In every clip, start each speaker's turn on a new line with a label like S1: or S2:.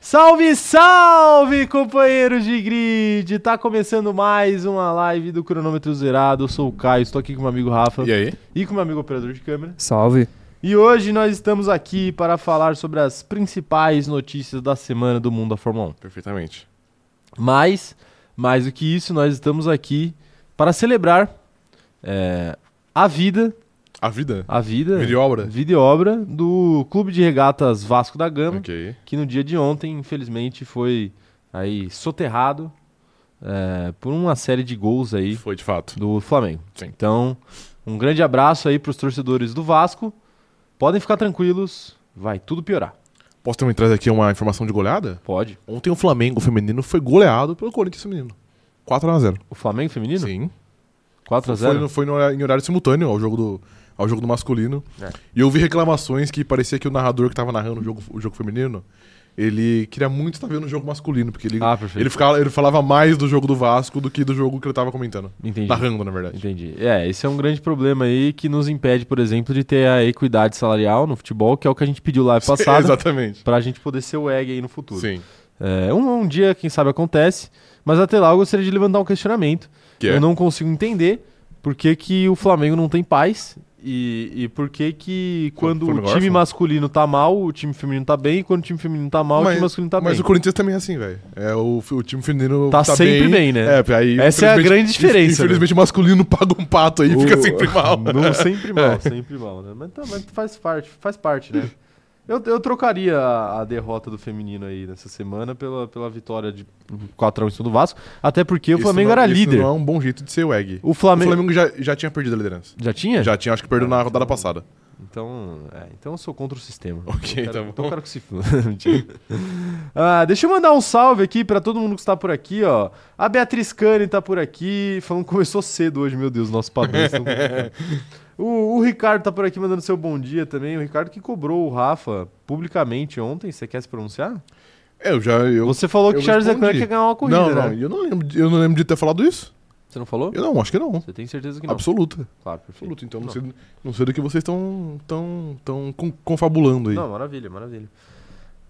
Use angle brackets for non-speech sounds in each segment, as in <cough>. S1: Salve, salve, companheiros de grid! Tá começando mais uma live do Cronômetro Zerado. Eu sou o Caio, estou aqui com meu amigo Rafa
S2: E aí?
S1: e com meu amigo operador de câmera.
S3: Salve.
S1: E hoje nós estamos aqui para falar sobre as principais notícias da semana do mundo da Fórmula
S2: Perfeitamente.
S1: 1. Mas, mais do que isso, nós estamos aqui para celebrar é, a vida,
S2: A vida?
S1: a vida,
S2: Vídeo obra?
S1: vida e obra do Clube de Regatas Vasco da Gama.
S2: Ok.
S1: que no dia de ontem, infelizmente, foi aí soterrado é, por uma série de gols aí
S2: Foi de fato.
S1: do Flamengo.
S2: Sim.
S1: Então, um grande abraço aí pros torcedores do Vasco. Podem ficar tranquilos, vai tudo piorar.
S2: Posso também trazer aqui uma informação de goleada?
S1: Pode.
S2: Ontem o Flamengo feminino foi goleado pelo Corinthians feminino. 4x0.
S1: O Flamengo feminino?
S2: Sim. Foi,
S1: 4x0.
S2: no- foi no horário- em horário simultâneo ao jogo do, ao jogo do masculino.
S1: É.
S2: E eu vi reclamações que parecia que o narrador que tava narrando o jogo, o jogo feminino, ele queria muito estar vendo o jogo masculino, porque ele,
S1: Ah, perfeito.
S2: ele, ficava, ele falava mais do jogo do Vasco do que do jogo que ele tava comentando.
S1: Entendi.
S2: Narrando, na verdade.
S1: Entendi. É, esse é um grande problema aí que nos impede, por exemplo, de ter a equidade salarial no futebol, que é o que a gente pediu live passada,
S2: <laughs> Exatamente.
S1: pra gente poder ser o EG aí no futuro.
S2: Sim.
S1: É, um, um dia, quem sabe, acontece, mas até lá eu gostaria de levantar um questionamento.
S2: Que é.
S1: Eu não consigo entender por que, que o Flamengo não tem paz e, e por que, que quando o
S2: Flamengo é
S1: time
S2: órfão?
S1: masculino tá mal, o time feminino tá bem, e quando o time feminino tá mal, o time masculino tá
S2: mas
S1: bem.
S2: o Corinthians também é assim, velho. É, o, o time feminino
S1: Tá sempre bem, né?
S2: É, aí,
S1: Essa é a
S2: infelizmente-
S1: grande diferença,
S2: Infelizmente o masculino <laughs> paga um pato aí e
S1: O-
S2: fica sempre mal.
S1: <laughs>
S2: É.
S1: Não, sempre mal, sempre mal, né? Mas, tá, mas faz parte, faz parte, né? Eu, eu trocaria a, a derrota do feminino aí nessa semana pela, pela vitória de 4x1 em cima do Vasco, até porque o
S2: Isso
S1: Flamengo
S2: não-
S1: era
S2: isso
S1: líder.
S2: não é um bom jeito de ser o Egg.
S1: O
S2: O
S1: Flamengo... É. Ah,
S2: Flamengo já, já tinha perdido a liderança.
S1: Já tinha?
S2: Já tinha, acho que perdeu na rodada passada.
S1: Então, é, então eu sou contra o sistema.
S2: <laughs>
S1: Então
S2: Ok,
S1: eu quero-
S2: tá bom.
S1: Então eu quero que se foda. Mentira. <laughs> ah, deixa eu mandar um salve aqui pra todo mundo que está por aqui, ó. A Beatriz Cane tá por aqui, falando que começou cedo hoje, meu Deus, nosso
S2: <laughs>
S1: padrão. o, o Ricardo tá por aqui mandando seu bom dia também. O Ricardo que cobrou o Rafa publicamente ontem, você quer se pronunciar?
S2: É, Eu já. Eu,
S1: Você falou que
S2: eu
S1: Charles
S2: respondi.
S1: Leclerc ia ganhar uma corrida,
S2: não, não,
S1: né?
S2: eu não, lembro, de- eu não lembro de ter falado isso.
S1: Você não falou?
S2: Eu não, acho que não.
S1: Você tem certeza que não?
S2: Absoluta.
S1: Claro, perfeito.
S2: Absoluta. Então não,
S1: Não.
S2: sei, não sei do que vocês estão tão, tão con- confabulando aí.
S1: Não, maravilha, maravilha.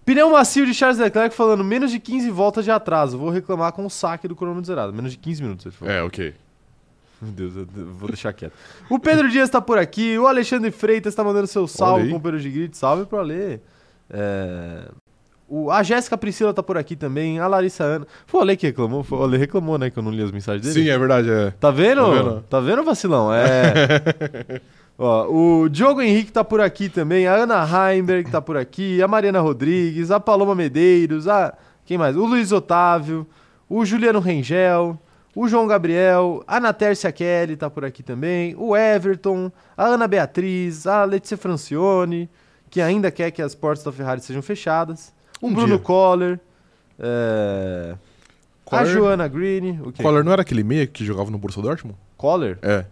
S1: Pneu macio de Charles Leclerc falando menos de 15 voltas de atraso. Vou reclamar com o saque do cronômetro zerado. Menos de 15 minutos, ele falou.
S2: É, ok.
S1: Meu Deus, eu eu vou deixar quieto. O Pedro Dias tá por aqui. O Alexandre Freitas tá mandando seu salve,
S2: aí.
S1: companheiro de grid. Salve pro Ale. É, O... A Jéssica Priscila tá por aqui também. A Larissa Ana. Foi o Ale que reclamou? Foi o Ale reclamou, né? Que eu não li as mensagens dele.
S2: Sim, é verdade. É.
S1: Tá vendo? Tá
S2: Tá
S1: vendo,
S2: vendo?
S1: vacilão?
S2: <laughs>
S1: É. Ó, o Diogo Henrique tá por aqui também, a Ana Heimberg tá por aqui, a Mariana Rodrigues, a Paloma Medeiros, a. Quem mais? O Luiz Otávio, o Juliano Rengel, o João Gabriel, a Ana Tércia Kelly tá por aqui também, o Everton, a Ana Beatriz, a Letícia Francione, que ainda quer que as portas da Ferrari sejam fechadas, o
S2: Um
S1: Bruno
S2: dia.
S1: Coller, é, a
S2: Coller-
S1: Joana Green, o quê?
S2: Coller não era aquele meia que jogava no Borussia Dortmund?
S1: Coller?
S2: É,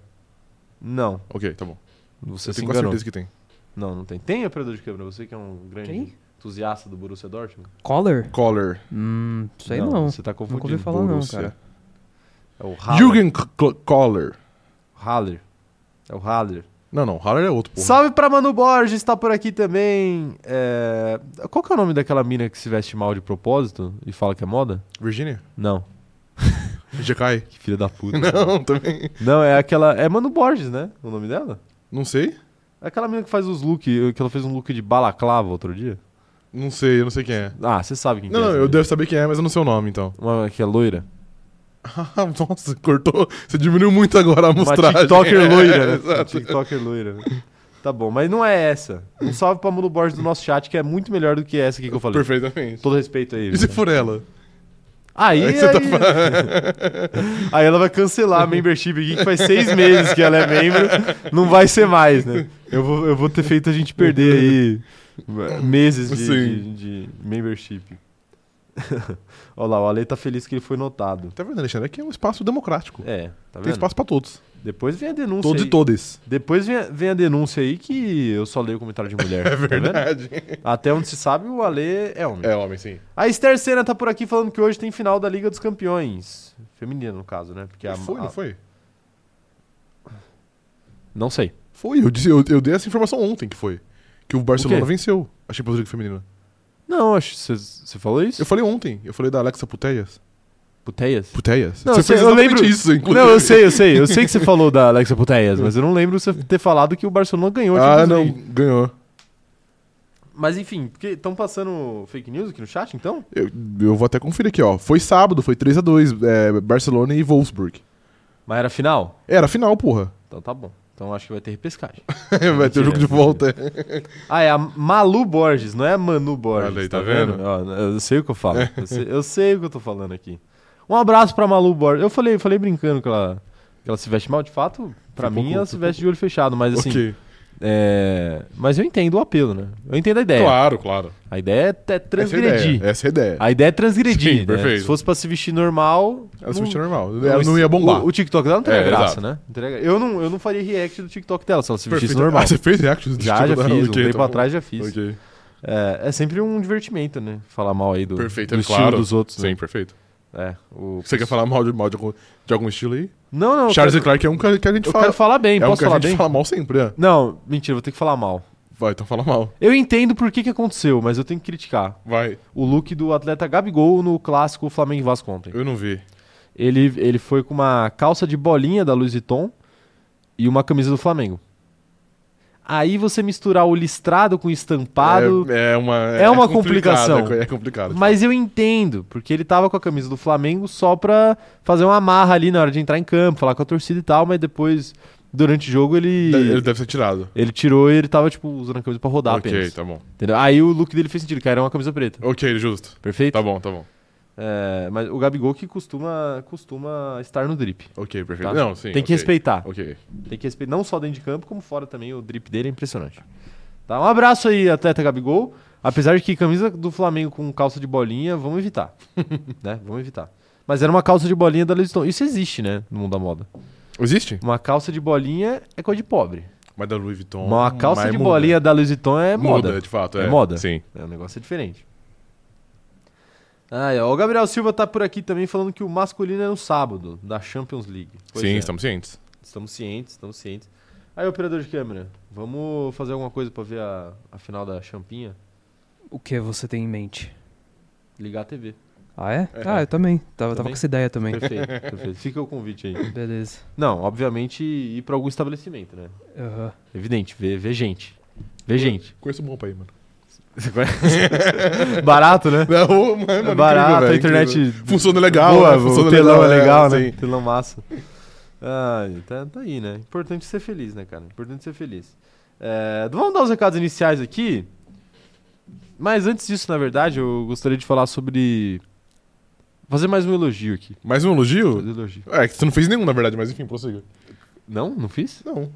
S1: Não.
S2: ok, tá bom.
S1: Você
S2: eu
S1: se
S2: tenho quase
S1: enganou.
S2: certeza que tem.
S1: Não, não tem. Tem operador de câmera, você que é um grande
S3: Quem?
S1: entusiasta do Borussia Dortmund?
S3: Collar?
S2: Coller.
S3: Hum, sei não.
S1: Você tá
S3: Nunca
S1: confundindo.
S3: ouvi falar não,
S2: Borussia.
S3: cara.
S1: É o Haller.
S2: Jürgen Kl- Koller.
S1: Haller. É o Haller.
S2: Não, não, Haller é outro, porra.
S1: Salve pra Manu Borges, tá por aqui também. É, Qual que é o nome daquela mina que se veste mal de propósito e fala que é moda?
S2: Virginia?
S1: Não.
S2: GK?
S1: Que filha da <laughs> puta.
S2: <laughs> Não, também.
S1: Não, é aquela... É Manu Borges, né? O nome dela?
S2: Não sei.
S1: É aquela mina que faz os looks... Que ela fez um look de balaclava outro dia.
S2: Não sei, eu não sei quem é.
S1: Ah, você sabe quem
S2: Não,
S1: que é.
S2: não,
S1: essa
S2: eu
S1: mina.
S2: devo saber quem é, mas eu não sei o nome, então. <laughs>
S1: Uma que é loira.
S2: Ah, Nossa, cortou. Você diminuiu muito agora a <laughs> amostragem.
S1: Uma TikToker loira,
S2: É,
S1: né? Uma
S2: <laughs> exato.
S1: TikToker loira. Tá bom, mas não é essa. Um salve pra Mulo Borges do nosso chat, que é muito melhor do que essa aqui que eu falei.
S2: Perfeitamente.
S1: Todo respeito
S2: <laughs>
S1: aí.
S2: E se for ela?
S1: Aí, aí,
S2: Aí você tá
S1: aí ela vai cancelar a membership aqui, que faz seis meses que ela é membro. Não vai ser mais, né? Eu vou, eu vou ter feito a gente perder aí meses de,
S2: Sim.
S1: de- de membership. <laughs> Olha lá, o Ale tá feliz que ele foi notado.
S2: <laughs> Tá vendo, Alexandre? Aqui é um espaço democrático.
S1: É, tá vendo?
S2: Tem espaço pra todos.
S1: Depois vem a denúncia.
S2: Todos
S1: aí.
S2: e todas.
S1: Depois vem a, vem a denúncia aí que eu só leio comentário de
S2: <laughs>
S1: mulher. É
S2: Verdade.
S1: Até onde se sabe, o Ale é homem.
S2: É, homem, sim.
S1: A Esther Senna tá por aqui falando que hoje tem final da Liga dos Campeões. Feminina, no caso, né? Porque a,
S2: Foi,
S1: a-
S2: não foi?
S1: Não sei.
S2: Foi, eu, disse, eu, eu dei essa informação ontem que foi. Que o Barcelona venceu a Champions League feminina.
S1: Não, acho você falou isso?
S2: Eu falei ontem, eu falei da Alexa Puteias.
S1: Puteias?
S2: Puteias?
S1: Não, eu
S2: você
S1: sei,
S2: fez
S1: eu
S2: exatamente
S1: lembro-
S2: isso, inclusive.
S1: Não, eu sei, eu sei. Eu
S2: <laughs>
S1: sei que você falou da Alexa Puteias, mas eu não lembro você ter falado que o Barcelona ganhou. a
S2: Ah,
S1: Champions
S2: não,
S1: League.
S2: ganhou.
S1: Mas enfim, estão passando fake news aqui no chat, então?
S2: Eu, eu vou até conferir aqui, ó. Foi sábado, foi 3x2, é, Barcelona e Wolfsburg.
S1: Mas era final?
S2: Era final, porra.
S1: Então tá bom. Então acho que vai ter repescagem.
S2: <laughs> Vai ter o jogo de volta. é.
S1: Ah, é a Malu Borges, não é a Manu Borges.
S2: Olha aí,
S1: tá,
S2: tá
S1: vendo?
S2: vendo?
S1: Ó, eu sei o que eu
S2: <laughs>
S1: falo. Eu sei, eu sei o que eu tô falando aqui. Um abraço pra Malu Borges. Eu falei, falei brincando que ela, que ela se veste mal. De fato, pra
S2: Foi
S1: mim,
S2: pouco,
S1: ela se
S2: foi
S1: veste de olho fechado. Mas assim,
S2: ok.
S1: é... mas eu entendo o apelo, né? Eu entendo a ideia.
S2: Claro, claro.
S1: A ideia é te-
S2: Essa é a
S1: transgredir.
S2: ideia. Essa é a ideia.
S1: A ideia é transgredir.
S2: Sim,
S1: né?
S2: perfeito.
S1: Se fosse pra se vestir normal.
S2: Ela se
S1: não-
S2: vestia É normal.
S1: não-
S2: Ela não ia bombar.
S1: O, o TikTok dela não teria
S2: É,
S1: graça,
S2: exato.
S1: né? Não teria gra- Eu não, eu não faria react do TikTok dela se ela se
S2: Perfeito.
S1: vestisse normal.
S2: <laughs> Ah, você fez reactions do
S1: já, já
S2: TikTok dela?
S1: fiz. Um
S2: Ok,
S1: tempo
S2: tá bom.
S1: atrás já fiz.
S2: Ok.
S1: É, é sempre um divertimento, né? Falar mal aí do,
S2: Perfeito,
S1: do
S2: é
S1: estilo
S2: claro.
S1: dos outros. né?
S2: Sim, perfeito.
S1: É, o...
S2: Você quer falar mal de, mal de, algum, de algum estilo aí?
S1: Não, não. eu
S2: Charles
S1: quero-
S2: Clark é um cara que a gente
S1: eu
S2: fala.
S1: quero falar bem,
S2: é um
S1: posso
S2: que a
S1: falar
S2: gente
S1: bem?
S2: fala mal sempre, né?
S1: Não, mentira, vou ter que falar mal.
S2: Vai, então fala mal.
S1: Eu entendo por que, que aconteceu, mas eu tenho que criticar.
S2: Vai.
S1: O look do atleta Gabigol no clássico Flamengo e Vasco ontem.
S2: Eu não vi.
S1: Ele, ele foi com uma calça de bolinha da Louis Vuitton e uma camisa do Flamengo. Aí você misturar o listrado com o estampado.
S2: É, é uma,
S1: É uma
S2: complicado,
S1: complicação.
S2: é co- É complicado.
S1: Mas eu entendo, porque ele tava com a camisa do Flamengo só pra fazer uma amarra ali na hora de entrar em campo, falar com a torcida e tal, mas depois, durante o jogo, ele.
S2: De- Ele
S1: Ele,
S2: deve ser tirado.
S1: tirou e ele tava, tipo, usando a camisa pra rodar
S2: ok,
S1: apenas.
S2: tá bom.
S1: Entendeu? Aí o look dele fez sentido, cara, era uma camisa preta.
S2: Ok, justo.
S1: Perfeito?
S2: Tá bom, tá bom.
S1: É, mas o Gabigol que costuma, costuma estar no drip.
S2: Ok, perfeito.
S1: Tá.
S2: Não, sim.
S1: Tem que
S2: ok.
S1: respeitar.
S2: Ok.
S1: Tem que respeitar não só dentro de campo, como fora também. O drip dele é impressionante. Tá, um abraço aí, atleta Gabigol. Apesar de que camisa do Flamengo com calça de bolinha, vamos evitar. <laughs> né? Vamos evitar. Mas era uma calça de bolinha da Louis Vuitton. Isso existe, né? No mundo da moda.
S2: Existe?
S1: Uma calça de bolinha é coisa de pobre.
S2: Mas da Louis Vuitton.
S1: Uma calça
S2: mas
S1: de
S2: muda.
S1: bolinha da Louis Vuitton é
S2: Muda,
S1: moda.
S2: de fato.
S1: É
S2: É,
S1: moda?
S2: Sim.
S1: É um negócio diferente. Ah, o Gabriel Silva tá por aqui também falando que o masculino é no sábado, da Champions League. Pois
S2: sim,
S1: é.
S2: estamos cientes.
S1: Estamos cientes, estamos cientes. Aí, operador de câmera, vamos fazer alguma coisa pra ver a, a final da champinha?
S3: O que você tem em mente?
S1: Ligar a TV.
S3: Ah, é? Ah, eu também. Tava, tava
S1: Também?
S3: com essa ideia também.
S1: Perfeito, perfeito. Fica o convite aí.
S3: Beleza.
S1: Não, obviamente ir pra algum estabelecimento, né?
S3: Aham.
S1: Evidente, ver ver gente. Ver gente.
S2: Conheço um bom pra
S1: <laughs>
S2: aí, mano.
S1: Você conhece? Barato, né?
S2: Não, mano,
S1: É
S2: incrível,
S1: barato,
S2: velho,
S1: a
S2: incrível.
S1: internet
S2: Funciona legal,
S1: Boa,
S2: né? Funciona
S1: o telão é legal,
S2: é,
S1: né?
S2: sim.
S1: Telão massa. Ai, tá, tá aí, né? Importante ser feliz, né, cara? Importante ser feliz. É, vamos dar os recados iniciais aqui. Mas antes disso, na verdade, eu gostaria de falar sobre. Fazer mais um elogio aqui.
S2: Mais um elogio?
S1: Fazer elogio.
S2: É, que você não fez nenhum, na verdade, mas enfim, prossiga.
S1: Não? Não fiz?
S2: Não.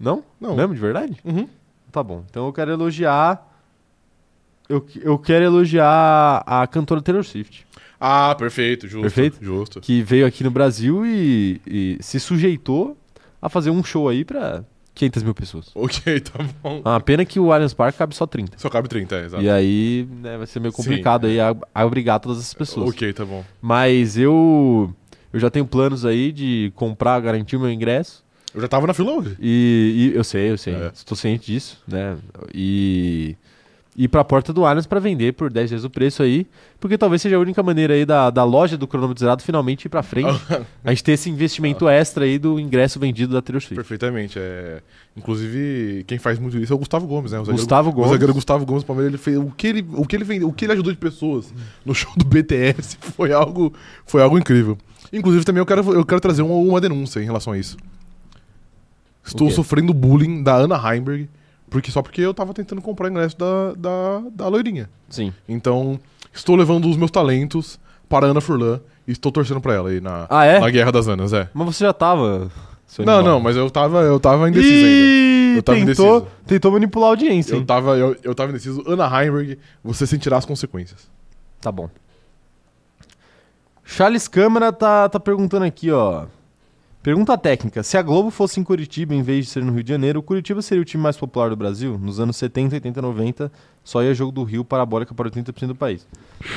S1: Não?
S2: Não.
S1: Mesmo, de verdade?
S2: Uhum.
S1: Tá bom. Então eu quero elogiar. Eu, que- eu quero elogiar a cantora Taylor Swift.
S2: Ah, perfeito, justo.
S1: Perfeito?
S2: Justo.
S1: que veio aqui no Brasil e, e se sujeitou a fazer um show aí pra 500 mil pessoas.
S2: Ok, <laughs> tá bom.
S1: Ah, pena que o Allianz Park cabe só 30.
S2: Só cabe 30, é, exato.
S1: E aí né, vai ser meio
S2: Sim, é.
S1: complicado aí a, a obrigar todas as pessoas.
S2: Ok, tá bom.
S1: Mas eu eu já tenho planos aí de comprar, garantir o meu ingresso.
S2: Eu já tava na fila hoje.
S1: E, e eu sei, eu sei.
S2: É.
S1: Estou ciente disso, né? E e ir pra porta do Allianz pra vender por 10 vezes o preço aí. Porque talvez seja a única maneira aí da, da loja do cronômetro zerado finalmente ir pra
S2: <laughs>
S1: frente. A gente tem esse investimento extra aí do ingresso vendido da Taylor Swift.
S2: Perfeitamente. É... Inclusive, quem faz muito isso é o Gustavo Gomes, né? O zagueiro-
S1: Gustavo Gomes.
S2: O zagueiro Gustavo Gomes do Palmeiras, ele fez o que ele, o que ele vendeu, o que ele ajudou de pessoas no show do BTS <laughs> foi algo, foi algo incrível. Inclusive, também eu quero, eu quero trazer uma, uma denúncia em relação a isso.
S1: O
S2: Estou
S1: quê?
S2: sofrendo bullying da Ana Heimberg, porque só porque eu tava tentando comprar ingresso da, da, da loirinha.
S1: Sim.
S2: Então, estou levando os meus talentos para a Ana Furlan e estou torcendo pra ela aí na,
S1: Ah, é?
S2: na Guerra das Anas, é.
S1: Mas você já tava. seu
S2: Não,
S1: animal.
S2: não, mas eu tava, eu tava indeciso ainda.
S1: Ih,
S2: Eu tava
S1: tentou,
S2: indeciso.
S1: tentou manipular a audiência.
S2: Eu
S1: hein?
S2: tava, eu, eu tava indeciso. Ana Heimberg, você sentirá as consequências.
S1: Tá bom. Charles Câmara tá, tá perguntando aqui, ó. Pergunta técnica. Se a Globo fosse em Curitiba em vez de ser no Rio de Janeiro, o Curitiba seria o time mais popular do Brasil? Nos anos 70, 80, 90, só ia jogo do Rio parabólica para 80% do país.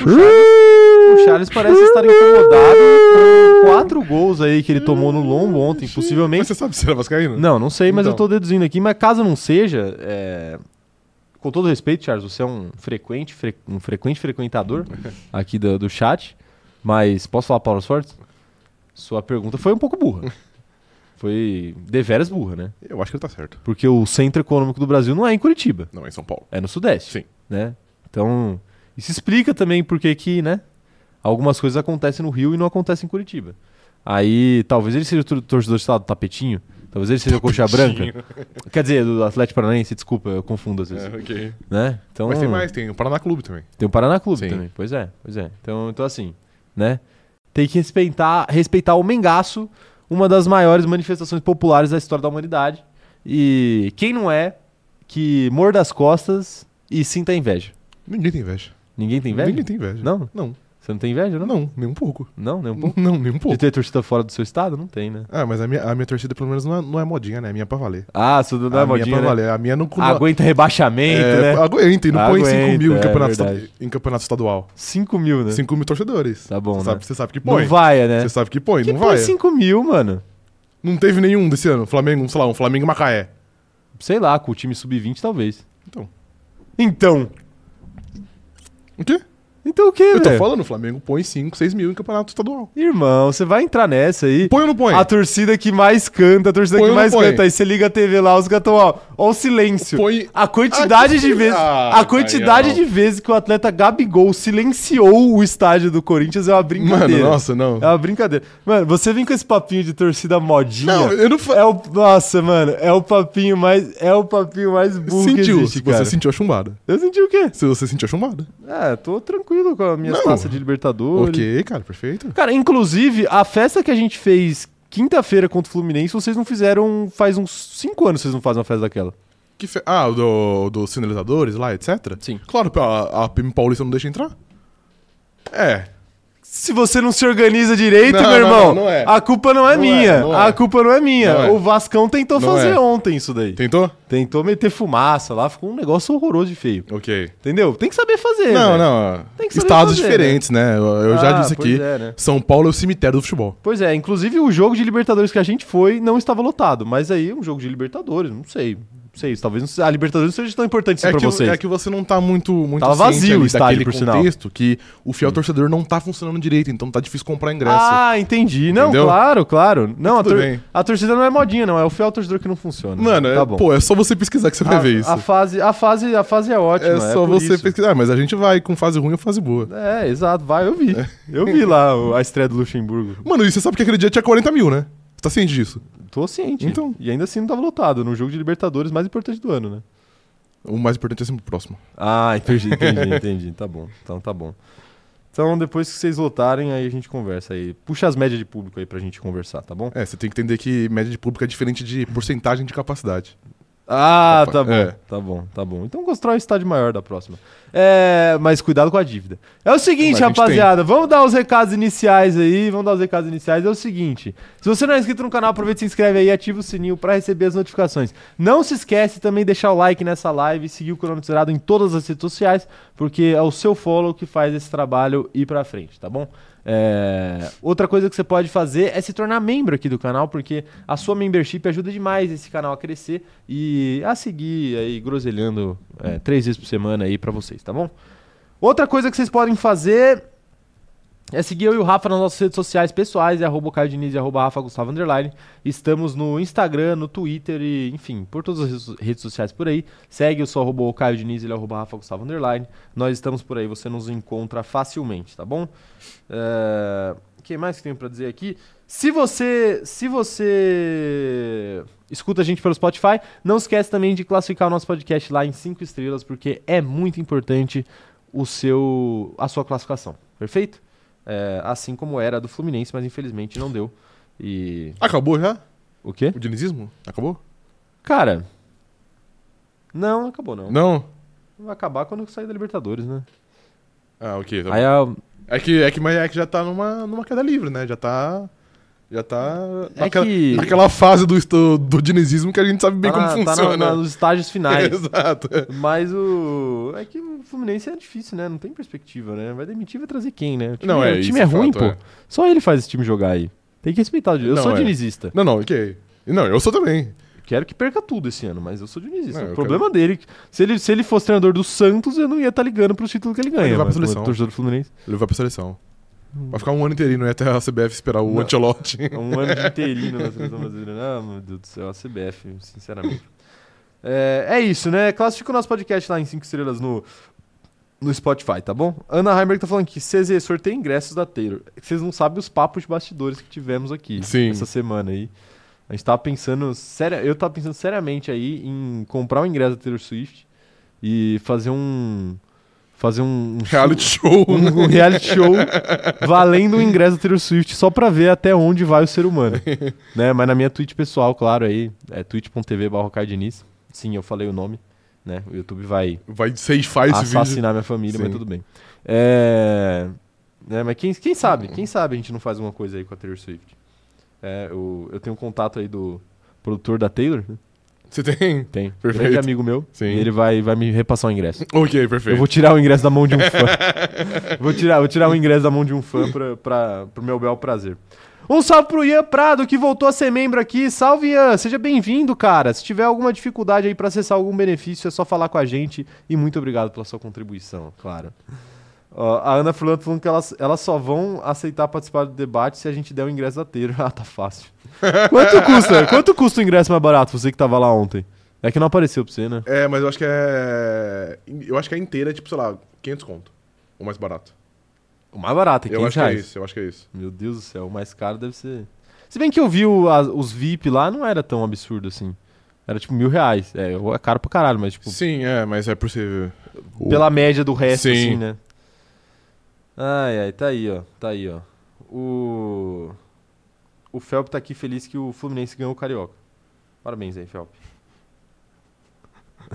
S1: O Charles parece estar incomodado com quatro gols aí que ele tomou no lombo ontem, possivelmente.
S2: Mas você sabe se era é vascaíno?
S1: Não, não sei, mas
S2: Então.
S1: eu tô deduzindo aqui. Mas caso não seja, é, com todo respeito, Charles, você é um frequente, fre- um frequente frequentador aqui do, do chat, mas posso falar palavras fortes? Sua pergunta foi um pouco burra. Foi deveras burra, né?
S2: Eu acho que ele tá certo.
S1: Porque o centro econômico do Brasil não é em Curitiba,
S2: Não, é em São Paulo.
S1: é no Sudeste.
S2: Sim.
S1: Né? Então, isso explica também porque que, né? Algumas coisas acontecem no Rio e não acontecem em Curitiba. Aí, talvez ele seja o tor- torcedor do estado do tapetinho, talvez ele seja o coxa branca. Quer dizer, do Atlético Paranaense, desculpa, eu confundo às vezes.
S2: É, ok.
S1: Né? Então,
S2: Mas tem mais, tem o Paraná Clube também.
S1: tem o Paraná Clube
S2: Sim.
S1: também. Pois é, pois é. Então, então assim, né? Tem que respeitar, respeitar o Mengaço, uma das maiores manifestações populares da história da humanidade. E quem não é, que morda as costas e sinta inveja.
S2: Ninguém tem inveja.
S1: Ninguém tem inveja?
S2: Ninguém tem inveja.
S1: Não?
S2: Não.
S1: Você não tem inveja, não?
S2: Não, nem um pouco.
S1: Não, nem um pouco.
S2: <laughs> Não, nem um pouco.
S1: De ter torcida fora do seu estado? Não tem, né?
S2: Ah, mas a minha, a minha torcida pelo menos não é, não é modinha, né? A minha é pra valer.
S1: Ah, sua não é
S2: a minha
S1: modinha,
S2: é pra
S1: né?
S2: valer. A minha não...
S1: Aguenta rebaixamento,
S2: é,
S1: né?
S2: Aguenta, e não põe 5 mil em
S1: Aguenta, é
S2: campeonato, esta-
S1: verdade.
S2: em campeonato estadual.
S1: 5 mil, né?
S2: 5 mil torcedores.
S1: Tá bom,
S2: Você
S1: né?
S2: sabe, você sabe que põe.
S1: Não vai, né?
S2: Você sabe que põe,
S1: que
S2: não
S1: põe
S2: vai.
S1: 5 mil, mano?
S2: Não teve nenhum desse ano. Flamengo, sei lá, um Flamengo e Macaé.
S1: Sei lá, com o time sub-20 talvez.
S2: Então.
S1: Então.
S2: O quê?
S1: Então o que,
S2: Eu
S1: velho?
S2: tô falando, o Flamengo põe 5, 6 mil em campeonato estadual.
S1: Irmão, você vai entrar nessa aí.
S2: Põe ou não põe?
S1: A torcida que mais canta, a torcida
S2: Põe
S1: que
S2: ou não
S1: mais
S2: põe?
S1: canta. Aí você liga a TV lá, os gatão, ó, ó o silêncio.
S2: Põe.
S1: A quantidade
S2: Ah, que
S1: de vezes,
S2: ah,
S1: a quantidade
S2: Daniel.
S1: de vezes que o atleta Gabigol silenciou o estádio do Corinthians é uma brincadeira.
S2: Mano, nossa, não.
S1: É uma brincadeira. Mano, você vem com esse papinho de torcida modinha.
S2: Não, eu não fa-
S1: É o, nossa, mano, é o papinho mais é o papinho mais burro que
S2: Sentiu,
S1: existe,
S2: se você
S1: cara.
S2: sentiu a chumbada.
S1: Eu senti o quê?
S2: Se você sentiu a chumbada.
S1: É, tô tranquilo com a minha
S2: Não.
S1: taça de Libertadores.
S2: Ok, cara, perfeito.
S1: Cara, inclusive, a festa que a gente fez quinta-feira contra o Fluminense, vocês não fizeram faz uns cinco anos que vocês não fazem uma festa daquela.
S2: Que fe- Ah, do, dos sinalizadores lá, etc?
S1: Sim.
S2: Claro, a, a PM Paulista não deixa entrar. É.
S1: Se você não se organiza direito, meu
S2: Não, não,
S1: irmão,
S2: não, não é.
S1: a culpa não é
S2: Não é,
S1: minha.
S2: não é.
S1: A culpa não é minha.
S2: Não é.
S1: O Vascão tentou
S2: Não
S1: fazer
S2: é.
S1: ontem isso daí.
S2: Tentou?
S1: Tentou meter fumaça lá, ficou um negócio horroroso de feio.
S2: Ok.
S1: Entendeu? Tem que saber fazer.
S2: Não,
S1: É, velho.
S2: não.
S1: Tem que saber
S2: Estados
S1: fazer,
S2: diferentes, né? Eu, eu
S1: Ah,
S2: já disse
S1: pois
S2: aqui.
S1: é, né?
S2: São Paulo é o cemitério do futebol.
S1: Pois é, inclusive o jogo de Libertadores que a gente foi não estava lotado. Mas aí um jogo de Libertadores, não sei. Não sei, talvez não seja, a Libertadores não seja tão importante assim
S2: É
S1: pra
S2: que,
S1: vocês.
S2: é que você não tá muito, muito
S1: Tava
S2: ciente
S1: vazio
S2: ali
S1: o estádio,
S2: daquele
S1: por sinal. Hum.
S2: contexto que o fiel torcedor não tá funcionando direito, então tá difícil comprar ingresso.
S1: Ah, entendi. Não,
S2: Entendeu?
S1: claro, claro. Não, a,
S2: Tudo
S1: tor-
S2: bem.
S1: a torcida não é modinha, não. É o fiel torcedor que não funciona.
S2: Mano, é-
S1: tá bom.
S2: pô, é só você pesquisar que você vai
S1: a,
S2: ver isso.
S1: A fase, a, fase, a fase é ótima.
S2: é só
S1: por
S2: você
S1: isso.
S2: pesquisar. Ah, mas a gente vai com fase ruim ou fase boa.
S1: É, exato. Vai, eu vi. Eu vi lá o- a estreia do Luxemburgo.
S2: Mano, e você sabe que aquele dia tinha 40 mil, né? Você tá ciente disso?
S1: Tô ciente.
S2: Então.
S1: E ainda assim não tava lotado. No jogo de Libertadores mais importante do ano, né?
S2: O mais importante é sempre o próximo.
S1: Ah, entendi, entendi, <laughs> entendi. Tá bom. Então tá bom. Então depois que vocês lotarem, aí a gente conversa aí. Puxa as médias de público aí pra gente conversar, tá bom?
S2: É, você tem que entender que média de público é diferente de porcentagem de capacidade.
S1: Ah,
S2: Opa,
S1: tá bom.
S2: é.
S1: Tá bom, tá bom. Então constrói um estádio maior da próxima. É, mas cuidado com a dívida. É o seguinte,
S2: Mas a gente
S1: rapaziada, vamos dar os recados iniciais aí, vamos dar os recados iniciais. É o seguinte, se você não é inscrito no canal, aproveita e se inscreve aí, ativa o sininho pra receber as notificações. Não se esquece também de deixar o like nessa live e seguir o Cronômetro Zerado em todas as redes sociais, porque é o seu follow que faz esse trabalho ir pra frente, tá bom? É, Outra coisa que você pode fazer é se tornar membro aqui do canal, porque a sua membership ajuda demais esse canal a crescer e a seguir aí groselhando é, três vezes por semana aí pra vocês, tá bom? Outra coisa que vocês podem fazer é seguir eu e o Rafa nas nossas redes sociais pessoais, é arroba Caio Diniz e arroba Rafa Gustavo Underline. Estamos no Instagram, no Twitter e, enfim, por todas as redes- redes sociais por aí. Segue, eu sou arroba o Caio Diniz e ele é arroba Rafa Gustavo Underline. Nós estamos por aí, você nos encontra facilmente, tá bom? É, O que mais que tenho pra dizer aqui? Se você, se você escuta a gente pelo Spotify, não esquece também de classificar o nosso podcast lá em 5 estrelas, porque é muito importante o seu, a sua classificação, perfeito? É, assim como era a do Fluminense, mas infelizmente não deu. E.
S2: Acabou já?
S1: O quê?
S2: O dinizismo? Acabou?
S1: Cara. Não, acabou não.
S2: Não?
S1: Vai acabar quando eu sair da Libertadores, né?
S2: Ah, ok. tá bom.
S1: Aí a-
S2: É que, é que, mas é que já tá numa, numa queda livre, né? Já tá. Já tá.
S1: É
S2: naquela,
S1: que-
S2: naquela fase do, do, do dinizismo que a gente sabe bem
S1: tá
S2: como
S1: na- tá na-
S2: funciona.
S1: na- nos estágios finais.
S2: <laughs> Exato.
S1: Mas o. É que o Fluminense é difícil, né? Não tem perspectiva, né? Vai demitir, vai trazer quem, né? O time,
S2: Não, é
S1: o
S2: isso,
S1: time é
S2: de
S1: ruim,
S2: fato,
S1: pô.
S2: é.
S1: Só ele faz esse time jogar aí. Tem que respeitar o Eu
S2: Não,
S1: sou
S2: é.
S1: dinizista.
S2: Não, não, ok. Não, eu sou também.
S1: Quero que perca tudo esse ano, mas eu sou dionisista.
S2: Não, eu
S1: o é um problema dele, se ele, se ele fosse treinador do Santos, eu não ia estar ligando pros títulos que ele ganha.
S2: vai pra
S1: mas como
S2: seleção.
S1: Torcedor do Fluminense.
S2: Ele vai pra seleção. Vai ficar um ano inteirinho, não é até a CBF esperar o
S1: Não.
S2: Ancelotti. <laughs>
S1: É <laughs> um ano de interino na seleção brasileira. Ah, meu Deus do céu, a CBF, sinceramente. É, é isso, né? Classifica o nosso podcast lá em 5 estrelas no, no Spotify, tá bom? Ana Heimberg tá falando que CZ sorteia ingressos da Taylor. Vocês não sabem os papos de bastidores que tivemos aqui
S2: Sim.
S1: essa semana aí. A gente tava pensando, sério, eu tava pensando seriamente aí em comprar um ingresso da Taylor Swift e fazer um fazer um, um
S2: Reality show. né?
S1: um, <laughs> um reality show valendo um ingresso da Taylor Swift só pra ver até onde vai o ser
S2: <laughs>
S1: humano. né? Mas na minha Twitch pessoal, claro, aí é twitch.tv barra Caio Diniz. Sim, eu falei o nome, né? O YouTube vai
S2: Vai ceifar Ah, esse vídeo.
S1: assassinar minha família, mas
S2: Sim.
S1: tudo bem. É... né, mas quem, quem sabe, quem sabe a gente não faz alguma coisa aí com a Taylor Swift. É, eu, eu tenho um contato aí do produtor da Taylor, né?
S2: Você tem?
S1: tem, um
S2: Perfeito.
S1: grande amigo meu,
S2: Sim.
S1: e ele vai, vai me repassar o ingresso.
S2: Ok,
S1: Eu
S2: perfeito.
S1: vou tirar o ingresso da
S2: <laughs>
S1: mão de um fã. vou, tirar, vou tirar o ingresso da mão de um fã pra, pra, pro meu bel prazer. Um salve pro Ian Prado, que voltou a ser membro aqui. Salve, Ian! Seja bem-vindo, cara. Se tiver alguma dificuldade aí pra acessar algum benefício, é só falar com a gente. E muito obrigado pela sua contribuição, claro. Ó, a Ana Furlan tá falando que elas, elas só vão aceitar participar do debate se a gente der o ingresso da Teiro. <laughs> Ah, tá fácil. Quanto custa? Quanto custa o ingresso mais barato, você que tava lá ontem? É que não apareceu pra você, né?
S2: É, mas eu acho que é. Eu acho que a inteira é tipo, sei lá, 500 conto. O mais barato.
S1: O mais barato é 500
S2: eu acho que é
S1: reais.
S2: isso, eu acho que é isso.
S1: Meu Deus do céu, o mais caro deve ser. Se bem que eu vi o- a- os VIP lá, não era tão absurdo assim. Era tipo mil reais. É, é caro pra caralho, mas tipo,
S2: Sim, é, mas é possível.
S1: pela média do resto,
S2: Sim.
S1: assim, né? Ai, ai, tá aí, ó. Tá aí, ó. O. O Felp tá aqui feliz que o Fluminense ganhou o Carioca. Parabéns aí, Felp.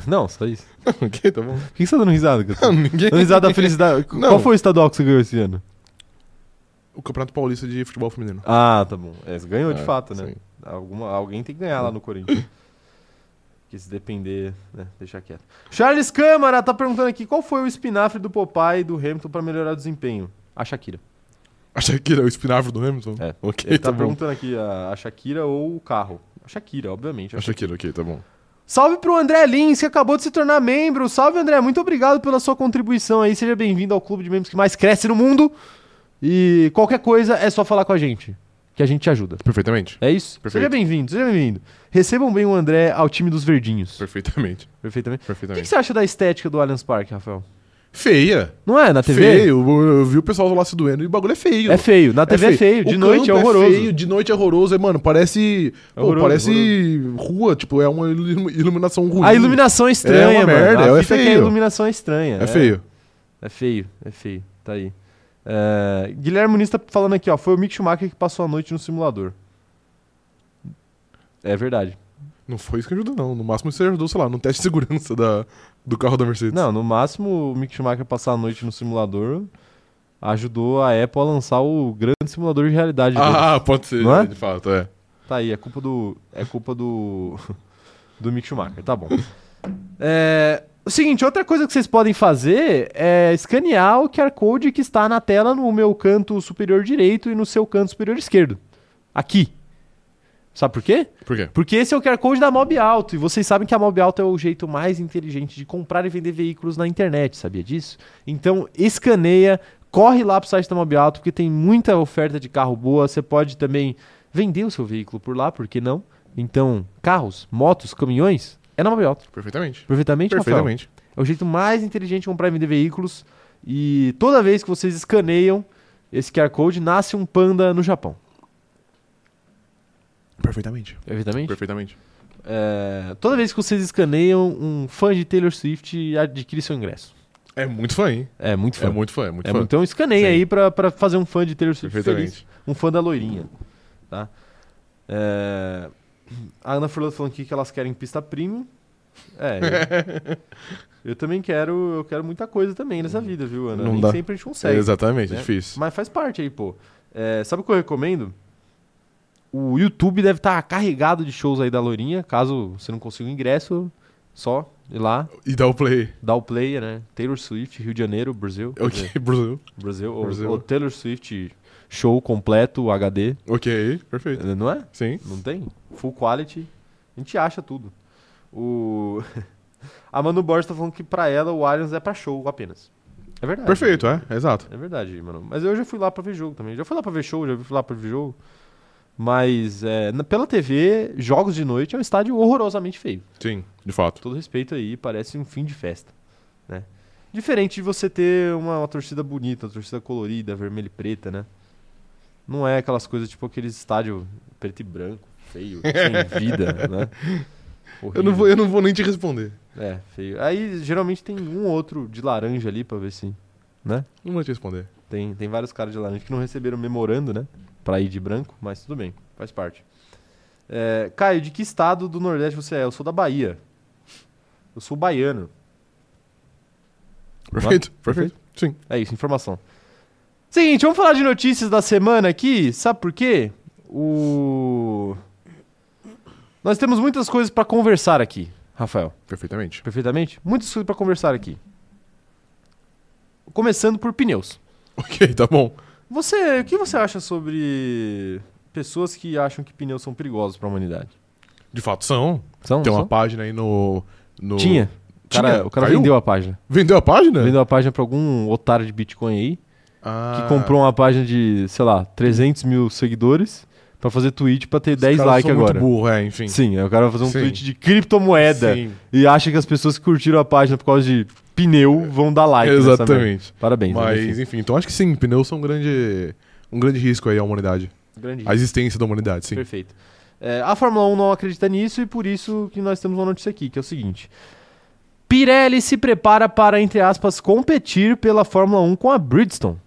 S1: Não, só isso.
S2: O <laughs>
S1: <laughs>
S2: quê? Tá bom. é
S1: Por que você tá dando risada, cara? <laughs>
S2: Não, ninguém.
S1: Dando risada da felicidade.
S2: Não.
S1: Qual foi o estadual que você ganhou esse ano?
S2: O Campeonato Paulista de Futebol Feminino.
S1: Ah, tá bom. É, você ganhou de
S2: É,
S1: fato, né?
S2: sim.
S1: Alguma, alguém tem que ganhar lá no Corinthians. Porque se depender, né? Deixar quieto. Charles Câmara tá perguntando aqui: qual foi o espinafre do Popeye e do Hamilton pra melhorar o desempenho? A Shakira.
S2: A Shakira, o espinafre do Hamilton?
S1: É. <laughs>
S2: Ok,
S1: Ele
S2: tá,
S1: tá,
S2: bom.
S1: perguntando aqui: a, a Shakira ou o carro? A Shakira, obviamente. a
S2: A Shakira, ok, tá bom.
S1: Salve pro André Lins, que acabou de se tornar membro. Salve, André. Muito obrigado pela sua contribuição aí. Seja bem-vindo ao clube de membros que mais cresce no mundo. E qualquer coisa é só falar com a gente, que a gente te ajuda.
S2: Perfeitamente.
S1: É isso?
S2: Perfeito.
S1: Seja bem-vindo, seja bem-vindo. Recebam bem o André ao time dos verdinhos. <laughs>
S2: Perfeitamente.
S1: Perfeitamente. O que, que
S2: Perfeitamente.
S1: você acha da estética do Allianz Parque, Rafael?
S2: Feia.
S1: Não é? Na TV?
S2: Feio. Eu, eu vi o pessoal lá se doendo e o bagulho é feio.
S1: É feio. Na TV é feio. De
S2: O
S1: noite é
S2: campo
S1: horroroso. É
S2: feio, de noite é horroroso. É, mano, parece. pô,
S1: Horroroso,
S2: parece rua, tipo, é uma ilu- iluminação ruim.
S1: A iluminação é estranha,
S2: É uma
S1: mano.
S2: merda,
S1: a
S2: é
S1: fita que a
S2: feio.
S1: iluminação é estranha.
S2: É feio.
S1: É feio, é feio. Tá aí. É, Guilherme Muniz tá falando aqui, ó. Foi o Mick Schumacher que passou a noite no simulador. É verdade.
S2: Não foi isso que ajudou, não. No máximo isso ajudou, sei lá, no teste de segurança da, do carro da Mercedes.
S1: Não, no máximo o Mick Schumacher passar a noite no simulador ajudou a Apple a lançar o grande simulador de realidade dele.
S2: <laughs> Ah, pode ser,
S1: Não é?
S2: de fato, é.
S1: Tá aí, é culpa do. É culpa do. <laughs> Do Mick Schumacher, tá bom. É, o seguinte, outra coisa que vocês podem fazer é escanear o QR Code que está na tela no meu canto superior direito e no seu canto superior esquerdo. Aqui. Sabe por quê?
S2: Por quê?
S1: Porque esse é o QR Code da Mob Alto. E vocês sabem que a Mob Alto é o jeito mais inteligente de comprar e vender veículos na internet, sabia disso? Então, escaneia, corre lá pro site da Mob Alto, porque tem muita oferta de carro boa. Você pode também vender o seu veículo por lá, por que não? Então, carros, motos, caminhões, é na Mob Alto.
S2: Perfeitamente.
S1: Perfeitamente, Rafael?
S2: Perfeitamente.
S1: É o jeito mais inteligente de comprar e vender veículos. E toda vez que vocês escaneiam esse QR Code, nasce um panda no Japão.
S2: Perfeitamente.
S1: Perfeitamente?
S2: Perfeitamente.
S1: É, toda vez que vocês escaneiam, um fã de Taylor Swift adquire seu ingresso.
S2: É muito fã, hein?
S1: É muito fã.
S2: É muito fã, é muito
S1: É
S2: fã.
S1: mu- Então escaneia
S2: Sim.
S1: aí pra, pra fazer um fã de Taylor Swift
S2: Perfeitamente.
S1: feliz. Um fã da loirinha. Tá? É, a Ana Furlan tá falando aqui que elas querem pista premium. É.
S2: <laughs>
S1: eu, eu também quero, eu quero muita coisa também nessa vida, viu, Ana?
S2: Uhum. Não
S1: Nem
S2: dá.
S1: sempre a gente
S2: É,
S1: consegue.
S2: exatamente, é
S1: né?
S2: difícil.
S1: Mas faz parte aí, pô. É, sabe o que eu recomendo? O YouTube deve estar carregado de shows aí da Loirinha. Caso você não consiga o ingresso, só ir lá,
S2: E dá o play.
S1: dá o play, né? Taylor Swift, Rio de Janeiro, Brasil. Quer dizer,
S2: Ok, Brasil.
S1: Brasil, ou-
S2: Brasil.
S1: Ou, Taylor Swift show completo, HD.
S2: Ok, perfeito.
S1: Não é?
S2: Sim.
S1: Não tem? Full quality. A gente acha tudo. O... <laughs> A Manu Borges tá falando que pra ela o Allianz é pra show apenas. É verdade.
S2: Perfeito, é, exato.
S1: É verdade, mano. Mas eu já fui lá pra ver jogo também. Já fui lá pra ver show, já fui lá pra ver jogo. Mas é, na- pela TV, jogos de noite é um estádio horrorosamente feio.
S2: Sim, de fato.
S1: Todo respeito aí, parece um fim de festa, né? Diferente de você ter uma, uma torcida bonita, uma torcida colorida, vermelha e preta, né? Não é aquelas coisas tipo aqueles estádio preto e branco, feio, sem
S2: <laughs>
S1: vida, né?
S2: Eu não, vou, eu não vou nem te responder.
S1: É, feio. Aí geralmente tem um ou outro de laranja ali pra ver se.
S2: Não vou te responder.
S1: Tem, tem vários caras de laranja que não receberam memorando, né? Pra ir de branco, mas tudo bem, faz parte. É, Caio, de que estado do Nordeste você é? Eu sou da Bahia. Eu sou baiano.
S2: Perfeito, perfeito. Sim.
S1: É isso, informação. Seguinte, vamos falar de notícias da semana aqui. Sabe por quê? O. Nós temos muitas coisas pra conversar aqui, Rafael.
S2: Perfeitamente.
S1: Perfeitamente? Muitas coisas pra conversar aqui. Começando por pneus.
S2: Ok, tá bom.
S1: Você, o que você acha sobre pessoas que acham que pneus são perigosos pra humanidade?
S2: De fato, são.
S1: São?
S2: Tem uma
S1: são?
S2: página aí no. no-
S1: Tinha.
S2: Tinha?
S1: Cara, o cara
S2: Caiu? É.
S1: vendeu a página.
S2: Vendeu a página?
S1: Vendeu a página pra algum otário de Bitcoin aí.
S2: Ah,
S1: que comprou uma página de, sei lá, 300 mil seguidores pra fazer tweet pra ter
S2: os
S1: 10
S2: caras
S1: likes
S2: são
S1: agora.
S2: Muito burro, é, enfim.
S1: Sim, aí o cara vai fazer um
S2: Sim.
S1: tweet de criptomoeda
S2: Sim,
S1: e acha que as pessoas que curtiram a página por causa de pneu vão dar like. nessa merda.
S2: exatamente.
S1: Parabéns. né?
S2: Mas,
S1: Enfim.
S2: enfim, então acho que sim, pneus são um grande, um grande risco aí à humanidade.
S1: Grande
S2: A existência da humanidade, sim.
S1: Perfeito. É, a Fórmula 1 não acredita nisso e por isso que nós temos uma notícia aqui, que é o seguinte. Pirelli se prepara para, entre aspas, competir pela Fórmula 1 com a Bridgestone.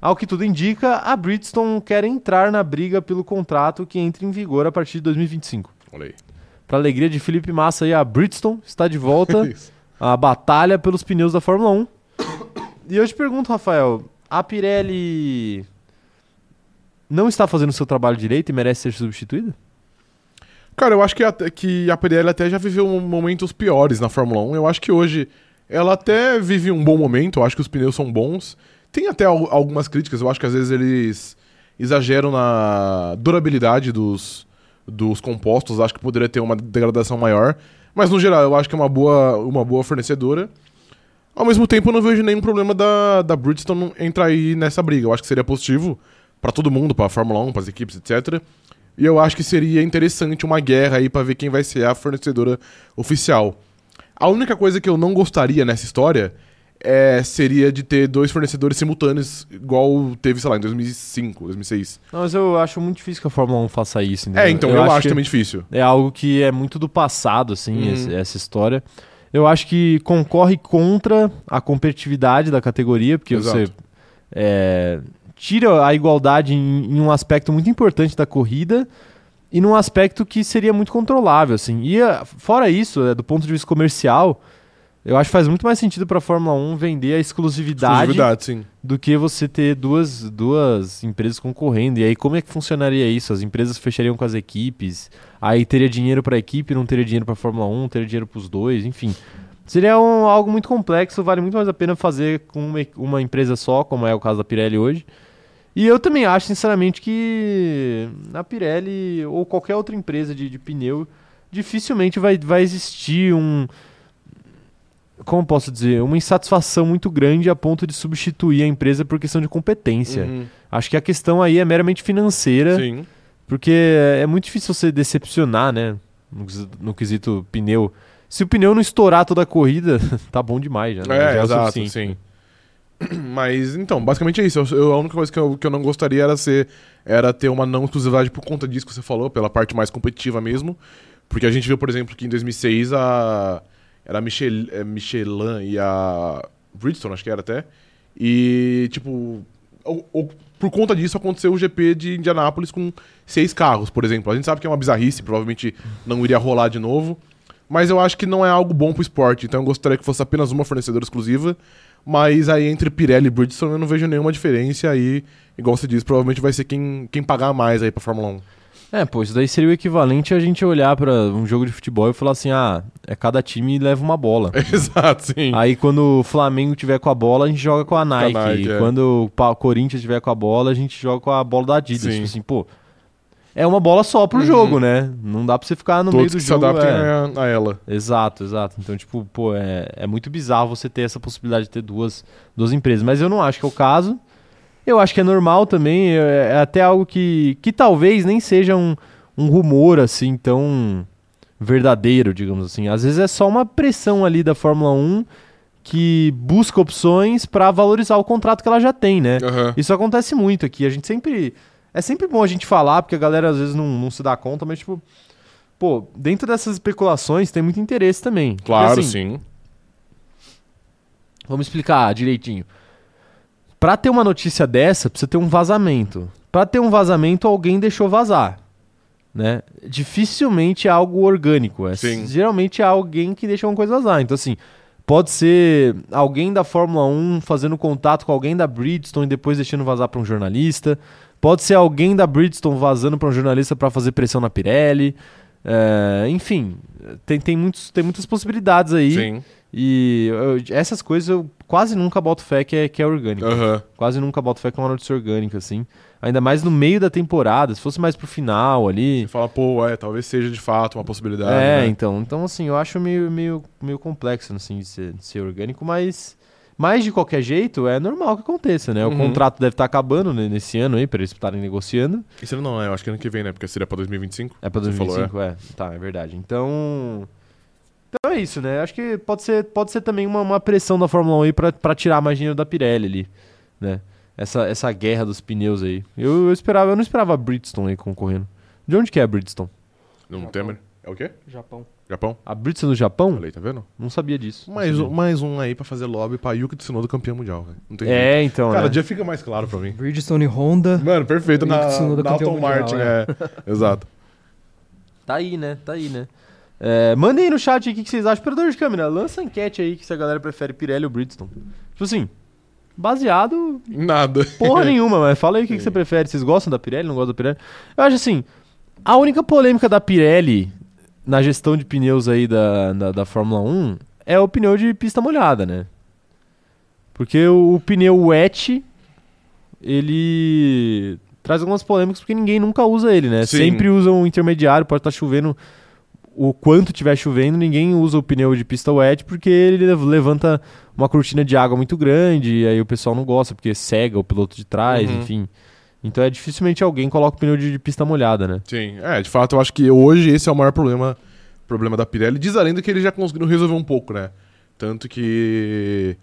S1: Ao que tudo indica, a Bridgestone quer entrar na briga pelo contrato que entra em vigor a partir de 2025.
S2: Olha aí.
S1: Para alegria de Felipe Massa, aí, a Bridgestone está de volta
S2: Isso.
S1: a batalha pelos pneus da Fórmula 1. E eu te pergunto, Rafael, a Pirelli não está fazendo o seu trabalho direito e merece ser substituída?
S2: Cara, eu acho que, até- que a Pirelli até já viveu um- momentos piores na Fórmula 1. Eu acho que hoje ela até vive um bom momento, eu acho que os pneus são bons. Tem até al- algumas críticas, eu acho que às vezes eles exageram na durabilidade dos, dos compostos, acho que poderia ter uma degradação maior. Mas no geral, eu acho que é uma boa, uma boa fornecedora. Ao mesmo tempo, eu não vejo nenhum problema da, da Bridgestone entrar aí nessa briga. Eu acho que seria positivo pra todo mundo, pra Fórmula 1, pras equipes, etc. E eu acho que seria interessante uma guerra aí pra ver quem vai ser a fornecedora oficial. A única coisa que eu não gostaria nessa história é, seria de ter dois fornecedores simultâneos, igual teve, sei lá, em 2005, 2006.
S1: Não, mas eu acho muito difícil que a Fórmula 1 faça isso. entendeu?
S2: É, então, eu, acho,
S1: que
S2: também difícil.
S1: É algo que é muito do passado, assim,
S2: Uhum.
S1: esse- essa história. Eu acho que concorre contra a competitividade da categoria, porque
S2: Exato.
S1: você é, tira a igualdade em, em um aspecto muito importante da corrida e num aspecto que seria muito controlável, assim. E ah, fora isso, é, do ponto de vista comercial, eu acho que faz muito mais sentido para a Fórmula 1 vender a exclusividade
S2: Exclusividade, sim.
S1: do que você ter duas, duas empresas concorrendo. E aí, como é que funcionaria isso? As empresas fechariam com as equipes, aí teria dinheiro para a equipe, não teria dinheiro para a Fórmula 1, teria dinheiro para os dois, enfim. Seria um- algo muito complexo, vale muito mais a pena fazer com uma, uma empresa só, como é o caso da Pirelli hoje. E eu também acho, sinceramente, que a Pirelli ou qualquer outra empresa de, de pneu dificilmente vai, vai existir um. Como posso dizer? Uma insatisfação muito grande a ponto de substituir a empresa por questão de competência.
S2: Uhum.
S1: Acho que a questão aí é meramente financeira,
S2: Sim.
S1: porque é muito difícil você decepcionar, né? No, quesi- no quesito pneu. Se o pneu não estourar toda a corrida, <laughs> tá bom demais, já, né? Já
S2: É,
S1: o
S2: exato,
S1: suficiente.
S2: sim. <clears throat> Mas, então, basicamente é isso. Eu, eu- a única coisa que eu, que eu não gostaria era ser era ter uma não exclusividade por conta disso que você falou, pela parte mais competitiva mesmo. Porque a gente viu, por exemplo, que em 2006 a era a Michel, eh, Michelin e a Bridgestone, acho que era até. E, tipo, o- o- por conta disso aconteceu o GP de Indianápolis com seis carros, por exemplo. A gente sabe que é uma bizarrice, provavelmente não iria rolar de novo. Mas eu acho que não é algo bom pro esporte. Então eu gostaria que fosse apenas uma fornecedora exclusiva. Mas aí entre Pirelli e Bridgestone eu não vejo nenhuma diferença. Aí, igual você diz, provavelmente vai ser quem, quem pagar mais aí pra Fórmula 1.
S1: É, pô, isso daí seria o equivalente a gente olhar pra um jogo de futebol e falar assim: ah, é cada time leva uma bola.
S2: <laughs> Exato, sim.
S1: Aí quando o Flamengo tiver com a bola, a gente joga com a Nike.
S2: Nike, é.
S1: Quando o Pa- Corinthians tiver com a bola, a gente joga com a bola da Adidas.
S2: Sim.
S1: Tipo assim, pô. é uma bola só pro
S2: Uhum.
S1: jogo, né? Não dá pra você ficar no meio
S2: Todos
S1: do
S2: que se
S1: jogo.
S2: adaptem
S1: é.
S2: a, a ela.
S1: Exato, exato. Então, tipo, pô, é, é muito bizarro você ter essa possibilidade de ter duas, duas empresas. Mas eu não acho que é o caso. Eu acho que é normal também. É, é até algo que, que talvez nem seja um, um rumor assim tão verdadeiro, digamos assim. Às vezes é só uma pressão ali da Fórmula 1 que busca opções pra valorizar o contrato que ela já tem, né?
S2: Aham.
S1: Isso acontece muito aqui. A gente sempre. É sempre bom a gente falar, porque a galera às vezes não, não se dá conta, mas, tipo. Pô, dentro dessas especulações tem muito interesse também. Porque,
S2: Claro,
S1: assim,
S2: sim.
S1: Vamos explicar direitinho. Pra ter uma notícia dessa, precisa ter um vazamento. Pra ter um vazamento, alguém deixou vazar. Né? Dificilmente é algo orgânico. É,
S2: Sim.
S1: Geralmente é alguém que deixa uma coisa vazar. Então, assim, pode ser alguém da Fórmula 1 fazendo contato com alguém da Bridgestone e depois deixando vazar pra um jornalista. Pode ser alguém da Bridgestone vazando pra um jornalista pra fazer pressão na Pirelli. É, enfim, tem, tem, muitos, tem muitas possibilidades aí.
S2: Sim.
S1: E eu- essas coisas eu quase nunca boto fé que é, que é orgânico.
S2: Aham.
S1: Quase nunca boto fé que é uma notícia orgânica, assim. Ainda mais no meio da temporada, se fosse mais pro final ali.
S2: Você fala, pô, é, talvez seja de fato uma possibilidade.
S1: é,
S2: né?
S1: então. Então, assim, eu acho meio, meio, meio complexo, assim, de ser, de ser orgânico, mas. Mas, de qualquer jeito, é normal que aconteça, né? O
S2: Uhum.
S1: contrato deve estar acabando né, nesse ano aí, pra eles estarem negociando.
S2: Isso não é, eu acho que ano que vem, né? Porque seria pra 2025.
S1: É pra
S2: Você falou,
S1: 2025, é. Tá, é verdade. Então. Então é isso, né? Acho que pode ser, pode ser também uma, uma pressão da Fórmula 1 aí pra, pra tirar mais dinheiro da Pirelli ali, né? Essa, essa guerra dos pneus aí. Eu, eu esperava, eu não esperava a Bridgestone aí concorrendo. De onde que é a Bridgestone?
S2: Não
S3: Japão.
S2: temer. É o quê?
S3: Japão.
S2: Japão?
S1: A Bridgestone do Japão?
S2: Falei, tá vendo?
S1: Não sabia disso. não
S2: Mais
S1: sabia.
S2: um, mais um aí pra fazer lobby pra Yuki Tsunoda campeão mundial, velho. Não tem jeito.
S1: É, então,
S2: Cara,
S1: né?
S2: já fica mais claro pra mim.
S3: Bridgestone e Honda.
S2: Mano, perfeito. Na,
S3: Yuki Tsunoda
S2: na
S3: campeão
S2: Aston
S3: mundial,
S2: Martin,
S3: é.
S2: é. Exato.
S1: Tá aí, né? Tá aí, né? É, mandem aí no chat aí o que que vocês acham. Operador de câmera, lança a enquete aí que se a galera prefere Pirelli ou Bridgestone. Tipo assim, baseado
S2: Nada.
S1: Porra nenhuma, mas fala aí o que, que você prefere. Vocês gostam da Pirelli, não gostam da Pirelli? Eu acho assim, a única polêmica da Pirelli na gestão de pneus aí da, da, da Fórmula 1 é o pneu de pista molhada, né? Porque o, o pneu wet, ele traz algumas polêmicas porque ninguém nunca usa ele, né?
S2: Sim.
S1: Sempre usam um intermediário, pode estar chovendo o quanto tiver chovendo, ninguém usa o pneu de pista wet porque ele lev- levanta uma cortina de água muito grande e aí o pessoal não gosta porque cega o piloto de trás,
S2: Uhum.
S1: enfim. Então é dificilmente alguém coloca o pneu de, de pista molhada, né?
S2: Sim, é, de fato, eu acho que hoje esse é o maior problema, problema da Pirelli. Diz a lenda que eles já conseguiram resolver um pouco, né? Tanto que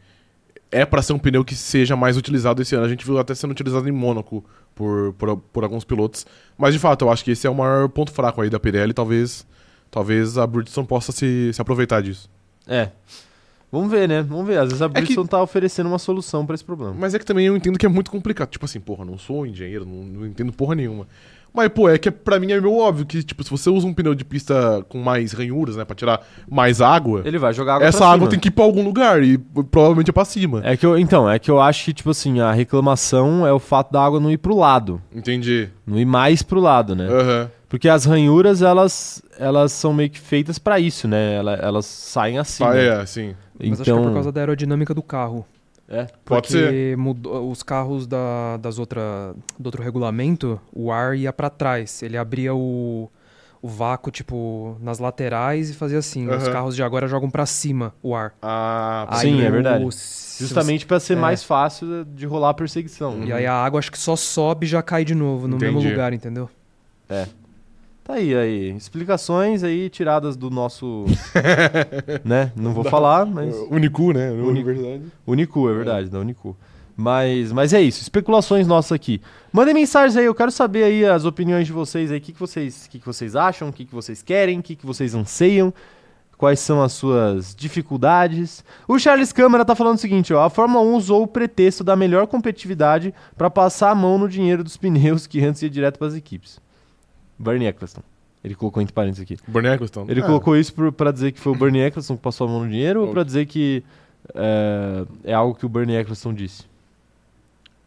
S2: é pra ser um pneu que seja mais utilizado esse ano. A gente viu até sendo utilizado em Mônaco por, por, por alguns pilotos. Mas, de fato, eu acho que esse é o maior ponto fraco aí da Pirelli. Talvez, talvez a Bridgestone possa se, se aproveitar disso.
S1: É. Vamos ver, né? Vamos ver. Às vezes a
S2: É que-
S1: Bridgestone tá oferecendo uma solução pra esse problema.
S2: Mas é que também eu entendo que é muito complicado. Tipo assim, porra, não sou engenheiro, não, não entendo porra nenhuma. Mas, pô, é que pra mim é meio óbvio que, tipo, se você usa um pneu de pista com mais ranhuras, né, pra tirar mais água,
S1: Ele vai jogar água
S2: essa
S1: pra
S2: água
S1: cima.
S2: tem que ir pra algum lugar e p- provavelmente é pra cima.
S1: É que eu, então, é que eu acho que, tipo assim, a reclamação é o fato da água não ir pro lado.
S2: Entendi.
S1: Não ir mais pro lado, né?
S2: Aham.
S1: Porque as ranhuras, elas, elas são meio que feitas pra isso, né? Ela- Elas, saem assim.
S2: Tá,
S1: né?
S2: é, sim.
S1: Então,
S3: Mas acho que é por causa da aerodinâmica do carro.
S1: É.
S2: Pode
S3: porque
S2: ser.
S3: mudou- os carros da, das outra, do outro regulamento, o ar ia pra trás. Ele abria o, o vácuo, tipo, nas laterais e fazia assim. Os
S2: Aham.
S3: carros de agora jogam pra cima o ar.
S2: Ah,
S1: Ah, Sim,
S3: Aí
S1: é
S3: o-
S1: verdade.
S3: se
S1: Justamente pra ser
S3: É.
S1: mais fácil de rolar a perseguição.
S3: você- E aí a água acho que só sobe e já cai de novo no mesmo
S2: Entendi.
S3: lugar, entendeu?
S1: Tá aí, aí. Explicações aí tiradas do nosso. né? Não vou falar, mas.
S2: Unicu, né?
S1: Unicu.
S2: Universidade.
S1: Unicu, é verdade, da Unicu. Mas, mas é isso, especulações nossas aqui. Mandem mensagens aí, eu quero saber aí as opiniões de vocês aí, o que, que, vocês, o que, que vocês acham, o que, que vocês querem, o que, que vocês anseiam, quais são as suas dificuldades. O Charles Câmara tá falando o seguinte, ó, a Fórmula 1 usou o pretexto da melhor competitividade pra passar a mão no dinheiro dos pneus que antes ia direto pras equipes. Bernie Eccleston. Ele colocou entre parênteses aqui.
S2: Bernie Eccleston.
S1: Ele
S2: Ah,
S1: colocou isso pro- pra dizer que foi o Bernie Eccleston que passou a mão no dinheiro ou
S2: Ok.
S1: pra dizer que é, é algo que o Bernie Eccleston disse?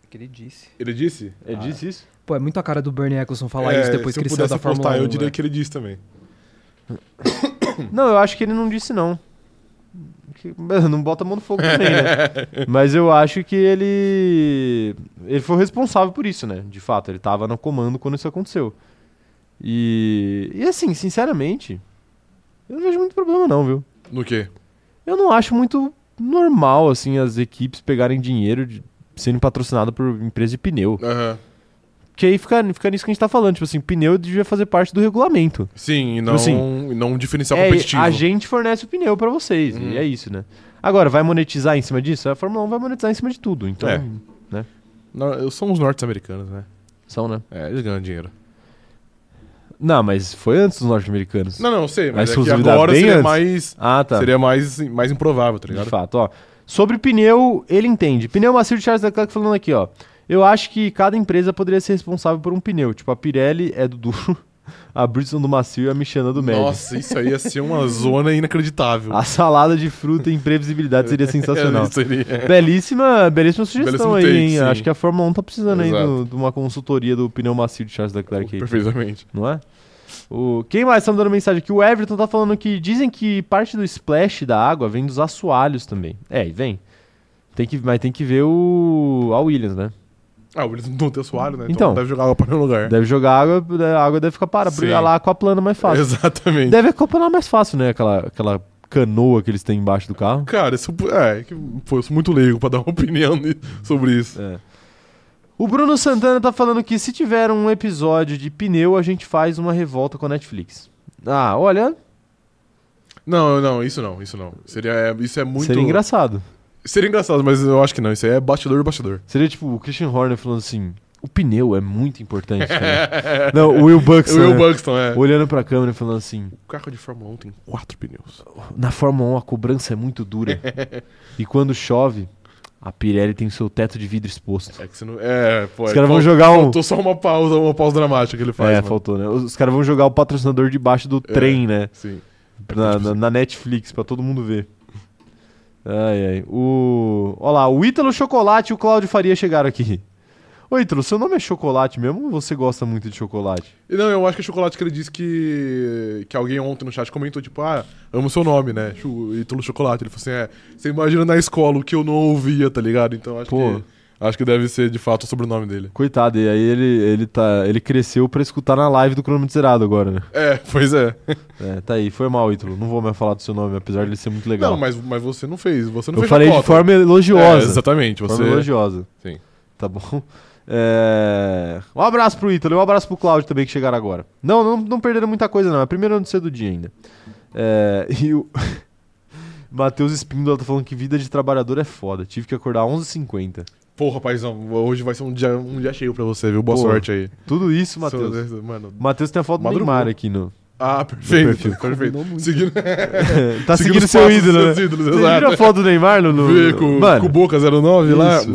S3: que ele disse.
S2: Ele disse?
S1: Ele
S3: Ah.
S1: disse isso?
S3: Pô, é muito a cara do Bernie Eccleston falar
S2: É,
S3: isso depois
S2: se
S3: que ele
S2: eu
S3: saiu
S2: pudesse
S3: da Fórmula
S2: apostar,
S3: 1.
S2: eu diria
S3: é.
S2: que ele disse também.
S1: Hum. Não, eu acho que ele não disse não. Que- <laughs> mano, Não bota a mão no fogo também, <laughs> né? Mas eu acho que ele. Ele foi o responsável por isso, né? De fato, ele tava no comando quando isso aconteceu. E, e assim, sinceramente, eu não vejo muito problema não, viu?
S2: No quê?
S1: Eu não acho muito normal, assim, as equipes pegarem dinheiro de- sendo patrocinado por empresa de pneu.
S2: Aham.
S1: Porque aí fica, fica nisso que a gente tá falando, tipo assim, pneu devia fazer parte do regulamento.
S2: Sim, e
S3: Tipo
S2: não,
S1: assim,
S2: e não um diferencial
S1: É,
S2: competitivo.
S1: A gente fornece o pneu pra vocês,
S2: Uhum.
S1: e é isso, né? Agora, vai monetizar em cima disso? A Fórmula 1 vai monetizar em cima de tudo, então...
S2: É. Não, são os norte-americanos, né?
S1: São, né?
S2: É, eles ganham dinheiro.
S1: Não, mas foi antes dos norte-americanos.
S2: Não, não, sei,
S1: Mas
S2: mas, é que
S1: exclusividade
S2: agora
S1: bem
S2: seria
S1: antes.
S2: mais.
S1: Ah, tá.
S2: Seria mais, mais improvável, tá
S1: De
S2: ligado?
S1: fato, ó. Sobre pneu, ele entende. Pneu macio de Charles Leclerc falando aqui, ó. Eu acho que cada empresa poderia ser responsável por um pneu. Tipo, a Pirelli é do <laughs> duro, a Bridgestone do macio e a Michelin do médio.
S2: Nossa, isso aí ia
S1: <laughs>
S2: ser uma zona inacreditável. É,
S1: A salada de fruta e imprevisibilidade
S2: <laughs>
S1: seria sensacional.
S2: Isso seria.
S1: belíssima, belíssima sugestão
S2: Belíssimo
S1: aí,
S2: take,
S1: hein?
S2: sim.
S1: Acho que a Fórmula 1 tá precisando aí
S2: Exato.
S1: do- de uma consultoria do pneu macio de Charles Leclerc aí,
S2: é, Perfeitamente.
S1: não é? O... Quem mais tá me dando mensagem aqui? O Everton tá falando que dizem que parte do splash da água vem dos assoalhos também. É, e vem. Tem que, mas tem que ver o. a Williams, né?
S2: Ah, o eles não tem assoalho, né?
S1: Então.
S2: deve jogar água para nenhum lugar.
S1: Deve jogar água, né, a água deve ficar parada.
S2: Sim.
S1: Porque lá com a plana mais fácil.
S2: Exatamente.
S1: Deve acompanhar mais fácil, né? Aquela, aquela canoa que eles têm embaixo do carro.
S2: Cara, isso é, que foi eu sou muito leigo pra dar uma <laughs> opinião ni- sobre isso.
S1: É. O Bruno Santana tá falando que se tiver um episódio de pneu, a gente faz uma revolta com a Netflix. Ah, olha,
S2: Não, não, isso não, isso não. Seria, é, isso é muito.
S1: seria engraçado.
S2: Seria engraçado, mas eu acho que não. Isso aí é bastidor bastidor.
S1: Seria tipo o Christian Horner falando assim: o pneu é muito importante. né?" <laughs> Não, o Will Buxton.
S2: O Will
S1: né?
S2: Buxton, é.
S1: Olhando pra câmera e falando assim:
S2: O carro de Fórmula 1 tem quatro pneus.
S1: na Fórmula 1 a cobrança é muito
S2: <laughs>
S1: dura. e quando chove, a Pirelli tem seu teto de vidro exposto.
S2: É que você não. É, pô.
S1: Os
S2: é
S1: caras
S2: que
S1: vão
S2: fal-
S1: jogar um.
S2: Faltou só uma pausa, uma pausa dramática que ele faz.
S1: é,
S2: mano.
S1: faltou, né? Os caras vão jogar o patrocinador debaixo do
S2: É.
S1: trem, né?
S2: Sim.
S1: Na, na- na Netflix, pra todo mundo ver. Ai, ai. O... Olha lá, o Ítalo Chocolate e o Cláudio Faria chegaram aqui. Ô, Ítalo, seu nome é Chocolate mesmo ou você gosta muito de chocolate?
S2: E não, eu acho que é chocolate que ele disse que. que alguém ontem no chat comentou, tipo, ah, amo seu nome, né? Chu- Ítalo Chocolate. Ele falou assim, é, você imagina na escola o que eu não ouvia, tá ligado? Então acho
S1: Pô.
S2: que. Acho que deve ser de fato o sobrenome dele.
S1: Coitado, e aí ele, ele, tá, ele cresceu pra escutar na live do cronômetro zerado agora, né?
S2: É, <laughs> pois é.
S1: É, tá aí, foi mal, Ítalo. Não vou mais falar do seu nome, apesar de ele ser muito legal.
S2: Não, mas, mas você não fez. Você não
S1: Eu
S2: fez
S1: falei
S2: a
S1: de
S2: cota.
S1: forma
S2: É,
S1: elogiosa.
S2: exatamente. Você...
S1: Forma elogiosa.
S2: Sim.
S1: Tá bom? É, Um abraço pro Ítalo e um abraço pro Cláudio também que chegaram agora. Não, não, não perderam muita coisa, não. É a primeira notícia do dia ainda. É, <laughs> E o. Matheus Espíndola tá falando que vida de trabalhador é foda. Tive que acordar 11h50.
S2: Porra, paizão, hoje vai ser um dia, um dia cheio pra você, viu? Boa
S1: Pô,
S2: sorte aí.
S1: Tudo isso, Matheus.
S2: Seu- Mano.
S1: O Matheus tem a foto do
S2: Madrugou.
S1: Neymar aqui
S2: <laughs>
S1: no.
S2: Ah, perfeito.
S1: perfil.
S2: Perfeito.
S3: Combinou muito.
S2: Seguindo,
S1: <laughs> tá
S2: É, seguindo
S1: seguindo
S2: os
S1: seu
S2: passos
S1: ídolo, né?
S2: dos ídolos,
S1: Vocês
S2: exato.
S1: viram a foto do Neymar no. no-
S2: Vê com, com o
S1: Mano,
S2: Boca 09 lá.
S1: Isso.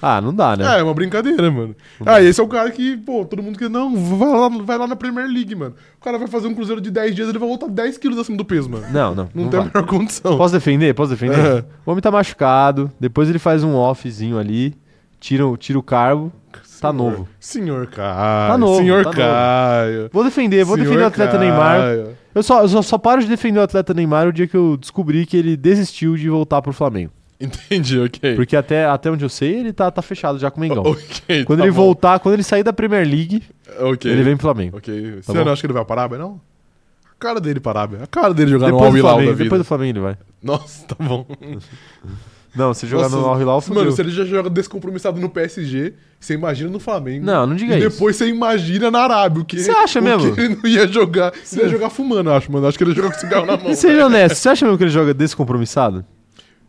S1: ah, não Uhum. dá, né?
S2: <laughs> É, é uma brincadeira, mano. Ah, esse é o cara que, pô, todo mundo que. Não, vai lá, vai lá na Premier League, mano. O cara vai fazer um cruzeiro de 10 dias, ele vai voltar 10 quilos acima do peso, mano.
S1: Não, não.
S2: É. Não,
S1: não
S2: tem
S1: vai.
S2: a menor condição.
S1: Posso defender? Posso defender?
S2: É.
S1: O homem tá machucado, depois ele faz um offzinho ali, tira, o- tira o carbo, tá
S2: Senhor-
S1: novo.
S2: Senhor Caio.
S1: Tá novo,
S2: Senhor
S1: tá novo.
S2: Caio.
S1: Vou defender, vou
S2: Senhor
S1: defender o atleta Neymar.
S2: Caio.
S1: Eu só, eu só, só paro de defender o atleta Neymar o dia que eu descobri que ele desistiu de voltar pro Flamengo.
S2: Entendi, ok.
S1: Porque até, até onde eu sei, ele tá, tá fechado já com o Mengão.
S2: Ok,
S1: Quando
S2: tá
S1: ele
S2: bom.
S1: voltar, quando ele sair da Premier League,
S2: Ok.
S1: ele vem pro Flamengo.
S2: Ok.
S1: Tá
S2: Você
S1: bom.
S2: não acha que ele vai parar, Arábia, não? A cara dele parar, Arábia. A cara dele jogar
S1: depois,
S2: no
S1: do
S2: Al-Hilal da
S1: Flamengo
S2: vida.
S1: depois do Flamengo ele vai.
S2: Nossa, tá bom.
S1: Não, se jogar
S2: Nossa,
S1: no Al-Hilal,
S2: Mano,
S1: fudeu.
S2: se ele já joga descompromissado no PSG, você imagina no Flamengo.
S1: Não, não diga
S2: e
S1: isso.
S2: depois você imagina na Arábia o que
S1: Você acha
S2: o
S1: mesmo?
S2: que ele não ia jogar. Ele ia jogar fumando, eu acho, mano. Eu Acho que ele ia jogar com cigarro na mão.
S1: E seja honesto, <laughs> você acha mesmo que ele joga descompromissado?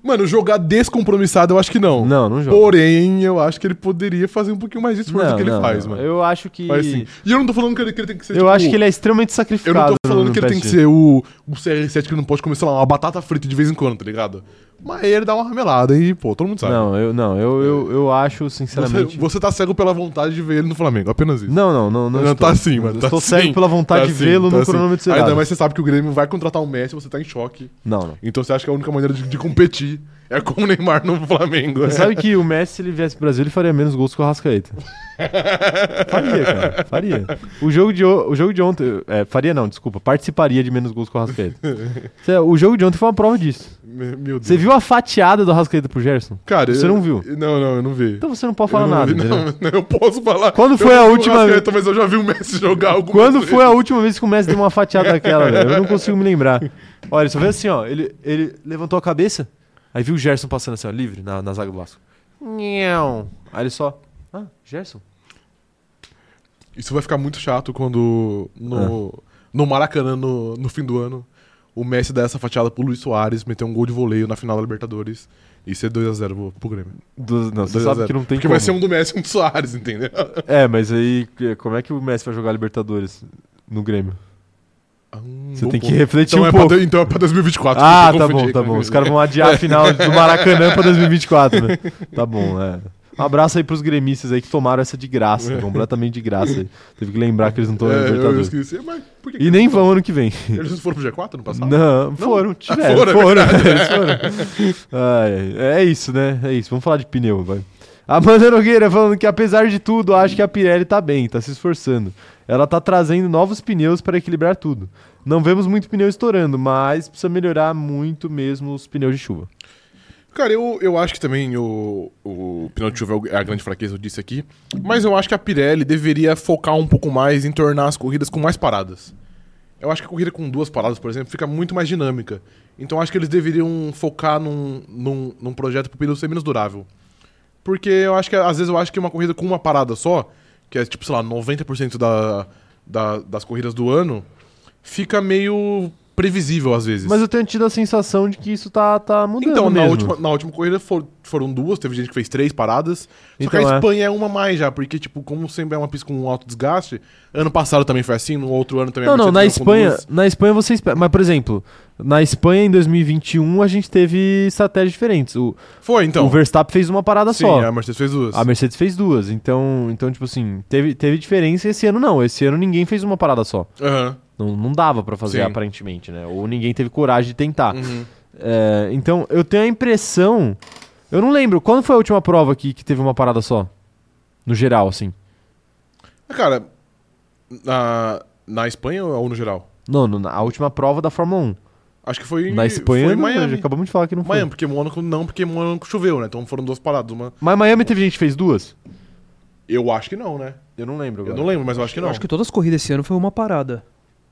S2: Mano, jogar descompromissado eu acho que não.
S1: Não, não joga.
S2: Porém, eu acho que ele poderia fazer um pouquinho mais de esforço do que ele
S1: não,
S2: faz,
S1: não.
S2: mano.
S1: Eu acho que.
S2: Mas, assim, e eu não tô falando que ele, que ele tem que ser
S1: Eu
S2: tipo,
S1: acho que ele é extremamente
S2: Eu
S1: sacrificado.
S2: não tô falando
S1: no
S2: que ele tem que
S1: PSG.
S2: ser o, o CR7 que ele não pode comer, sei lá, uma batata frita de vez em quando, tá ligado? Mas ele dá uma ramelada e, pô, todo mundo sabe.
S1: Não, eu, não, eu, eu, eu acho,
S2: você,
S1: sinceramente.
S2: você tá cego pela vontade de ver ele no Flamengo, apenas isso.
S1: Não, não, não. Não,
S2: Não,
S1: estou.
S2: tá assim, mano.
S1: Estou
S2: tá
S1: cego
S2: assim,
S1: pela vontade
S2: tá
S1: de
S2: assim,
S1: vês-lo
S2: tá
S1: no
S2: assim.
S1: cronômetro zerado.
S2: Ainda mais você sabe que o Grêmio vai contratar o Messi, você tá em choque.
S1: Não, não.
S2: Então você acha que a única maneira de, de competir É com o Neymar no Flamengo. né?
S1: Você sabe que o Messi, se ele viesse pro Brasil, ele faria menos gols que o Arrascaeta. faria, cara. Faria. O jogo de, o, o jogo de ontem... é, faria não, desculpa. Participaria de menos gols que o
S2: <laughs>
S1: Arrascaeta. Cê- o jogo de ontem foi uma prova disso.
S2: <laughs> Meu Deus.
S1: Você viu a fatiada do Arrascaeta pro Gerson?
S2: Cara,
S1: Você
S2: eu-
S1: não viu?
S2: Não, não, eu não vi.
S1: Então você não pode
S2: Eu
S1: falar
S2: não
S1: nada.
S2: vi,
S1: entendeu?
S2: não, <laughs> não, eu posso falar.
S1: Quando
S2: Eu
S1: foi a
S2: não vi o
S1: última
S2: Arrascaeta,
S1: vez?
S2: Mas eu já vi o Messi jogar alguma
S1: Quando
S2: vez.
S1: foi a última vez que o Messi deu uma fatiada daquela, velho?
S2: <laughs>
S1: Eu não consigo me lembrar. Olha, ele só veio assim, ó. Ele, ele levantou a cabeça, aí viu o Gerson passando assim, ó, livre, na, na zaga do Vasco. Nhão. Aí ele só. Ah, Gerson?
S2: Isso vai ficar muito chato quando no,
S1: É.
S2: no Maracanã, no, no fim do ano, o Messi dá essa fatiada pro Luiz Soares, meter um gol de voleio na final da Libertadores e ser 2x0 pro, pro Grêmio.
S1: Do- não, você
S2: 2 a
S1: sabe
S2: 0.
S1: que não tem
S2: Porque
S1: como.
S2: vai ser um do Messi e um do
S1: <laughs>
S2: Soares, entendeu?
S1: É, mas aí é, como é que o Messi vai jogar Libertadores no Grêmio?
S2: Ah,
S1: Você
S2: bom
S1: tem que
S2: ponto.
S1: refletir
S2: então
S1: um
S2: é
S1: pouco.
S2: Pra, então é pra 2024.
S1: Ah,
S2: desculpa,
S1: tá
S2: eu
S1: bom,
S2: confundi.
S1: tá bom. Os caras vão adiar a
S2: <laughs>
S1: final do Maracanã pra 2024, né? Tá bom, é. Um abraço aí pros gremistas aí que tomaram essa de
S2: <laughs>
S1: graça, completamente de graça. aí. Teve que lembrar que eles não estão na
S2: É, eu, eu
S1: Libertadores.
S2: esqueci, mas por que
S1: E nem vão ano que vem.
S2: eles não foram pro G4 no passado?
S1: Não, foram, tiveram.
S2: foram, é
S1: Foram, <laughs> eles foram. Ai, é isso, né? É isso. Vamos falar de pneu, vai. Amanda Nogueira falando que, apesar de tudo, acho que a Pirelli tá bem, tá se esforçando. Ela tá trazendo novos pneus para equilibrar tudo. Não vemos muito pneu estourando, mas precisa melhorar muito mesmo os pneus de chuva.
S2: Cara, eu, eu acho que também o, o pneu de chuva é o- é a grande fraqueza, eu disse aqui. Mas eu acho que a Pirelli deveria focar um pouco mais em tornar as corridas com mais paradas. Eu acho que a corrida com duas paradas, por exemplo, fica muito mais dinâmica. Então eu acho que eles deveriam focar num, num, num projeto pro pneu ser menos durável. Porque eu acho que, às vezes, eu acho que uma corrida com uma parada só, que é tipo, sei lá, 90% da, da, das corridas do ano, fica meio previsível às vezes.
S1: Mas eu tenho tido a sensação de que isso tá, tá mudando.
S2: Então, na
S1: mesmo.
S2: última, na última corrida for- foram duas, teve gente que fez três paradas. Só que
S1: Então,
S2: a
S1: é.
S2: Espanha é. uma mais já, porque, tipo, como sempre é uma pista com alto desgaste, ano passado também foi assim, no outro ano também
S1: Não,
S2: a
S1: não, na
S2: Mercedes veio com
S1: Espanha,
S2: duas.
S1: na Espanha você espera. Mas, por exemplo, na Espanha em 2021 a gente teve estratégias diferentes. O,
S2: Foi, então.
S1: o Verstappen fez uma parada
S2: Sim, é.
S1: só.
S2: a Mercedes fez duas.
S1: A Mercedes fez duas, então, então tipo assim, teve, teve diferença e esse ano não. Esse ano ninguém fez uma parada só.
S2: Aham.
S1: Não, não dava pra fazer,
S2: Sim.
S1: aparentemente, né? Ou ninguém teve coragem de tentar.
S2: Uhum.
S1: É, então, eu tenho a impressão. Eu não lembro, quando foi a última prova que, que teve uma parada só? No geral, assim.
S2: Ah, Cara, na, na Espanha ou no geral?
S1: Não, no- na- a última prova da Fórmula 1.
S2: Acho que foi
S1: Na Espanha,
S2: foi
S1: não,
S2: Miami.
S1: acabamos de falar que não foi.
S2: Miami, porque Mônaco não, porque Mônaco choveu, né? Então foram duas paradas. Uma...
S1: Mas Miami teve gente que fez duas?
S2: Eu acho que não, né?
S1: Eu não lembro.
S2: Eu não lembro, mas eu acho que não.
S3: Acho que todas as corridas esse ano foi uma parada.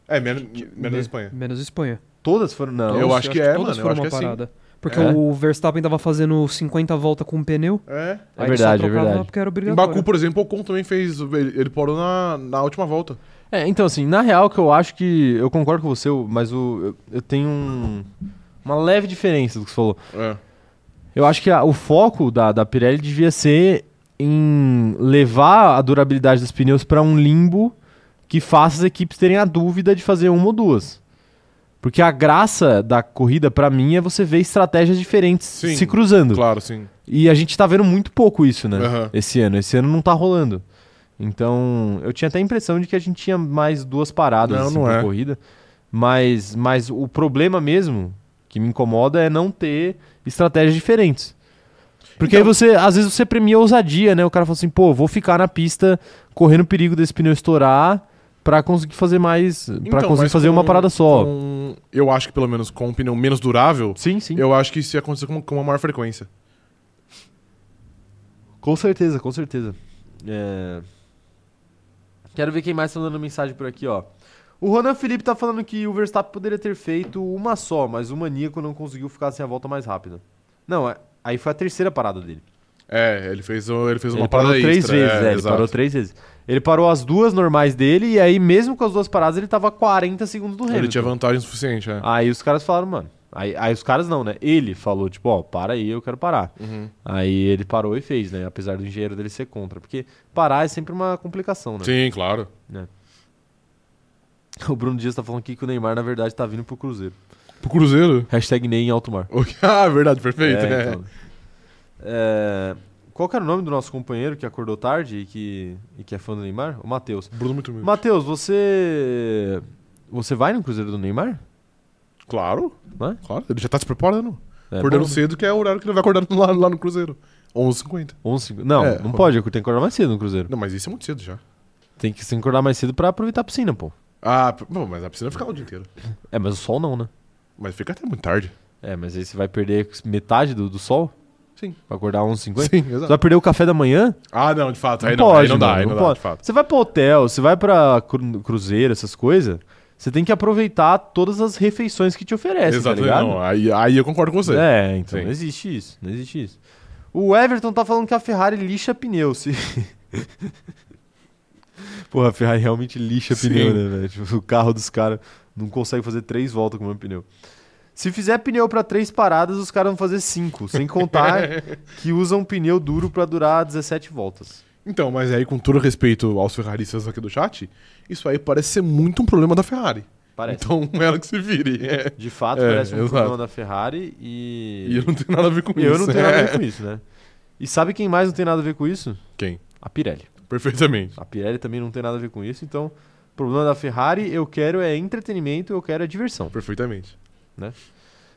S2: É, menos, menos na Espanha.
S3: Menos Espanha.
S1: Todas foram. Não.
S2: Eu
S3: Nossa,
S2: acho que é,
S3: todas
S2: mano, eu
S3: foram
S2: acho
S3: uma
S2: que é sim.
S3: parada. Porque
S1: É?
S3: o Verstappen tava fazendo 50 voltas com um pneu.
S2: É.
S1: É
S3: aí ele só
S1: verdade, é
S3: trocava
S1: verdade.
S3: Porque era
S2: Em
S3: obrigatório.
S2: Baku, por exemplo, o Ocon também fez. Ele, ele parou na, na última volta.
S1: É, então assim, na real que eu acho que. Eu concordo com você, eu- mas o, eu, eu tenho um- uma leve diferença do que você falou.
S2: É.
S1: Eu acho que a- o foco da, da Pirelli devia ser em levar a durabilidade dos pneus para um limbo que faça as equipes terem a dúvida de fazer uma ou duas. Porque a graça da corrida, para mim, é você ver estratégias diferentes
S2: Sim,
S1: se cruzando.
S2: Claro, sim.
S1: E a gente tá vendo muito pouco isso, né?
S2: Aham.
S1: Esse ano. Esse ano não tá rolando. Então, eu tinha até a impressão de que a gente tinha mais duas paradas
S2: Não,
S1: assim,
S2: não
S1: por
S2: é.
S1: corrida. Mas, mas o problema mesmo que me incomoda é não ter estratégias diferentes. Porque
S2: Então
S1: aí você, às vezes, você premia a ousadia, né? O cara fala assim, pô, vou ficar na pista correndo o perigo desse pneu estourar pra conseguir fazer mais. pra
S2: Então,
S1: conseguir
S2: mas
S1: fazer
S2: com-
S1: uma parada só.
S2: com- eu acho que pelo menos com um pneu menos durável,
S1: Sim, sim.
S2: eu acho que isso ia acontecer com, com uma maior frequência.
S1: Com certeza, com certeza. É, Quero ver quem mais tá mandando mensagem por aqui, ó. O Ronan Felipe tá falando que o Verstappen poderia ter feito uma só, mas o maníaco não conseguiu ficar sem a volta mais rápida. Não, é- aí foi a terceira parada dele.
S2: É, ele fez, o- ele fez uma
S1: ele
S2: parada
S1: parou três
S2: extra,
S1: vezes, é, ele
S2: exato.
S1: parou três vezes. Ele parou as duas normais dele e aí mesmo com as duas paradas ele tava 40 segundos do Hamilton.
S2: Ele tinha vantagem suficiente, é.
S1: Aí os caras falaram, mano. Aí, aí os caras não, né? Ele falou, tipo, ó, para aí, eu quero parar.
S2: Uhum.
S1: Aí ele parou e fez, né? Apesar do engenheiro dele ser contra. Porque parar é sempre uma complicação, né?
S2: Sim, claro.
S1: O Bruno Dias tá falando aqui que o Neymar, na verdade, tá vindo pro Cruzeiro.
S2: Pro Cruzeiro. <laughs>
S1: Hashtag Ney em alto mar.
S2: O que- Ah, verdade, perfeito.
S1: É,
S2: né?
S1: então. É, Qual que era o nome do nosso companheiro que acordou tarde e que, e que é fã do Neymar? O Matheus.
S2: Bruno muito mesmo.
S1: Matheus, você... Você vai no Cruzeiro do Neymar?
S2: Claro,
S1: Vai?
S2: claro. Ele já tá se preparando.
S1: Né? É,
S2: acordando
S1: bom.
S2: cedo, que é o horário que ele vai acordar <laughs> lá, lá no Cruzeiro. 11h50.
S1: 11, não,
S2: É,
S1: não
S2: pô.
S1: pode, tem que acordar mais cedo no Cruzeiro.
S2: Não, mas isso é muito cedo já.
S1: Tem que se acordar mais cedo pra aproveitar a piscina, pô.
S2: Ah, p- bom, mas a piscina fica lá o dia inteiro.
S1: É, mas o sol não, né?
S2: Mas fica até muito tarde.
S1: É, mas aí você vai perder metade do, do sol?
S2: Sim.
S1: Pra acordar 11h50?
S2: Sim,
S1: Você
S2: exato.
S1: vai perder o café da manhã?
S2: Ah, não, de fato. Aí
S1: Não
S2: não, aí
S1: pode,
S2: não dá,
S1: mano,
S2: aí
S1: não
S2: não, dá,
S1: pode.
S2: de fato.
S1: Você vai pro hotel, você vai pra cru- cruzeiro, essas coisas, você tem que aproveitar todas as refeições que te oferecem,
S2: Exato,
S1: tá ligado?
S2: não. Aí, aí eu concordo com você.
S1: É, então
S2: Sim.
S1: não existe isso, não existe isso. O Everton tá falando que a Ferrari lixa pneu, se... <laughs> Porra, a Ferrari realmente lixa
S2: Sim.
S1: pneu, né, velho? Tipo, o carro dos caras não consegue fazer três voltas com o mesmo pneu. Se fizer pneu pra três paradas, os caras vão fazer cinco, sem
S2: <laughs>
S1: contar que usam pneu duro pra durar 17 voltas.
S2: Então, mas aí com todo respeito aos ferraristas aqui do chat, isso aí parece ser muito um problema da Ferrari.
S1: Parece.
S2: Então <laughs> ela que se vire. é.
S1: De fato,
S2: É,
S1: parece um
S2: exato.
S1: problema da Ferrari
S2: E eu
S1: e.
S2: não tenho nada a ver com
S1: eu
S2: isso. é.
S1: não tenho nada a
S2: <laughs>
S1: ver com isso, né? E sabe quem mais não tem nada a ver com isso?
S2: Quem?
S1: A Pirelli.
S2: Perfeitamente.
S1: A Pirelli também não tem nada a ver com isso, então. O problema da Ferrari, eu quero é entretenimento, eu quero é diversão.
S2: Perfeitamente.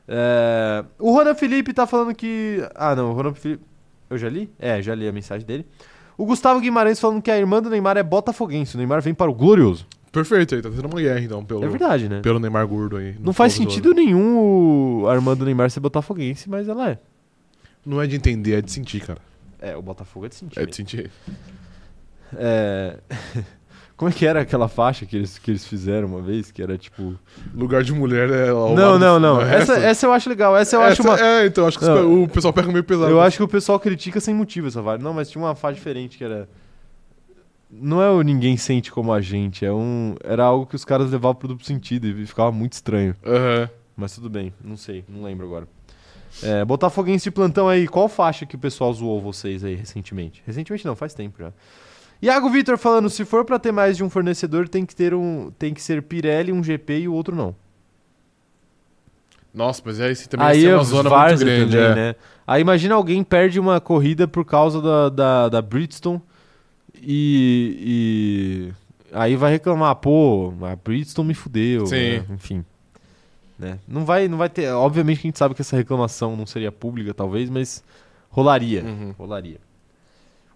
S1: É, O Ronan Felipe tá falando que. Ah, não, o Ronan Felipe. Eu já li? É, já li a mensagem dele. O Gustavo Guimarães falando que a irmã do Neymar é botafoguense. O Neymar vem para o glorioso.
S2: Perfeito, aí tá sendo uma guerra, então, pelo,
S1: É verdade, né?
S2: pelo Neymar gordo aí. no
S1: Não faz
S2: Globo de
S1: sentido nenhum o- a irmã do Neymar ser botafoguense, mas ela é.
S2: Ouro. Não é de entender, é de sentir, cara.
S1: É, o Botafogo é de sentir.
S2: É de sentir.
S1: É... <laughs> Como é que era aquela faixa que eles, que eles fizeram uma vez? Que era tipo.
S2: Lugar de mulher é. ao
S1: Não,
S2: lado-
S1: não, não.
S2: <laughs>
S1: Essa,
S2: é.
S1: essa eu acho legal. Essa eu acho uma.
S2: É, então, acho que
S1: Não.
S2: o pessoal pega meio pesado.
S1: Eu acho que o pessoal critica sem motivo essa vibe. Não, mas tinha uma faixa diferente que era. Não é o ninguém sente como a gente. É um... Era algo que os caras levavam pro duplo sentido e ficava muito estranho.
S2: Aham.
S1: Mas tudo bem, não sei, não lembro agora. É, Botafoguense de plantão aí, qual faixa que o pessoal zoou vocês aí recentemente? Recentemente não, faz tempo já. Iago Vitor falando, se for pra ter mais de um fornecedor, tem que ter um, tem que ser Pirelli, um GP e o outro não.
S2: Nossa, mas aí você também
S1: aí
S2: tem
S1: é
S2: uma zona muito
S1: várzea
S2: grande.
S1: também,
S2: é.
S1: né? Aí imagina alguém perde uma corrida por causa da, da, da Bridgestone e, e aí vai reclamar, pô, a Bridgestone me fudeu,
S2: Sim.
S1: né? enfim. Né? Não vai não vai ter, obviamente que a gente sabe que essa reclamação não seria pública talvez, mas rolaria,
S2: Uhum. <laughs>
S1: rolaria.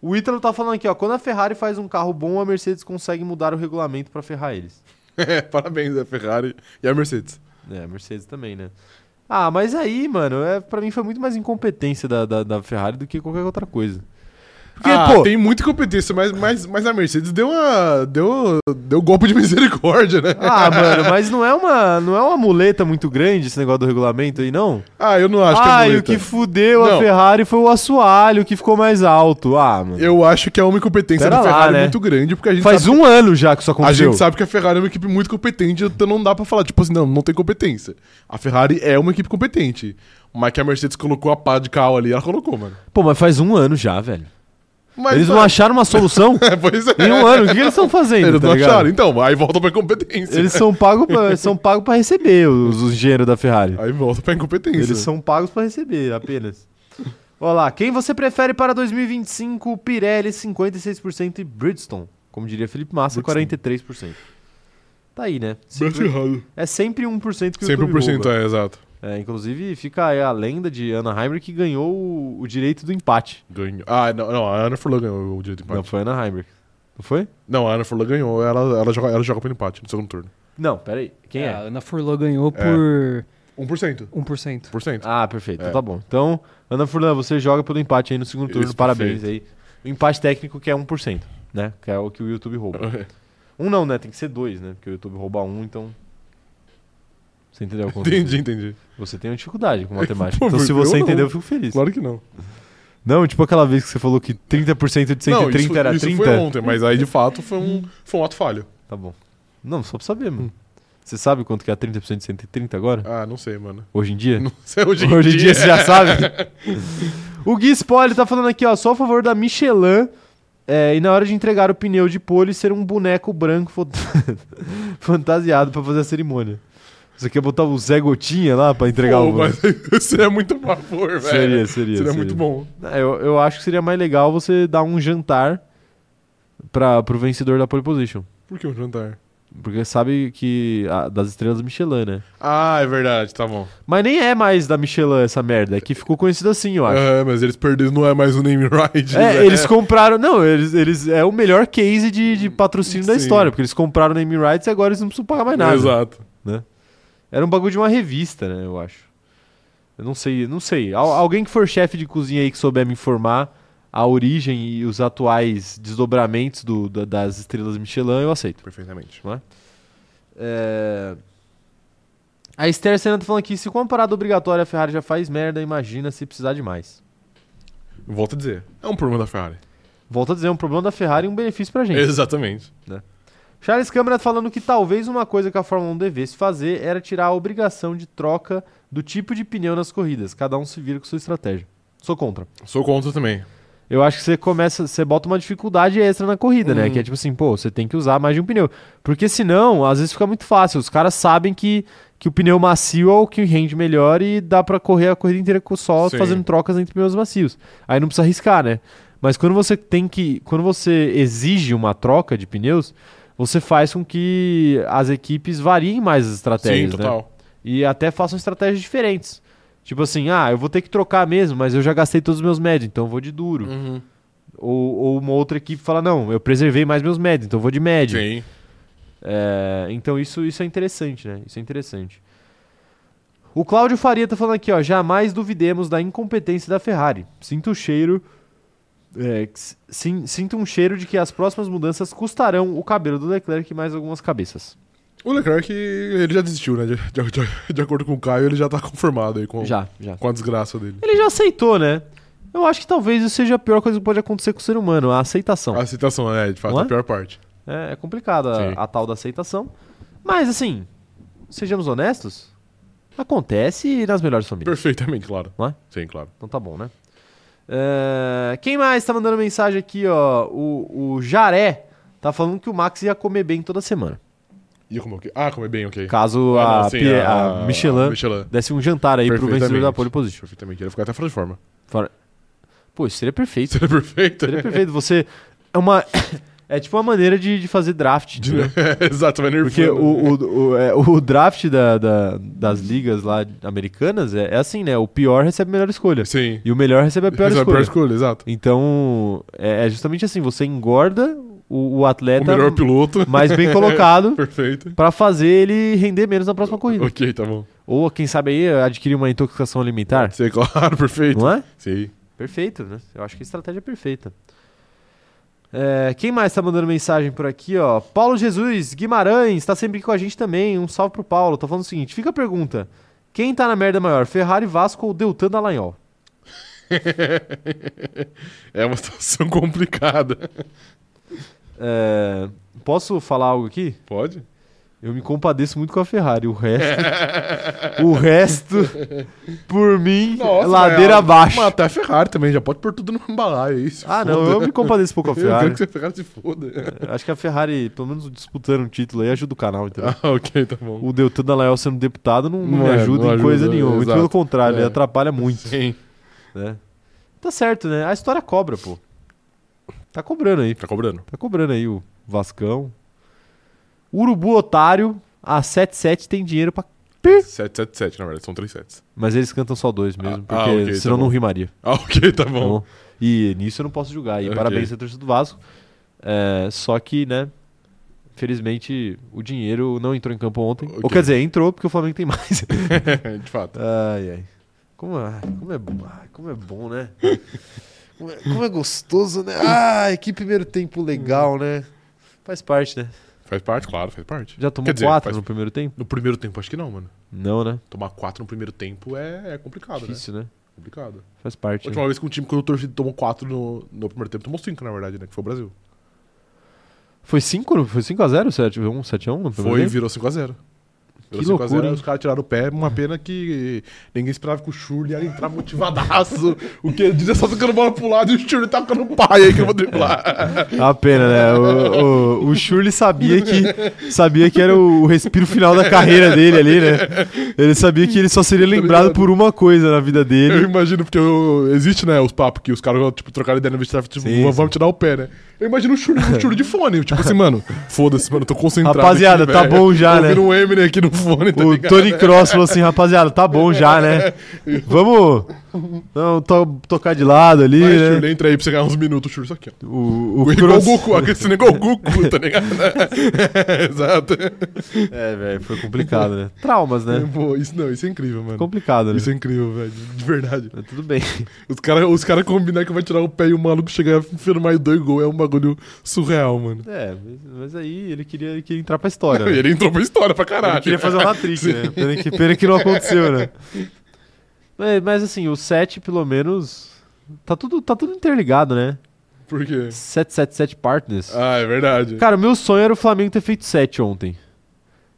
S1: O Ítalo tá falando aqui, ó, quando a Ferrari faz um carro bom, a Mercedes consegue mudar o regulamento pra ferrar eles.
S2: É, parabéns a Ferrari e a Mercedes.
S1: É, a Mercedes também, né? Ah, mas aí, mano, é, pra mim foi muito mais incompetência da, da, da Ferrari do que qualquer outra coisa. Porque,
S2: ah,
S1: pô,
S2: tem muita competência, mas, mas, mas a Mercedes deu uma. deu, deu golpe de <laughs> misericórdia, né?
S1: <laughs> ah, mano, mas não é, uma, não é uma muleta muito grande esse negócio do regulamento aí, não?
S2: Ah, eu não acho
S1: ah,
S2: que é
S1: e o
S2: muleta.
S1: que fudeu a
S2: Não.
S1: Ferrari foi o assoalho que ficou mais alto. Ah, mano.
S2: Eu acho que é uma incompetência
S1: Pera
S2: da
S1: lá,
S2: Ferrari
S1: né?
S2: muito grande, porque a gente
S1: Faz
S2: sabe,
S1: um ano já que isso
S2: a
S1: aconteceu.
S2: gente sabe que a Ferrari é uma equipe muito competente, então não dá pra falar, tipo assim, não, não tem competência. A Ferrari é uma equipe competente. Mas que a Mercedes colocou a pá de cal ali, ela colocou, mano.
S1: Pô, mas faz um ano já, velho.
S2: Mas,
S1: eles não
S2: mano,
S1: acharam uma
S2: <laughs>
S1: solução
S2: pois é.
S1: em um ano. O que que eles estão fazendo,
S2: Eles
S1: tá
S2: não
S1: ligado?
S2: acharam, então, aí volta pra incompetência.
S1: Eles são pagos pra, são pago pra receber os, os engenheiros da Ferrari.
S2: Aí volta pra incompetência.
S1: Eles são pagos para receber apenas. <laughs> Olha lá, quem você prefere para 2025? Pirelli 56% e Bridgestone, como diria Felipe Massa, 43%. Tá aí, né?
S2: Bem
S1: Sempre,
S2: errado.
S1: é sempre 1% que o
S2: Sempre
S1: YouTube
S2: 1%,
S1: rouba.
S2: é, exato.
S1: É, inclusive fica aí a lenda de Ana Heimer que ganhou o, o direito do empate.
S2: Ganhou. Ah, não, não, a Ana Furlan ganhou o direito de
S1: Não
S2: empate.
S1: foi a Ana Heimer. Não foi?
S2: Não, a Ana Furlan ganhou, ela, ela, joga, ela joga pelo empate no segundo turno.
S1: Não, peraí. Quem
S3: A
S1: é?
S3: Ana Furlan ganhou
S2: É.
S3: por
S2: 1%. 1%.
S3: 1%.
S1: Ah, perfeito. Então
S2: É.
S1: tá bom. Então, Ana Furlan, você joga pelo empate aí no segundo turno.
S2: Isso,
S1: Parabéns aí. O empate técnico que é 1%, né? Que é o que o YouTube rouba.
S2: É.
S1: Um não, né? Tem que ser dois, né? Porque o YouTube rouba um, então. Você entendeu o conceito?
S2: <laughs> entendi, entendi.
S1: Você tem uma dificuldade com matemática.
S2: <laughs> Pô,
S1: então, se
S2: eu
S1: você
S2: não.
S1: entendeu, eu fico feliz.
S2: Claro que não.
S1: Não, tipo aquela vez que você falou que 30% de 130
S2: não, isso,
S1: era
S2: isso
S1: 30.
S2: foi um. ontem, mas aí de fato foi um, foi um ato falho.
S1: Tá bom. Não, só pra saber, mano. Você sabe quanto que é 30% de 130 agora?
S2: Hum. Ah, não sei, mano.
S1: Hoje em dia?
S2: Não sei hoje em
S1: É. Hoje em dia
S2: dia. é.
S1: você já sabe. <laughs> o Gui Spoiler tá falando aqui, ó, só a favor da Michelin. é, e na hora de entregar o pneu de pole, ser um boneco branco fo- <laughs> fantasiado pra fazer a cerimônia. Você quer botar o Zé Gotinha lá pra entregar
S2: Pô,
S1: o.
S2: mas <laughs> seria muito vapor,
S1: <laughs>
S2: velho.
S1: Seria, seria,
S2: Seria
S1: seria.
S2: muito bom.
S1: Ah, Eu, eu acho que seria mais legal você dar um jantar pra, pro vencedor da pole position.
S2: Por que um jantar?
S1: Porque sabe que. a- das estrelas Michelin, né?
S2: Ah, é verdade, tá bom.
S1: Mas nem é mais da Michelin essa merda. É que ficou conhecido assim, eu acho.
S2: É, mas eles perderam, não é mais o name né? right.
S1: É, eles compraram. Não, eles, eles. É o melhor case de, de patrocínio da
S2: Sim.
S1: história, porque eles compraram name rights e agora eles não precisam pagar mais nada.
S2: Exato.
S1: Era um bagulho de uma revista, né, eu acho. Eu não sei, não sei. Al- alguém que for chefe de cozinha aí que souber me informar a origem e os atuais desdobramentos do, da- das estrelas Michelin, eu aceito.
S2: Perfeitamente.
S1: É... A Esther Senna tá falando aqui, se com a parada obrigatória a Ferrari já faz merda, imagina se precisar de mais.
S2: Volto a dizer, é um problema da Ferrari.
S1: Volto a dizer, é um problema da Ferrari e um benefício pra gente.
S2: Exatamente.
S1: Charles Câmara falando que talvez uma coisa que a Fórmula 1 devesse fazer era tirar a obrigação de troca do tipo de pneu nas corridas. Cada um se vira com sua estratégia. Sou contra.
S2: Sou contra também.
S1: Eu acho que você começa, você bota uma dificuldade extra na corrida, né?
S2: Uhum.
S1: Que é tipo assim, pô, você tem que usar mais de um pneu. Porque senão, às vezes fica muito fácil. Os caras sabem que, que o pneu macio é o que rende melhor e dá pra correr a corrida inteira com só
S2: Sim.
S1: fazendo trocas entre pneus macios. Aí não precisa arriscar, né? Mas quando você tem que, quando você exige uma troca de pneus, você faz com que as equipes variem mais as estratégias,
S2: Sim,
S1: né?
S2: total.
S1: E até façam estratégias diferentes. Tipo assim, ah, eu vou ter que trocar mesmo, mas eu já gastei todos os meus médios, então eu vou de duro.
S2: Uhum.
S1: Ou, ou uma outra equipe fala, não, eu preservei mais meus médios, então eu vou de médio.
S2: Sim.
S1: É, então isso, isso é interessante, né? Isso é interessante. O Cláudio Faria tá falando aqui, ó, jamais duvidemos da incompetência da Ferrari. Sinto o cheiro... é, que s- sin- sinto um cheiro de que as próximas mudanças custarão o cabelo do Leclerc e mais algumas cabeças.
S2: O Leclerc, ele já desistiu, né? De, de- de- de acordo com o Caio, ele já tá conformado aí com,
S1: Já, já.
S2: com a desgraça dele.
S1: Ele já aceitou, né? Eu acho que talvez isso seja a pior coisa que pode acontecer com o ser humano, a aceitação.
S2: A citação, é, de fato,
S1: Não é?
S2: a pior parte.
S1: É, é complicada
S2: Sim.
S1: a, a tal da aceitação. Mas, assim, sejamos honestos, acontece nas melhores famílias.
S2: Perfeitamente, claro.
S1: Não é?
S2: Sim, claro.
S1: Então tá bom, né? É, quem mais tá mandando mensagem aqui, ó? O, o Jaré tá falando que o Max ia comer bem toda semana.
S2: E como é que... Ah, como é bem, ok.
S1: Caso
S2: Ah,
S1: a,
S2: não, sim,
S1: Pie-
S2: a-
S1: a Michelin
S2: a Michelin.
S1: desse um jantar aí pro vencedor da
S2: Perfeitamente.
S1: pole position.
S2: Perfeitamente. Ele ficou até fora de forma. <laughs>
S1: Fora- Pô, isso seria perfeito.
S2: Seria perfeito.
S1: Seria perfeito. Você. É uma. <coughs> É tipo uma maneira de, de fazer draft.
S2: De-
S1: entendeu?
S2: <laughs> Exato, vai nerfando.
S1: Porque o,
S2: né?
S1: o, o, é, o draft da- da- das ligas lá americanas é, é assim, né? O pior recebe a melhor escolha.
S2: Sim.
S1: E o melhor recebe a pior
S2: Exato,
S1: escolha.
S2: é pior escolha, exato.
S1: Então, é, é justamente assim: você engorda o, o
S2: o
S1: atleta
S2: melhor piloto.
S1: mais É
S2: <laughs>
S1: bem colocado
S2: Perfeito.
S1: pra fazer ele render menos na próxima corrida.
S2: Ok, tá bom.
S1: Ou, quem sabe aí, adquirir uma intoxicação alimentar.
S2: Sim, claro, perfeito.
S1: Não é?
S2: Sim.
S1: Perfeito, né? Eu acho que a estratégia é perfeita. É, quem mais tá mandando mensagem por aqui, ó? Paulo Jesus Guimarães tá sempre aqui com a gente também. Um salve pro Paulo. Tá falando o seguinte: fica a pergunta. Quem tá na merda maior, Ferrari, Vasco ou Deltan Dallagnol?
S2: <laughs> É uma situação complicada.
S1: É, posso falar algo aqui?
S2: Pode?
S1: Eu me compadeço muito com a Ferrari. O resto, o resto, por
S2: <laughs>
S1: mim, ladeira
S2: mas-
S1: abaixo.
S2: Mas até a Ferrari também, já pode pôr tudo no balaio, isso.
S1: Ah, não, eu me compadeço um pouco com a
S2: <laughs> Eu quero
S1: Ferrari.
S2: que você Ferrari se foda.
S1: Acho que a Ferrari, pelo menos disputando um título aí, ajuda o canal, entendeu?
S2: Ah, ok, tá bom.
S1: o Deltan Dallagnol sendo deputado não, não
S2: Não
S1: me
S2: é,
S1: ajuda
S2: não
S1: em
S2: ajuda,
S1: coisa nenhuma. Muito
S2: exato.
S1: pelo contrário,
S2: É.
S1: ele atrapalha muito.
S2: Sim.
S1: né? Tá certo, né? A história cobra, pô. Tá cobrando aí.
S2: Tá cobrando.
S1: Tá cobrando aí o Vascão. Urubu Otário, a 77 tem dinheiro pra. pi.
S2: 777, na verdade, são três sets.
S1: Mas eles cantam só dois mesmo,
S2: Ah,
S1: porque
S2: ah, ok, tá
S1: senão não
S2: bom.
S1: rimaria.
S2: Ah, ok, tá
S1: tá
S2: bom.
S1: bom? E nisso eu não posso julgar. E
S2: Ok.
S1: parabéns à torcida do Vasco. É, só que, né? Felizmente o dinheiro não entrou em campo ontem. Ou
S2: Ok.
S1: quer dizer, entrou porque o Flamengo tem mais.
S2: <laughs> De fato.
S1: Ai, ai. Como, ai, como é bom, ai, como é bom, né? Como é, como é gostoso, né? Ai, que primeiro tempo legal, né? Faz parte, né?
S2: Faz parte, claro, faz parte.
S1: Já tomou
S2: Quer dizer,
S1: quatro
S2: faz-
S1: no primeiro tempo?
S2: No primeiro tempo, acho que não, mano.
S1: Não, né?
S2: Tomar quatro no primeiro tempo é, é complicado,
S1: Difícil, né?
S2: né? Complicado.
S1: Faz
S2: A
S1: parte. né?
S2: última vez que um time, quando o torcido tomou quatro no, no primeiro tempo, tomou cinco, na verdade, né? Que foi o Brasil.
S1: Foi 5 foi cinco a 0 7 1 7 a 1 no primeiro
S2: Foi e
S1: tempo?
S2: virou 5x0. Pelo
S1: Que
S2: 5 a 0,
S1: loucura, hein?
S2: os caras tiraram o pé, uma pena que ninguém esperava que o Shurley ia entrar motivadaço. o que ele diz é só tocando bola pro lado e o Shurley tacando pai aí que eu vou driblar.
S1: A pena, né? O, o, o Shurley sabia que, sabia que era o, o respiro final da carreira dele ali, né? Ele sabia que ele só seria lembrado por uma coisa na vida
S2: eu
S1: dele.
S2: imagino, porque eu- existe, né, os papos que os caras, tipo, trocaram ideia na vestiário, tipo,
S1: Sim,
S2: vamos tirar o pé, né? Eu imagino o Shurley, o Shurley de fone, tipo assim, mano, foda-se, mano, tô concentrado
S1: Rapaziada, tá
S2: velho.
S1: bom já, né?
S2: Ouvindo um Eminem aqui no fone, tá
S1: O
S2: ligado?
S1: Tony Cross falou assim, rapaziada, tá bom já,
S2: <laughs>
S1: né? Vamos não, to- tocar de lado ali,
S2: Vai,
S1: né?
S2: Shurley, entra aí pra você ganhar uns minutos, o Shurley, isso aqui, ó.
S1: O, o
S2: O Igual o
S1: Cross...
S2: Goku, aquele igual o
S1: <laughs>
S2: Goku, tá ligado? <laughs> Exato.
S1: É, velho, foi complicado, né? Traumas,
S2: <laughs>
S1: né?
S2: Pô, isso não, isso é incrível, mano.
S1: Complicado, né?
S2: Isso é incrível, velho. De verdade.
S1: Mas tudo bem.
S2: Os caras os cara combinam que vai tirar o pé e o maluco chegar e firmar dois gols. É um bagulho surreal, mano.
S1: É, mas, mas aí ele queria, ele queria entrar pra história. Né?
S2: <laughs> Ele entrou pra história pra caralho.
S1: Ele queria fazer um hat-trick, né? Pena que, pena que não aconteceu, né? Mas, mas, assim, o 7, pelo menos. Tá tudo, tá tudo interligado, né?
S2: <laughs> Por quê?
S1: 777 Partners.
S2: Ah, é verdade.
S1: Cara, o meu sonho era o Flamengo ter feito 7 ontem.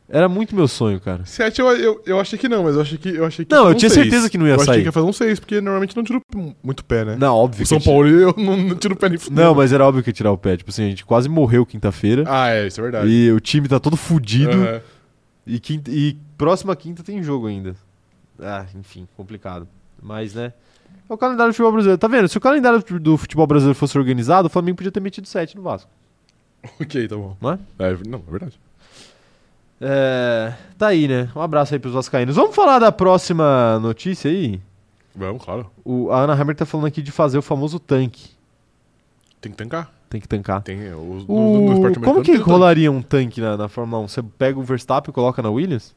S1: Era muito meu sonho, cara.
S2: Sete eu, eu, eu achei que não, mas eu achei que. Eu achei que ia
S1: Não,
S2: fazer
S1: eu tinha certeza que não ia
S2: eu achei
S1: sair.
S2: que ia fazer um seis, porque normalmente não tiro muito pé, né?
S1: Não, óbvio
S2: O
S1: que
S2: São
S1: ia tirar-
S2: Paulo eu <laughs> não, não tiro pé nem fudeu.
S1: Não, mas era óbvio que ia tirar o pé. Tipo assim, a gente quase morreu quinta-feira.
S2: Ah, é, isso é verdade.
S1: e o time tá todo fudido.
S2: Aham.
S1: E, quinta- e próxima quinta tem jogo ainda. Ah, enfim, complicado. Mas, né? É o calendário do futebol brasileiro. Tá vendo? Se o calendário do futebol brasileiro fosse organizado, o Flamengo podia ter metido 7 no Vasco.
S2: Ok, tá bom.
S1: Não é?
S2: não, é verdade.
S1: É, tá aí, né? Um abraço aí pros vascaínos. Vamos falar da próxima notícia aí?
S2: Vamos, claro.
S1: O, a Ana Hammer tá falando aqui de fazer o famoso tanque.
S2: Tem que tancar.
S1: Tem que tancar.
S2: Tem é, os
S1: O-
S2: no, no esporte
S1: como
S2: americano
S1: que
S2: tem tanque.
S1: rolaria um tanque na, na Fórmula 1? Você pega o Verstappen e coloca na Williams?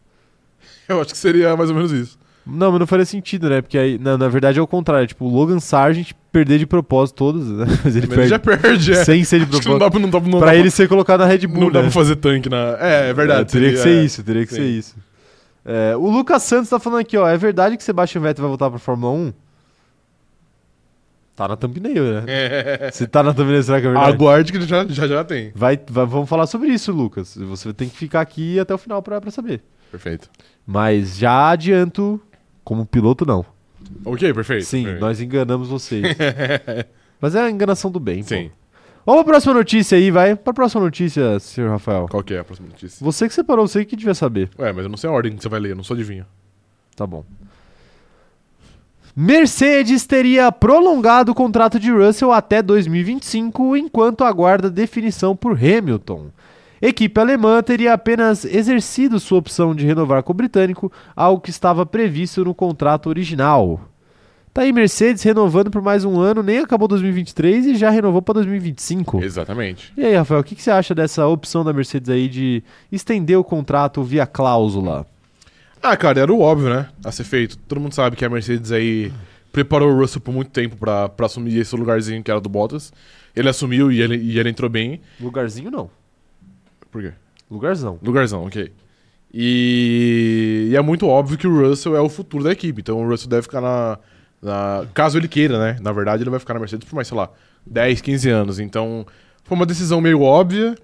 S2: Eu acho que seria mais ou menos isso.
S1: Não, mas não faria sentido, né? Porque aí, na, na verdade é o contrário. Tipo, o Logan Sargent perder de propósito todas, né? <laughs> Mas ele
S2: Mas ele
S1: perde
S2: já perde, é.
S1: sem ser de
S2: <laughs> Acho que não
S1: propósito.
S2: dá pra, não dá, não dá
S1: Pra
S2: pra-
S1: ele ser colocado na Red Bull,
S2: não dá
S1: né?
S2: pra fazer tanque na. É, é verdade.
S1: É, teria que
S2: seria-
S1: ser isso, teria que
S2: sim.
S1: ser isso. É, o Lucas Santos tá falando aqui, ó. É verdade que Sebastian Vettel vai voltar pra Fórmula 1? Tá na thumbnail, né?
S2: <laughs> É.
S1: Se tá na thumbnail, será que é verdade?
S2: Aguarde que já já, já tem.
S1: Vai, vai- vamos falar sobre isso, Lucas. Você tem que ficar aqui até o final pra, pra saber.
S2: Perfeito.
S1: Mas já adianto, como piloto, não.
S2: Ok, perfeito.
S1: Sim,
S2: perfeito.
S1: nós enganamos
S2: <laughs>
S1: vocês. Mas é a enganação do bem,
S2: Sim.
S1: pô. Vamos pra próxima notícia aí, vai. Pra próxima notícia, senhor Rafael.
S2: Qual que é a próxima notícia?
S1: Você que separou, você que devia saber.
S2: Ué, mas eu não sei a ordem que você vai ler, eu não sou adivinha.
S1: Tá bom. Mercedes teria prolongado o contrato de Russell até 2025, enquanto aguarda definição por Hamilton. Equipe alemã teria apenas exercido sua opção de renovar com o britânico, algo que estava previsto no contrato original. Tá aí Mercedes renovando por mais um ano, nem acabou 2023 e já renovou para 2025.
S2: Exatamente.
S1: E aí, Rafael, o que, que você acha dessa opção da Mercedes aí de estender o contrato via cláusula?
S2: Ah, cara, era o óbvio, né? A ser feito. Todo mundo sabe que a Mercedes aí preparou o Russell por muito tempo pra, pra assumir esse lugarzinho que era do Bottas. Ele assumiu e ele, e ele entrou bem.
S1: Lugarzinho não,
S2: Por quê?
S1: lugarzão.
S2: Lugarzão, ok. E, e é muito óbvio que o Russell é o futuro da equipe. Então o Russell deve ficar na, na- Caso ele queira, né? Na verdade, ele vai ficar na Mercedes por mais, sei lá, 10, 15 anos. Então foi uma decisão meio óbvia.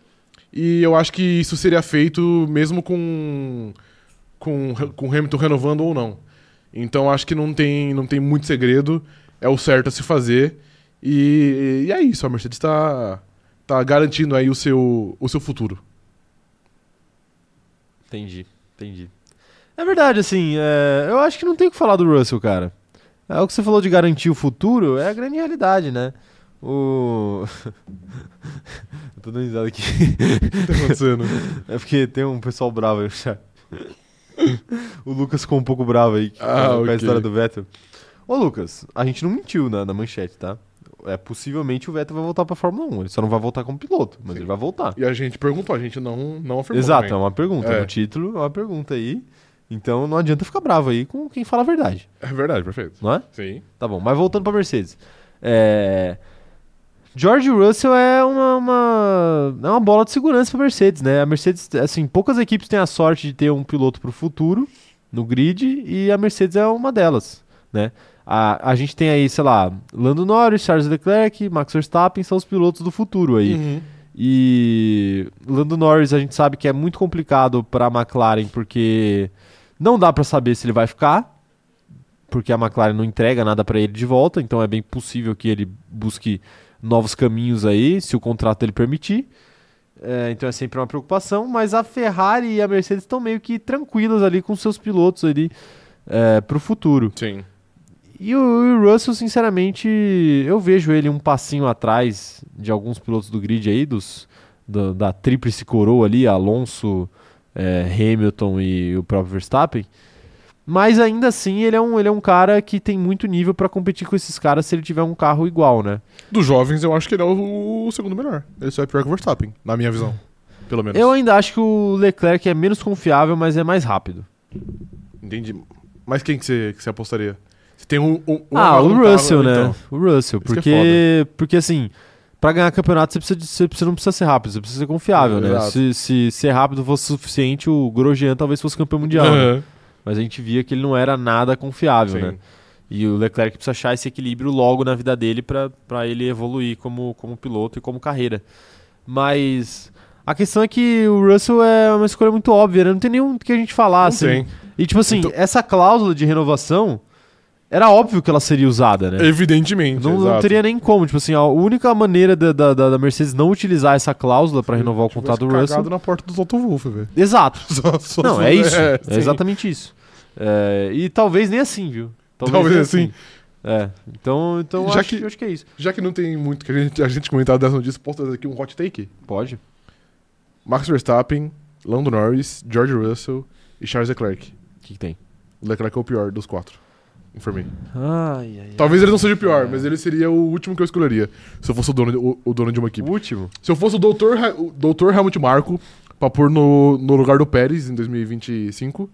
S2: E eu acho que isso seria feito mesmo com. Com, com o Hamilton renovando ou não. Então acho que não tem, não tem muito segredo. É o certo a se fazer. E, e é isso. A Mercedes está tá garantindo aí o seu, o seu futuro. <laughs>
S1: Entendi, entendi. É verdade, assim, é, eu acho que não tem o que falar do Russell, cara. É, o que você falou de garantir o futuro é a grande realidade, né? O. <laughs> eu tô dando risada aqui. <laughs>
S2: O que tá acontecendo?
S1: É porque tem um pessoal bravo aí <laughs> no chat. o Lucas ficou um pouco bravo aí com a-
S2: Ah,
S1: com a
S2: ok.
S1: história do Vettel. Ô, Lucas, a gente não mentiu na, na manchete, tá? É, possivelmente o Vettel vai voltar pra Fórmula 1. Ele só não vai voltar como piloto, mas
S2: Sim.
S1: ele vai voltar.
S2: E a gente perguntou, a gente não, não afirmou.
S1: Exato, é
S2: também.
S1: uma pergunta.
S2: É.
S1: No título é uma pergunta aí. Então não adianta ficar bravo aí com quem fala a verdade,
S2: É verdade, perfeito.
S1: não é?
S2: Sim.
S1: Tá bom, mas voltando pra Mercedes. É... George Russell é uma, uma- é uma bola de segurança pra Mercedes, né? A Mercedes, assim, poucas equipes têm a sorte de ter um piloto pro futuro no grid e a Mercedes é uma delas, né? A, a
S2: Uhum.
S1: gente tem aí, sei lá, Lando Norris, Charles Leclerc, Max Verstappen são os pilotos do futuro aí. E Lando Norris a gente sabe que é muito complicado para a McLaren porque não dá para saber se ele vai ficar, porque a McLaren não entrega nada para ele de volta, então é bem possível que ele busque novos caminhos aí, se o contrato ele permitir. É, então é sempre uma preocupação, mas a Ferrari e a Mercedes estão meio que tranquilas ali com seus pilotos ali é, para o futuro.
S2: Sim.
S1: E o, o Russell, sinceramente, eu vejo ele um passinho atrás de alguns pilotos do grid aí, dos, da, da tríplice coroa ali, Alonso, é, Hamilton e o próprio Verstappen. Mas ainda assim, ele é um, ele é um cara que tem muito nível para competir com esses caras se ele tiver um carro igual, né?
S2: Dos jovens, eu acho que ele é o, o segundo melhor. Ele só é pior que o Verstappen, na minha visão. Pelo menos.
S1: Eu ainda acho que o Leclerc é menos confiável, mas é mais rápido.
S2: Entendi. Mas quem que você, que você apostaria? Você tem um. um um
S1: ah, o
S2: avançado,
S1: Russell, né?
S2: então.
S1: O Russell,
S2: Isso que é
S1: porque, porque assim, pra ganhar campeonato você, precisa de- você precisa- não precisa ser rápido, você precisa ser confiável, né?
S2: Exato.
S1: Se, se ser rápido fosse suficiente, o Grosjean talvez fosse campeão mundial. né?
S2: Aham,
S1: Mas a gente via que ele não era nada confiável,
S2: sim.
S1: né? E o Leclerc precisa achar esse equilíbrio logo na vida dele para ele evoluir como, como piloto e como carreira. Mas a questão é que o Russell é uma escolha muito óbvia, né? Não tem nenhum que a gente falar,
S2: Não
S1: assim.
S2: tem.
S1: E tipo assim,
S2: Então-
S1: essa cláusula de renovação era óbvio que ela seria usada, né?
S2: Evidentemente.
S1: Não, não
S2: exato.
S1: teria nem como. Tipo assim, a única maneira da, da, da da Mercedes não utilizar essa cláusula para renovar o
S2: Tivesse
S1: contrato do
S2: Tipo, cagado
S1: Russell.
S2: na porta do Toto Wolff, velho. <laughs>
S1: Exato.
S2: Só- só-
S1: Não, é isso. É,
S2: sim.
S1: exatamente isso. É, e talvez nem assim, viu?
S2: Talvez
S1: nem
S2: assim.
S1: É. Então, então
S2: Já
S1: acho,
S2: que-
S1: que... acho que é isso.
S2: Já que não tem muito que a gente, a gente comentar dessa notícia, posso trazer aqui um hot take?
S1: Pode.
S2: Max Verstappen, Lando Norris, George Russell e Charles Leclerc.
S1: O que, que tem?
S2: O Leclerc é o pior dos quatro. Informei.
S1: Ai, ai, ai.
S2: Talvez ele não seja o pior, mas ele seria o último que eu escolheria. Se eu fosse o dono, de- o, o dono de uma
S1: O
S2: equipe.
S1: último.
S2: Se eu fosse o doutor, Ra- o doutor Helmut Marko pra pôr no, no lugar do Pérez em 2025,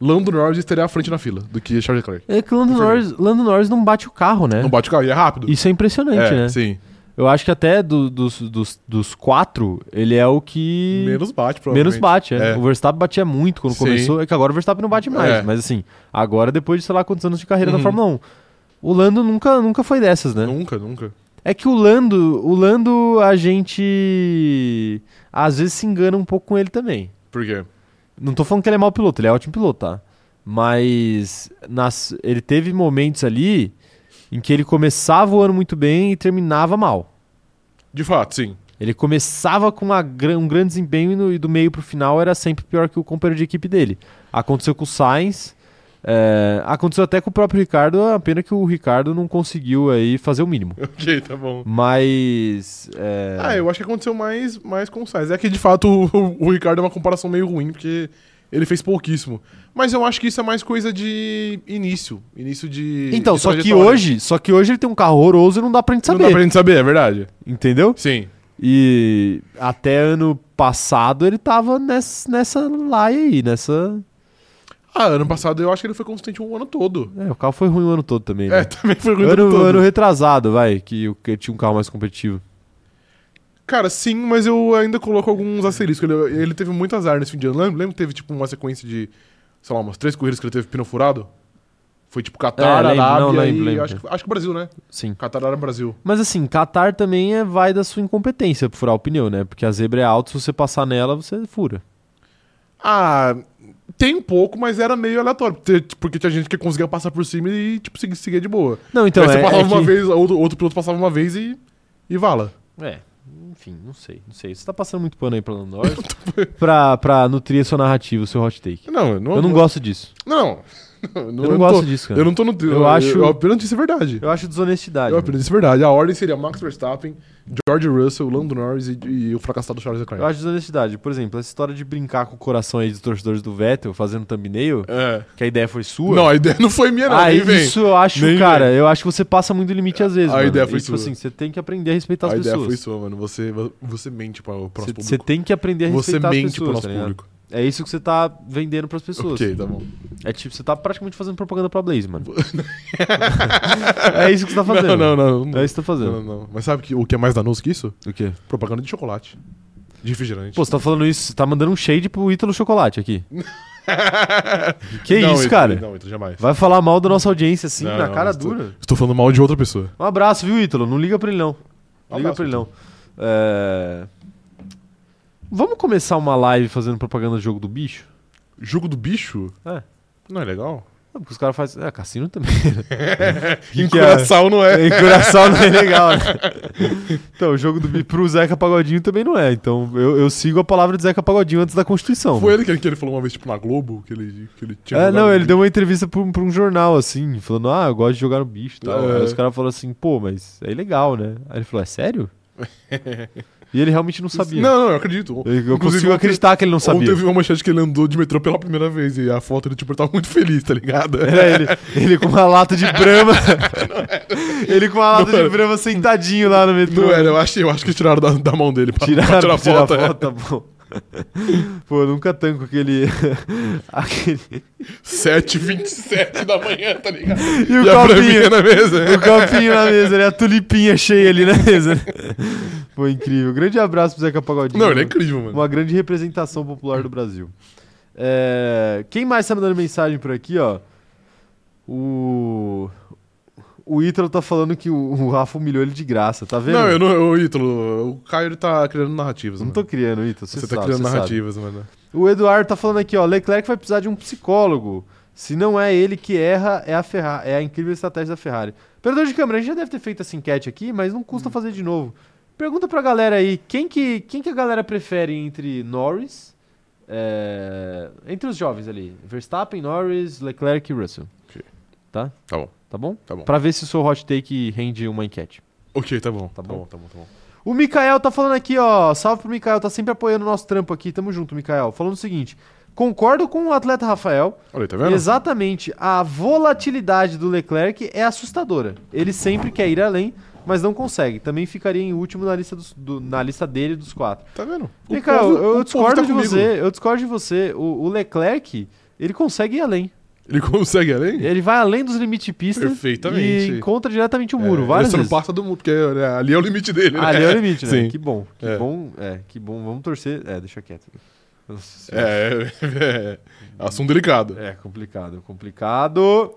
S2: Lando Norris estaria à frente na fila do que Charles Leclerc.
S1: É que o Lando
S2: Infelizmente.
S1: Norris, Lando Norris não bate o carro, né?
S2: Não bate o carro, ele é rápido.
S1: Isso é impressionante,
S2: é,
S1: né?
S2: sim.
S1: Eu acho que até do- dos, dos, dos quatro, ele é o que
S2: Menos bate, provavelmente.
S1: menos bate. é.
S2: É.
S1: O Verstappen batia muito quando
S2: Sim.
S1: começou. É que agora o Verstappen não bate mais.
S2: É.
S1: Mas assim, agora depois de sei lá quantos anos de carreira
S2: Uhum.
S1: na Fórmula 1. O Lando nunca, nunca foi dessas, né?
S2: Nunca, nunca.
S1: É que o Lando, o Lando a gente às vezes se engana um pouco com ele também.
S2: Por quê?
S1: Não tô falando que ele é mau piloto, ele é ótimo piloto, tá? Mas nas- ele teve momentos ali em que ele começava o ano muito bem e terminava mal.
S2: De fato, sim. <laughs>
S1: Ele começava com uma gran- um grande desempenho e, no- e do meio pro final era sempre pior que o companheiro de equipe dele. Aconteceu com o Sainz, é, aconteceu até com o próprio Ricardo, a pena que o Ricardo não conseguiu aí fazer o
S2: <laughs>
S1: mínimo.
S2: Ok, tá bom.
S1: Mas. é,
S2: Ah, eu acho que aconteceu mais, mais com o Sainz. É que, de fato, o, o Ricardo é uma comparação meio ruim, porque ele fez pouquíssimo. Mas eu acho que isso é mais coisa de início. Início de.
S1: Então,
S2: de
S1: só que
S2: trajetória.
S1: hoje, só que hoje ele tem um carro horroroso e não dá pra gente
S2: Não
S1: saber.
S2: dá pra gente saber, é verdade.
S1: Entendeu?
S2: Sim.
S1: E até ano passado ele tava nessa, nessa laia aí, nessa.
S2: Ah, ano passado eu acho que ele foi consistente o ano todo.
S1: É, o carro foi ruim o ano todo também. Né?
S2: É, <laughs> também foi ruim o ano
S1: ano,
S2: todo.
S1: ano retrasado, vai, que eu, que eu tinha um carro mais competitivo.
S2: Cara, sim, mas eu ainda coloco alguns asteriscos. Ele, ele teve muito azar nesse fim de ano. Lembra, lembra que teve, tipo, uma sequência de, sei lá, umas três corridas que ele teve pneu furado? Foi, tipo, Catar,
S1: É, lembro,
S2: Arábia
S1: não, lembro,
S2: e
S1: lembro.
S2: Acho, que- acho que Brasil, né?
S1: Sim.
S2: Catar, Arábia, Brasil.
S1: Mas assim, Qatar também é, vai da sua incompetência pra furar o pneu, né? Porque a zebra é alta, se você passar nela, você fura.
S2: Ah, tem um pouco, mas era meio aleatório. porque- Porque tinha gente que conseguia passar por cima e, tipo, seguir, seguir de boa.
S1: Não, então
S2: Aí
S1: é.
S2: você passava
S1: é
S2: uma
S1: que-
S2: vez, outro, outro piloto passava uma vez e. E vala.
S1: É, enfim, não sei, não sei. Você tá passando muito pano aí pra Lando
S2: <laughs>
S1: Norris <laughs> pra, pra nutrir a sua narrativa, o seu hot take.
S2: Não, eu não.
S1: Eu não gosto disso.
S2: Não. não,
S1: Eu não gosto
S2: tô,
S1: disso, cara.
S2: Eu não tô no.
S1: Eu acho-
S2: Eu apenas disse a verdade.
S1: Eu acho desonestidade. né?
S2: Eu apenas disse a verdade. A ordem seria Max Verstappen, George Russell, Lando Norris e, e o fracassado Charles
S1: Eu
S2: Leclerc.
S1: acho desonestidade. Por exemplo, essa história de brincar com o coração aí dos torcedores do Vettel, fazendo thumbnail,
S2: É.
S1: que a ideia foi sua.
S2: Não, a ideia não foi minha, não.
S1: Aí
S2: nem vem.
S1: isso eu acho,
S2: Nem
S1: cara, eu acho que você passa muito limite às vezes,
S2: A
S1: mano.
S2: ideia foi
S1: E, tipo
S2: sua.
S1: assim, você tem que aprender a respeitar as
S2: a ideia
S1: pessoas.
S2: foi sua, mano. Você, você mente para o
S1: Você-
S2: próximo
S1: Você
S2: público.
S1: tem que aprender a
S2: Você
S1: respeitar as
S2: mente
S1: pessoas,
S2: pro nosso
S1: tá ligado?
S2: público.
S1: É isso que você tá vendendo pras pessoas.
S2: Ok, tá bom.
S1: É tipo, você tá praticamente fazendo propaganda pra Blaze,
S2: <laughs>
S1: mano. é isso que você tá fazendo.
S2: Não, não, não.
S1: É isso que você tá fazendo.
S2: Não, não, não. Mas sabe que, o que é mais danoso que isso?
S1: O quê?
S2: Propaganda de chocolate. De refrigerante.
S1: Pô, você tá falando isso, você tá mandando um shade pro Ítalo Chocolate
S2: <laughs>
S1: aqui. que
S2: Não,
S1: isso,
S2: Ítalo,
S1: cara?
S2: Não, Ítalo, jamais.
S1: Vai falar mal da nossa audiência, assim,
S2: Não,
S1: na
S2: não,
S1: cara
S2: estou-
S1: dura.
S2: Estou falando mal de outra pessoa.
S1: Um abraço, viu, Ítalo? Não liga pra ele, não. Não
S2: Um
S1: liga
S2: abraço,
S1: pra ele, não. É, Vamos começar uma live fazendo propaganda do jogo do bicho?
S2: Jogo do bicho?
S1: É.
S2: Não é legal?
S1: Ah, Porque os caras fazem. É, cassino também. <laughs>
S2: em
S1: que é?
S2: Curaçao não é.
S1: Em Curaçao não é legal, né? <laughs> Então, o jogo do bicho pro Zeca Pagodinho também não é. Então, eu, eu sigo a palavra do Zeca Pagodinho antes da Constituição.
S2: Foi ele que, que ele falou uma vez, tipo, na Globo, que ele, que ele tinha.
S1: É,
S2: jogado
S1: não,
S2: no
S1: ele deu
S2: bicho.
S1: uma entrevista pra um, pra um jornal, assim, falando, ah, eu gosto de jogar no bicho e tal.
S2: É.
S1: Aí os caras falaram assim, pô, mas é legal, né? Aí ele falou, é
S2: <laughs>
S1: sério? e ele realmente não sabia.
S2: Não, não, eu acredito.
S1: eu eu
S2: Inclusive,
S1: consigo
S2: ontem-
S1: acreditar que ele não
S2: Ontem
S1: sabia.
S2: eu vi uma manchete que ele andou de metrô pela primeira vez e a foto ele, tipo, tava muito feliz, tá ligado?
S1: <laughs> Era ele, ele com uma lata
S2: <laughs>
S1: de brama. ele com uma lata de brama sentadinho lá no metrô.
S2: Não era, eu acho, eu acho que tiraram da, da mão dele pra,
S1: Tiraram, <laughs>
S2: pra tirar foto. é.
S1: tá bom. <laughs> Pô, eu nunca tanco aquele. <laughs> aquele...
S2: 7h27 da manhã, tá ligado?
S1: E o
S2: E a
S1: copinho.
S2: braminha na mesa.
S1: O copinho na mesa,
S2: é
S1: né? A tulipinha cheia ali na mesa. né? <laughs> Pô, incrível. Grande abraço pro Zeca Pagodinho.
S2: Não, ele é incrível, mano.
S1: Uma grande representação popular do Brasil. É, Quem mais tá mandando mensagem por aqui, ó? O. O Ítalo tá falando que o, o Rafa humilhou ele de graça, tá vendo?
S2: Não, eu não, o Ítalo, o Caio ele tá criando narrativas,
S1: Não
S2: mano.
S1: tô criando, Ítalo.
S2: Você
S1: Você
S2: tá
S1: sabe,
S2: criando
S1: você sabe.
S2: narrativas, mano.
S1: O Eduardo tá falando aqui, ó. Leclerc vai precisar de um psicólogo. Se não é ele que erra, é a Ferrari, é a incrível estratégia da Ferrari. Perdão de câmera, a gente já deve ter feito essa enquete aqui, mas não
S2: Hum.
S1: custa fazer de novo. Pergunta pra galera aí, quem que, quem que a galera prefere entre Norris, é, entre os jovens ali, Verstappen, Norris, Leclerc e Russell,
S2: Tá bom,
S1: tá bom?
S2: tá bom.
S1: Pra ver se o seu hot take rende uma enquete.
S2: Ok, tá bom.
S1: Tá bom.
S2: tá bom, tá bom.
S1: O Mikael tá falando aqui, ó. Salve pro Mikael, tá sempre apoiando o nosso trampo aqui. Tamo junto, Mikael. Falando o seguinte: concordo com o atleta Rafael.
S2: Olha aí, tá vendo?
S1: Exatamente. A volatilidade do Leclerc é assustadora. Ele sempre quer ir além, mas não consegue. Também ficaria em último na lista, dos- do- na lista dele dos quatro.
S2: Tá vendo? O
S1: Mikael,
S2: povo- o
S1: eu,
S2: povo
S1: discordo
S2: tá
S1: de
S2: comigo.
S1: você. Eu discordo de você. O, o Leclerc, ele consegue ir além.
S2: Ele consegue além?
S1: Ele vai além dos limites de pista
S2: Perfeitamente.
S1: e encontra diretamente o
S2: É,
S1: muro.
S2: ele
S1: várias
S2: só não
S1: vezes.
S2: passa do muro, porque né, ali é o limite dele, né?
S1: Ah, ali é o limite, né?
S2: Sim.
S1: Que bom. Que
S2: É.
S1: bom. É, que bom. Vamos torcer. É, deixa quieto. Nossa Senhora.
S2: É, <laughs> é, é assunto delicado.
S1: É, complicado, complicado.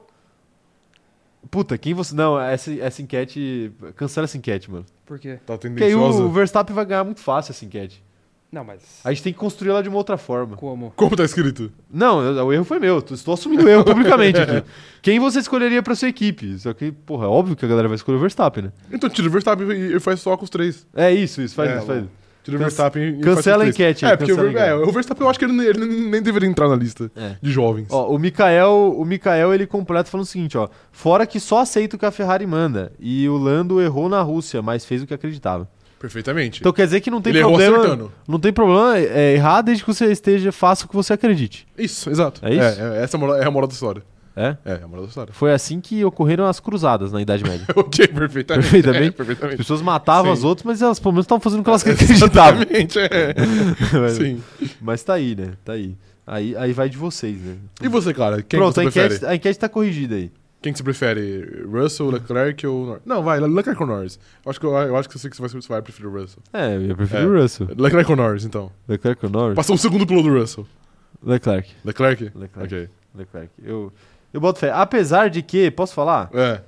S1: Puta, quem você. Não, essa, essa enquete. Cancela essa enquete, mano.
S3: Por quê?
S2: Tá
S1: Porque aí o
S2: tendencioso.
S1: Verstappen vai ganhar muito fácil essa enquete.
S3: Não, mas.
S1: A gente tem que construir ela de uma outra forma.
S3: Como?
S2: Como tá escrito?
S1: Não, eu- o erro foi meu. tô- Estou assumindo o erro publicamente
S2: <laughs>
S1: aqui. Quem você escolheria pra sua equipe? Só que, porra, é óbvio que a galera vai escolher o Verstappen, né?
S2: Então tira o Verstappen e e faz só com os três.
S1: É isso, isso, faz
S2: É,
S1: isso, faz
S2: bom.
S1: isso.
S2: Tira o
S1: Can-
S2: Verstappen e
S1: cancela
S2: faz com os
S1: a
S2: três.
S1: enquete aí,
S2: É, porque o,
S1: cancela
S2: Ver-
S1: a
S2: é,
S1: enquete.
S2: o Verstappen eu acho que ele, ne- ele nem deveria entrar na lista
S1: É.
S2: de jovens.
S1: Ó, o Mikael, o Mikael, ele completa falando o seguinte, ó. Fora que só aceita o que a Ferrari manda. E o Lando errou na Rússia, mas fez o que acreditava.
S2: Perfeitamente.
S1: Então quer dizer que não tem
S2: ele errou
S1: problema.
S2: acertando.
S1: Não tem problema é, errar desde que você esteja, faça o que você acredite.
S2: Isso, exato.
S1: É isso?
S2: É, é- essa é a moral- é a moral da história.
S1: É?
S2: É, é a moral da história. <laughs>
S1: Foi assim que ocorreram as cruzadas na Idade Média.
S2: ok, perfeitamente.
S1: Perfeitamente.
S2: <laughs> É,
S1: As
S2: perfeitamente.
S1: pessoas matavam
S2: Sim.
S1: as outras, mas elas pelo menos estavam fazendo o que elas acreditavam.
S2: <laughs> Exatamente, é.
S1: mas,
S2: Sim.
S1: mas tá aí, né? Tá aí. Aí, aí vai de vocês, né?
S2: E você, cara? Quem
S1: Pronto,
S2: você
S1: a
S2: prefere?
S1: enquete, a enquete tá corrigida aí.
S2: Quem que você prefere? Russell, Leclerc ou Norris? Não, vai, Leclerc ou Norris. Eu acho que, eu, eu acho que eu sei que você vai, você vai preferir o Russell.
S1: É, eu prefiro
S2: É.
S1: o Russell.
S2: Leclerc ou Norris, então.
S1: Leclerc ou Norris?
S2: Passou um segundo pelo do Russell.
S1: Leclerc.
S2: Leclerc?
S1: Leclerc.
S2: Ok.
S1: Leclerc. Eu, eu boto fé. Apesar de que, posso falar?
S2: É.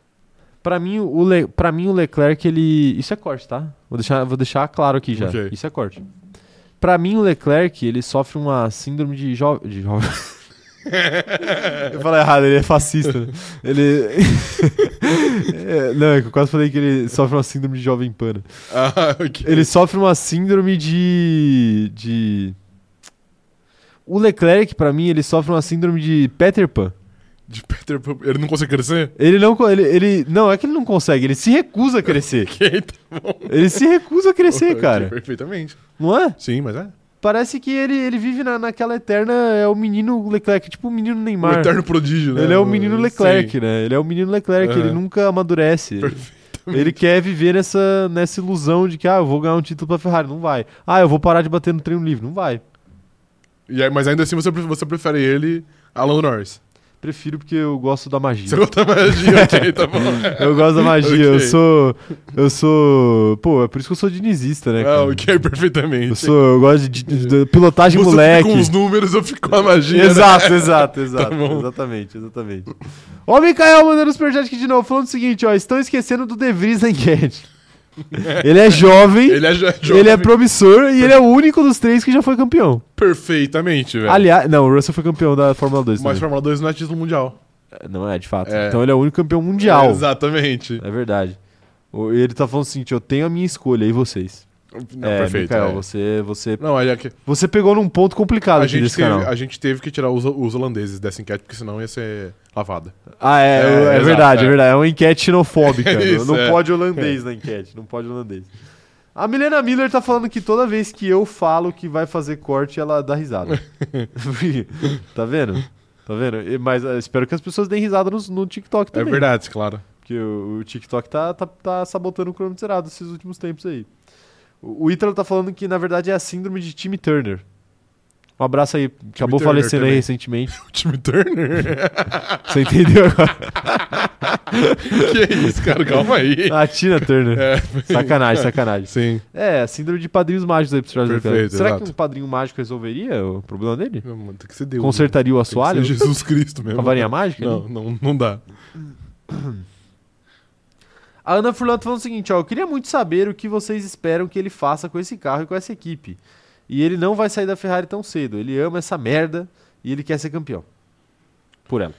S2: <laughs>
S1: Pra mim, o Le, pra mim, o Leclerc, ele. Isso é corte, tá? Vou deixar, vou deixar claro aqui já.
S2: Ok.
S1: Isso é corte. Pra mim, o Leclerc, ele sofre uma síndrome de jovem. De jovem. <laughs> Eu falei errado, ele é fascista. né? Ele. <laughs> É, não, é que eu quase falei que ele sofre uma síndrome de jovem pana.
S2: Ah, ok.
S1: Ele sofre uma síndrome de. de. O Leclerc, pra mim, ele sofre uma síndrome de Peter Pan.
S2: De Peter Pan. Ele não consegue crescer? <laughs>
S1: Ele não, co- ele, ele não é que ele não consegue, ele se recusa a crescer.
S2: Ok, tá bom.
S1: Ele se recusa a crescer,
S2: <laughs> Ok,
S1: cara.
S2: Perfeitamente.
S1: Não é?
S2: Sim, mas é.
S1: Parece que ele, ele vive na, naquela eterna é o menino Leclerc, tipo o menino
S2: O
S1: Neymar.
S2: eterno prodígio, né?
S1: Ele é o menino Leclerc,
S2: Sim.
S1: né? Ele é o menino Leclerc,
S2: Aham.
S1: ele nunca amadurece. Ele quer viver nessa, nessa ilusão de que ah, eu vou ganhar um título pra Ferrari, não vai. Ah, eu vou parar de bater no treino livre, não vai.
S2: E aí, mas ainda assim você, pre- você prefere ele a Lando Norris.
S1: Prefiro porque eu gosto da magia.
S2: Você <laughs> gosta mais de ok,
S1: <laughs>
S2: tá bom.
S1: Eu gosto da magia, eu
S2: Ok.
S1: sou eu sou, pô, é por isso que eu sou dinizista, né, cara?
S2: Ah, ok, perfeitamente.
S1: Eu sou, eu gosto de, de- de pilotagem
S2: Você
S1: moleque.
S2: fica com os números, eu fico com a magia. né?
S1: Exato, exato, exato.
S2: <laughs> Tá bom.
S1: exatamente, exatamente.
S2: <laughs>
S1: Ó, o Mikael mandando o superchat aqui de novo, falando o seguinte, ó. Estão esquecendo do De Vries na enquete. Ele é jovem, ele
S2: Ele é jo-
S1: é,
S2: jovem
S1: promissor e ele é o único dos três que já foi campeão.
S2: perfeitamente, velho.
S1: Aliás, né? não, o Russell foi campeão da Fórmula 2.
S2: Mas
S1: também.
S2: Fórmula 2 não é título mundial.
S1: Não é, de fato.
S2: É.
S1: Então ele é o único campeão mundial.
S2: Exatamente.
S1: É verdade. O- Ele tá falando o seguinte: eu tenho a minha escolha, e vocês?
S2: Não,
S1: é,
S2: perfeito.
S1: Mikael,
S2: é.
S1: você, você,
S2: Não, é que
S1: você pegou num ponto complicado
S2: a
S1: aqui
S2: gente,
S1: desse
S2: teve,
S1: canal.
S2: a gente teve que tirar os, os holandeses dessa enquete, porque senão ia ser lavada.
S1: Ah, é,
S2: É,
S1: é,
S2: exato,
S1: verdade, é.
S2: é.
S1: verdade. É uma enquete
S2: <laughs>
S1: xenofóbica. né?
S2: É isso,
S1: não
S2: é.
S1: pode holandês na enquete, não pode holandês. A Milena Miller tá falando que toda vez que eu falo que vai fazer corte, ela dá
S2: <laughs>
S1: risada. tá vendo? Tá vendo? E- Mas eh, espero que as pessoas deem risada nos- no, TikTok também.
S2: É verdade, claro. <laughs>
S1: Porque o, o TikTok tá, tá, tá sabotando o cronômetro zerado esses últimos tempos aí. O, o Ítalo tá falando que, na verdade, é a síndrome de Timmy Turner. Um abraço aí. Acabou
S2: Turner
S1: falecendo aí
S2: também.
S1: recentemente.
S2: O time Turner? <laughs>
S1: Você entendeu agora?
S2: <laughs> que isso, cara? Calma aí.
S1: A Tina Ah, Turner.
S2: É,
S1: Sacanagem, sacanagem.
S2: sim.
S1: É, a síndrome de padrinhos mágicos aí pro Charles
S2: Perfeito,
S1: Leclerc. Será
S2: exato.
S1: que um padrinho mágico resolveria o problema dele?
S2: Meu, mano, Tem que ser Deus. né?
S1: Consertaria o
S2: Tem que
S1: assoalho?
S2: ser Jesus Cristo mesmo.
S1: Com a varinha mágica?
S2: Não, não, não dá.
S1: A Ana Furlan tá falando o seguinte, ó. Eu queria muito saber o que vocês esperam que ele faça com esse carro e com essa equipe. E ele não vai sair da Ferrari tão cedo. Ele ama essa merda e ele quer ser campeão. Por ela.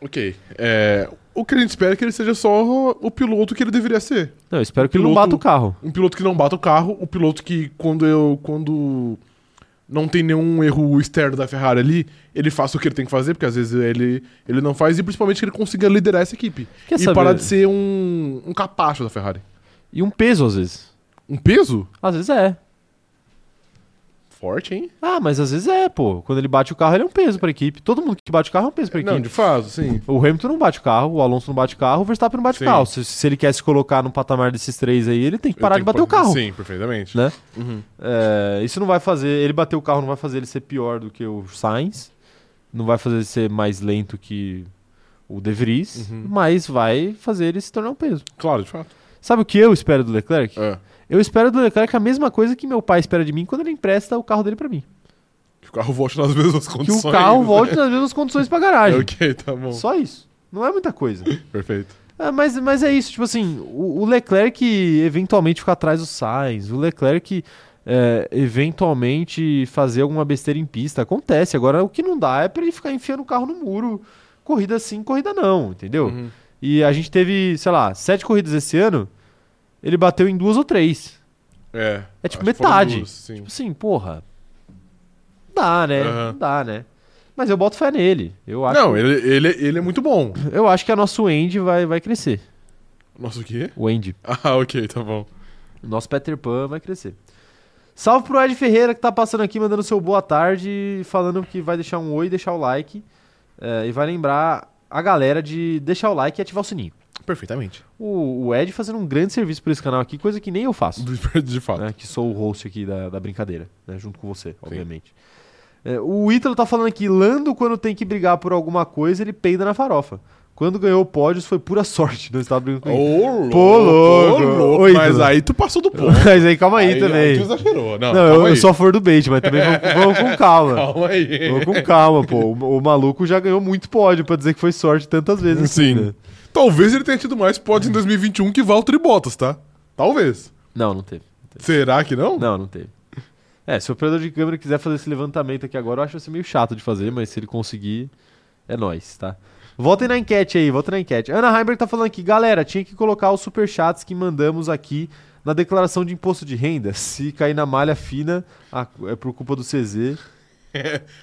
S2: Ok. É, o que a gente espera é que ele seja só o piloto que ele deveria ser.
S1: Não, eu espero que ele não
S2: Piloto-
S1: bata o carro.
S2: Um piloto que não bata o carro, um piloto que quando eu. quando não tem nenhum erro externo da Ferrari ali, ele faça o que ele tem que fazer, porque às vezes ele, ele não faz, e principalmente que ele consiga liderar essa equipe.
S1: Quer
S2: e
S1: saber?
S2: parar de ser um, um capacho da Ferrari.
S1: E um peso, às vezes.
S2: Um peso?
S1: Às vezes é.
S2: Forte, hein?
S1: Ah, mas às vezes é, pô. Quando ele bate o carro, ele é um peso pra equipe. Todo mundo que bate o carro é um peso pra equipe.
S2: Não, de fato, sim.
S1: O Hamilton não bate o carro, o Alonso não bate o carro, o Verstappen não bate
S2: Sim.
S1: o carro. Se, se ele quer se colocar no patamar desses três aí, ele tem que parar de
S2: Eu tenho
S1: bater o
S2: que-
S1: carro.
S2: Sim, perfeitamente.
S1: Né?
S2: Uhum.
S1: É, isso não vai fazer. Ele bater o carro não vai fazer ele ser pior do que o Sainz. Não vai fazer ele ser mais lento que o De Vries.
S2: Uhum.
S1: Mas vai fazer ele se tornar um peso.
S2: Claro, de fato.
S1: Sabe o que eu espero do Leclerc?
S2: É.
S1: Eu espero do Leclerc a mesma coisa que meu pai espera de mim quando ele empresta o carro dele pra mim.
S2: Que o carro volte nas mesmas
S1: Que
S2: condições.
S1: o carro
S2: né?
S1: volte nas mesmas condições pra garagem.
S2: Ok, tá bom.
S1: Só isso. Não é muita coisa. <laughs>
S2: Perfeito.
S1: É, mas, mas é isso, tipo assim, o, o Leclerc eventualmente ficar atrás do Sainz, o Leclerc é, eventualmente fazer alguma besteira em pista, acontece. Agora o que não dá é pra ele ficar enfiando o carro no muro, corrida sim, corrida não, entendeu?
S2: Uhum.
S1: E a gente teve, sei lá, sete corridas esse ano, ele bateu em duas ou três.
S2: É.
S1: É tipo
S2: Acho que foram
S1: metade.
S2: duas, sim.
S1: Tipo assim, porra, não dá, né?
S2: Aham.
S1: Não dá, né? Mas eu boto fé nele. Eu acho,
S2: Não, ele, ele, ele é muito bom.
S1: eu acho que a nosso Andy vai, vai crescer.
S2: Nossa, o quê? <laughs>
S1: O Andy.
S2: Ah, ok, tá bom.
S1: O nosso Peter Pan vai crescer. Salve pro Ed Ferreira que tá passando aqui, mandando seu boa tarde, falando que vai deixar um oi, deixar o like. eh, e vai lembrar a galera de deixar o like e ativar o sininho.
S2: Perfeitamente.
S1: O, o Ed fazendo um grande serviço por esse canal aqui, coisa que nem eu faço.
S2: De, de fato.
S1: né, que sou o host aqui da, da brincadeira, né, junto com você, obviamente. Eh, o Ítalo tá falando aqui, Lando, quando tem que brigar por alguma coisa, ele peida na farofa. Quando ganhou pódios, foi pura sorte. <laughs> Não estava brigando com ninguém.
S2: Ô,
S1: Pô, louco.
S2: ô, louco,
S1: Oi,
S2: Mas
S1: Dudu.
S2: aí tu passou do ponto.
S1: Mas aí, <laughs> calma aí, também.
S2: tu exagerou. Não,
S1: Não,
S2: calma
S1: eu, eu
S2: aí. <laughs>
S1: sou a flor do bait, mas também vamos, vamos com calma.
S2: Calma aí.
S1: Vamos com calma, pô. O, o maluco já ganhou muito pódio pra dizer que foi sorte tantas vezes. assim,
S2: Sim.
S1: né?
S2: Talvez ele tenha tido mais pods em 2021 que Valtteri Bottas, tá? Talvez.
S1: Não, não teve.
S2: Será que não?
S1: Não, não teve. É, se o operador de câmera quiser fazer esse levantamento aqui agora, eu acho isso meio chato de fazer, mas se ele conseguir, é nóis, tá? Voltem na enquete aí, voltem na enquete. Ana Heimberg tá falando aqui, galera, tinha que colocar os superchats que mandamos aqui na declaração de imposto de renda. Se cair na malha fina, a- é por culpa do CZ.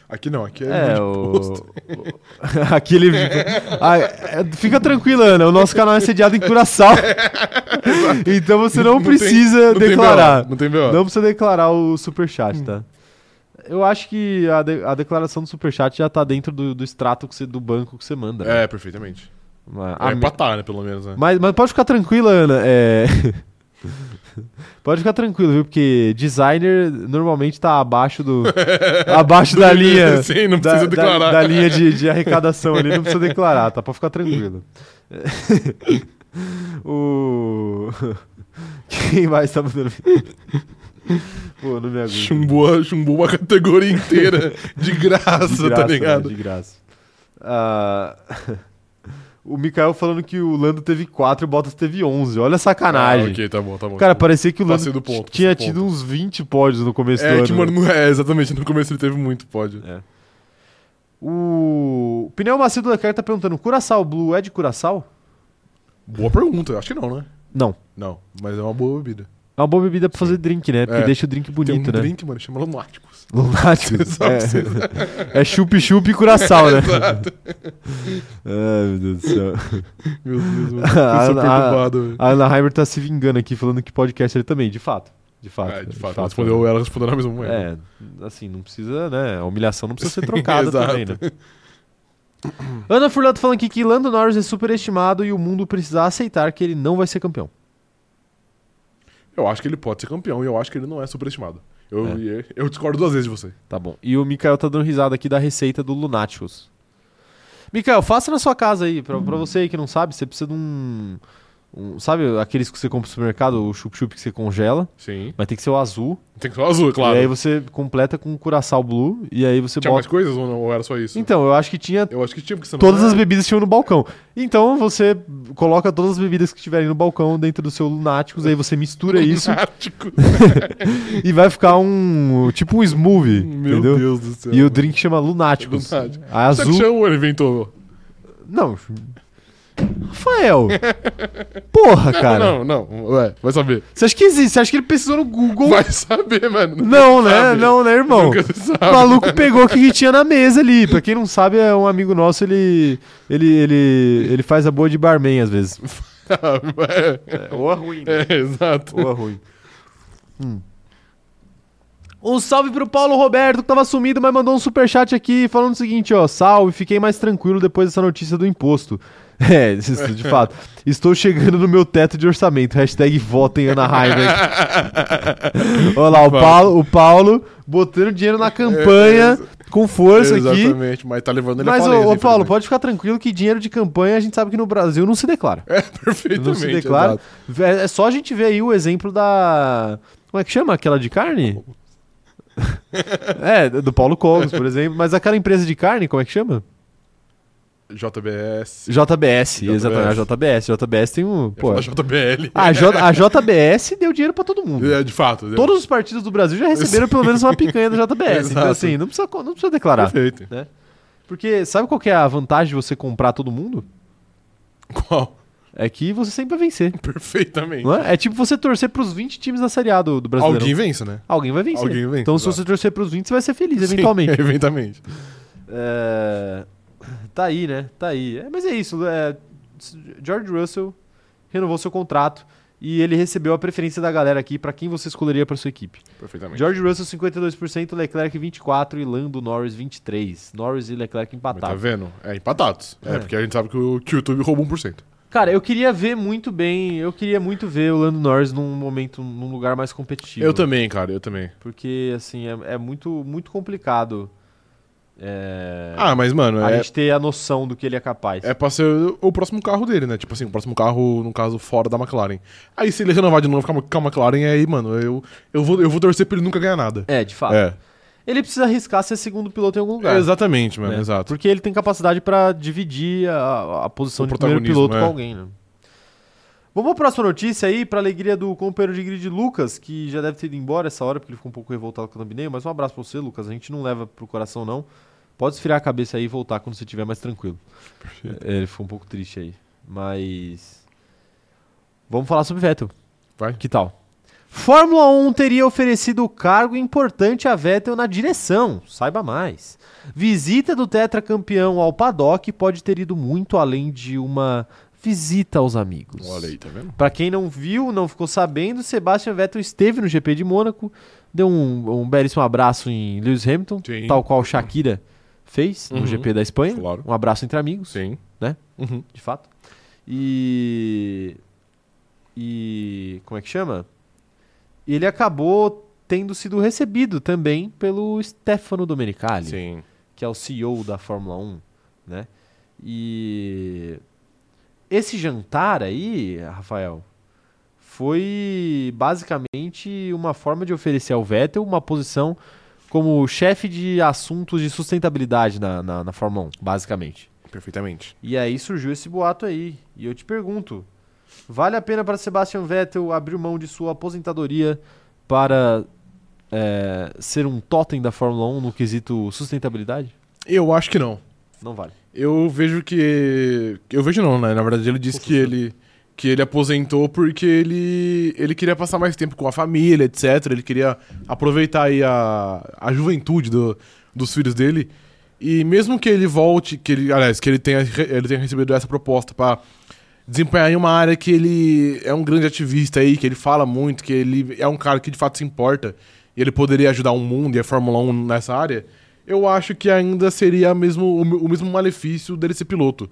S2: Aqui não, aqui é,
S1: É,
S2: muito
S1: o...
S2: posto.
S1: o- <laughs> Aquele. Ah, é- fica tranquila, Ana. O nosso canal é sediado em
S2: <laughs>
S1: Curaçao. então você não,
S2: Não tem-
S1: precisa
S2: não tem
S1: declarar.
S2: BO, não tem BO.
S1: Não precisa declarar o superchat, tá? Eu acho que a, de- a declaração do superchat já tá dentro do, do extrato que você- do banco que você manda. né?
S2: É, perfeitamente.
S1: Mas-
S2: É
S1: a-
S2: empatar, né, pelo menos, né?
S1: mas, mas pode ficar tranquila, Ana. é. <laughs> pode ficar tranquilo, viu? Porque designer normalmente tá abaixo
S2: <laughs>
S1: do. abaixo da linha
S2: Sim, assim, não
S1: da,
S2: precisa
S1: da-
S2: declarar.
S1: da linha de, de arrecadação ali, não precisa declarar, tá? Pra ficar tranquilo. <laughs> o... <laughs> Quem mais tá mandando? Pô, não me aguento.
S2: Chumbou, chumbou uma
S1: <laughs>
S2: categoria inteira de graça,
S1: De graça,
S2: tá
S1: né?
S2: ligado?
S1: De graça. Ah, <laughs> o Mikael falando que o Lando teve 4 e o Bottas teve 11. Olha a sacanagem.
S2: Ah, ok, tá bom, tá bom.
S1: Cara,
S2: tá bom.
S1: parecia que o
S2: Passei
S1: Lando
S2: do ponto,
S1: tinha
S2: passei do
S1: tido uns 20 pódios no começo do
S2: É
S1: ano.
S2: que, mano, não é, exatamente. No começo ele teve muito pódio.
S1: O... o pneu macio do Leclerc tá perguntando: Curaçao Blue é de Curaçao?
S2: Boa pergunta, eu acho que não, né?
S1: Não.
S2: Não, mas é uma boa bebida.
S1: É uma boa bebida pra fazer drink, né? Porque
S2: É.
S1: deixa o drink
S2: Tem um
S1: bonito, né? <laughs>
S2: drink, é. mano, chama Lunáticos.
S1: Lunáticos.
S2: Só precisa.
S1: É chup-chup e curaçal, né? <laughs> Ai, meu Deus do céu.
S2: Meu Deus,
S1: <laughs>
S2: mano.
S1: Ah,
S2: Eu sou
S1: ah,
S2: perturbado, velho.
S1: A Ana Heimer tá se vingando aqui, falando que podcast ele também, de fato. De fato.
S2: É, de fato, ela respondeu, ela respondeu na mesma moeda.
S1: É, assim, não precisa, né? A humilhação não precisa ser trocada
S2: exato.
S1: também, né? Ana Furlato falando aqui que Lando Norris é superestimado e o mundo precisa aceitar que ele não vai ser campeão.
S2: Eu acho que ele pode ser campeão e eu acho que ele não é superestimado. Eu,
S1: É.
S2: eu discordo duas vezes de você.
S1: Tá bom. E o Mikael tá dando risada aqui da receita do Lunáticos. Mikael, faça na sua casa aí. Pra, pra você aí que não sabe, você precisa de um. um- sabe aqueles que você compra no supermercado, o chup-chup que você congela?
S2: Sim.
S1: Mas tem que ser o azul.
S2: Tem que ser o azul, é claro.
S1: E aí você completa com o curaçal blue. E aí você
S2: Tinha mais
S1: bota.
S2: coisas ou não? Ou era só isso?
S1: Então, eu acho que tinha.
S2: Eu acho que tinha, porque é. senão...
S1: Todas as bebidas tinham no balcão. Então você coloca todas as bebidas que tiverem no balcão dentro do seu Lunáticos, aí você
S2: <laughs>
S1: mistura isso
S2: Lunático.
S1: e vai ficar um. tipo um smoothie.
S2: Meu
S1: entendeu?
S2: Deus do céu.
S1: E o drink chama Lunáticos.
S2: Lunático.
S1: A
S2: Será que
S1: azul.
S2: chama ou ele inventou?
S1: Não.
S2: <laughs>
S1: Rafael! Porra, cara.
S2: Não, não. Ué, vai saber.
S1: Você acha que existe? Você acha que ele pesquisou no Google?
S2: Vai saber, mano.
S1: Não, né?
S2: Sabe.
S1: Não, né, irmão?
S2: Nunca se sabe.
S1: O maluco pegou o que que tinha na mesa ali. Pra quem não sabe, é um amigo nosso, ele. Ele, ele, ele faz a boa de barman às vezes.
S2: é,
S1: Ou ruim,
S2: <laughs> é, exato.
S1: Ou ruim. Um salve pro Paulo Roberto, que tava sumido, mas mandou um superchat aqui falando o seguinte, ó. Salve, fiquei mais tranquilo depois dessa notícia do imposto. <laughs> É, isso, de fato. Estou chegando no meu teto de orçamento. Hashtag votem Ana Heimberg. <laughs> Olha lá, o Paulo, o Paulo botando dinheiro na campanha com força aqui.
S2: É, Exatamente, mas tá levando ele a
S1: Mas,
S2: falência,
S1: ô, ô, Paulo,
S2: infelizmente.
S1: pode ficar tranquilo que dinheiro de campanha a gente sabe que no Brasil não se declara.
S2: É, perfeitamente.
S1: Não se declara.
S2: exato.
S1: É é só a gente ver aí o exemplo da. Como é que chama? Aquela de
S2: <laughs>
S1: carne? é, do Paulo Cogos, por exemplo. Mas aquela empresa de carne, como é que chama?
S2: JBS.
S1: JBS,
S2: Ah,
S1: exatamente. A JBS. JBS tem um. Pô,
S2: Pô. JBL.
S1: a, Ah, J- a JBS deu dinheiro pra todo mundo.
S2: É, de fato.
S1: Todos os partidos do Brasil já receberam pelo menos uma picanha da JBS. então,
S2: Exato.
S1: assim, não precisa, co- não precisa declarar.
S2: Perfeito.
S1: Porque sabe qual que é a vantagem de você comprar todo mundo?
S2: Qual?
S1: É que você sempre vai vencer.
S2: Perfeitamente.
S1: Não é? é tipo você torcer pros 20 times da Série A do, do Brasileiro.
S2: Alguém vence, né?
S1: Alguém vai vencer.
S2: Alguém vence,
S1: então, se
S2: exato.
S1: você torcer pros 20, você vai ser feliz,
S2: <laughs>
S1: eventualmente.
S2: Sim, eventualmente.
S1: É, Tá aí, né? Tá aí. É, mas é isso. é, George Russell renovou seu contrato e ele recebeu a preferência da galera aqui pra quem você escolheria pra sua equipe.
S2: Perfeitamente.
S1: George Russell 52%, Leclerc 24% e Lando Norris 23%. Norris e Leclerc
S2: Mas tá
S1: empatados.
S2: vendo? É empatados. É,
S1: É.
S2: porque a gente sabe que o, que o YouTube um roubou 1%.
S1: Cara, eu queria ver muito bem, eu queria muito ver o Lando Norris num momento, num lugar mais competitivo.
S2: Eu também, cara, eu também.
S1: Porque, assim, é, é muito, muito complicado. É...
S2: Ah, mas, mano,
S1: a
S2: é,
S1: gente ter a noção do que ele é capaz.
S2: é pra ser o, o próximo carro dele, né? Tipo assim, o próximo carro, no caso, fora da McLaren. Aí se ele renovar de novo com a- com a McLaren, aí, mano, eu, eu, vou, eu vou torcer pra ele nunca ganhar nada.
S1: É, de fato.
S2: É.
S1: Ele precisa arriscar ser segundo piloto em algum lugar.
S2: Exatamente, mano,
S1: né?
S2: exato.
S1: Porque ele tem capacidade pra dividir a, a posição
S2: O
S1: de primeiro
S2: protagonismo,
S1: piloto
S2: é.
S1: com alguém, né? Vamos pra próxima notícia aí, pra alegria do companheiro de grid Lucas, que já deve ter ido embora essa hora, porque ele ficou um pouco revoltado com o thumbnail, mas um abraço pra você, Lucas. A gente não leva pro coração, não. Pode esfriar a cabeça aí e voltar quando você estiver mais tranquilo. É, Ele ficou um pouco triste aí. Mas. Vamos falar sobre Vettel.
S2: Vai.
S1: Que tal? Fórmula 1 teria oferecido cargo importante a Vettel na direção, saiba mais. Visita do tetracampeão ao paddock pode ter ido muito além de uma visita aos amigos.
S2: Olha aí, tá vendo?
S1: Pra quem não viu, não ficou sabendo, Sebastian Vettel esteve no GP de Mônaco, deu um, um belíssimo abraço em Lewis Hamilton,
S2: Sim.
S1: tal qual Shakira fez no
S2: Uhum.
S1: GP da Espanha.
S2: Claro.
S1: Um abraço entre amigos
S2: Sim.
S1: Né?
S2: Uhum.
S1: de fato. E. E. Como é que chama? Ele acabou tendo sido recebido também pelo Stefano Domenicali,
S2: Sim.
S1: que é o CEO da Fórmula 1, né? E. Esse jantar aí, Rafael, foi basicamente uma forma de oferecer ao Vettel uma posição como chefe de assuntos de sustentabilidade na, na, na Fórmula 1, basicamente.
S2: perfeitamente.
S1: E aí surgiu esse boato aí. E eu te pergunto: vale a pena para Sebastian Vettel abrir mão de sua aposentadoria para é, ser um totem da Fórmula 1 no quesito sustentabilidade?
S2: Eu acho que não.
S1: Não vale.
S2: Eu vejo que. Eu vejo não, né? Na verdade, ele disse que ele, que ele aposentou porque ele, ele queria passar mais tempo com a família, etc. Ele queria aproveitar aí a, a juventude do, dos filhos dele. E mesmo que ele volte, que ele, aliás, que ele tenha, ele tenha recebido essa proposta para desempenhar em uma área que ele é um grande ativista aí, que ele fala muito, que ele é um cara que de fato se importa e ele poderia ajudar o mundo e a Fórmula 1 nessa área, eu acho que ainda seria mesmo, o, o mesmo malefício dele ser piloto.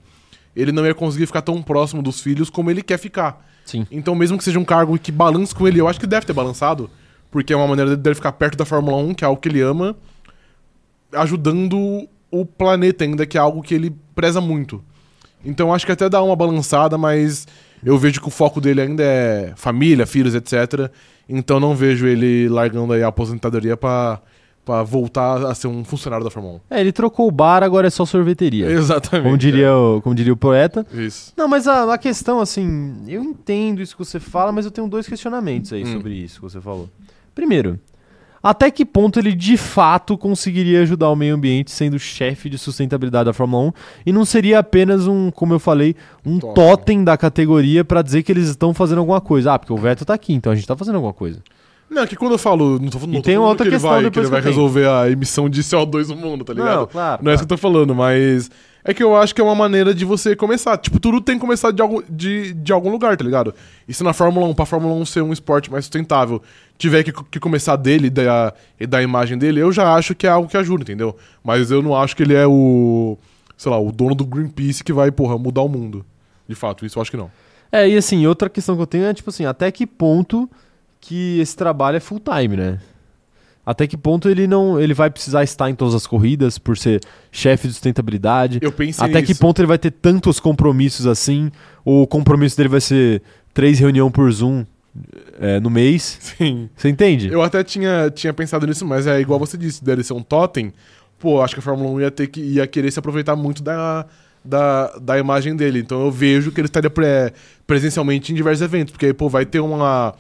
S2: Ele não ia conseguir ficar tão próximo dos filhos como ele quer ficar.
S1: Sim.
S2: Então, mesmo que seja um cargo que balance com ele, eu acho que deve ter balançado, porque é uma maneira dele ficar perto da Fórmula 1, que é algo que ele ama, ajudando o planeta ainda, que é algo que ele preza muito. Então acho que até dá uma balançada, mas eu vejo que o foco dele ainda é família, filhos, etc. Então não vejo ele largando aí a aposentadoria pra, pra voltar a ser um funcionário da Fórmula
S1: É, ele trocou o bar, agora é só
S2: 1.
S1: sorveteria.
S2: Exatamente.
S1: Como diria, o, como diria o poeta.
S2: é. Isso.
S1: Não, mas a, a questão, assim, eu entendo isso que você fala, mas eu tenho dois questionamentos aí
S2: Hum.
S1: sobre isso que você falou. Primeiro, até que ponto ele de fato conseguiria ajudar o meio ambiente sendo chefe de sustentabilidade da Fórmula 1 e não seria apenas um, como eu falei, um
S2: Totem.
S1: totem da categoria pra dizer que eles estão fazendo alguma coisa. Ah, porque o Vettel tá aqui, então a gente tá fazendo alguma coisa.
S2: Não, é que quando eu falo. Não tô, não
S1: E
S2: tô
S1: tem
S2: falando
S1: outra
S2: que ele
S1: questão
S2: vai, que
S1: depois
S2: ele vai
S1: que eu tenho.
S2: resolver a emissão de CO2 no mundo, tá ligado?
S1: Não, claro.
S2: Não é isso que eu tô falando, mas. É que eu acho que é uma maneira de você começar. Tipo, tudo tem que começar de algum, de, de algum lugar, tá ligado? E se na Fórmula 1, pra Fórmula 1 ser um esporte mais sustentável, tiver que, que começar dele da, e da imagem dele, eu já acho que é algo que ajuda, entendeu? Mas eu não acho que ele é o. Sei lá, o dono do Greenpeace que vai, porra, mudar o mundo. De fato, isso eu acho que não.
S1: É, e assim, outra questão que eu tenho é, tipo assim, até que ponto que esse trabalho é full time, né? Até que ponto ele não, ele vai precisar estar em todas as corridas por ser chefe de sustentabilidade?
S2: Eu pensei
S1: até que
S2: nisso.
S1: ponto ele vai ter tantos compromissos assim? Ou o compromisso dele vai ser três reuniões por Zoom é, no mês?
S2: <laughs> Sim.
S1: Você entende?
S2: Eu até tinha, tinha pensado nisso, mas é igual você disse, deve ser um totem. Pô, acho que a Fórmula 1 ia, ter que, ia querer se aproveitar muito da, da, da imagem dele. Então eu vejo que ele estaria pre- presencialmente em diversos eventos, porque aí, pô, vai ter uma,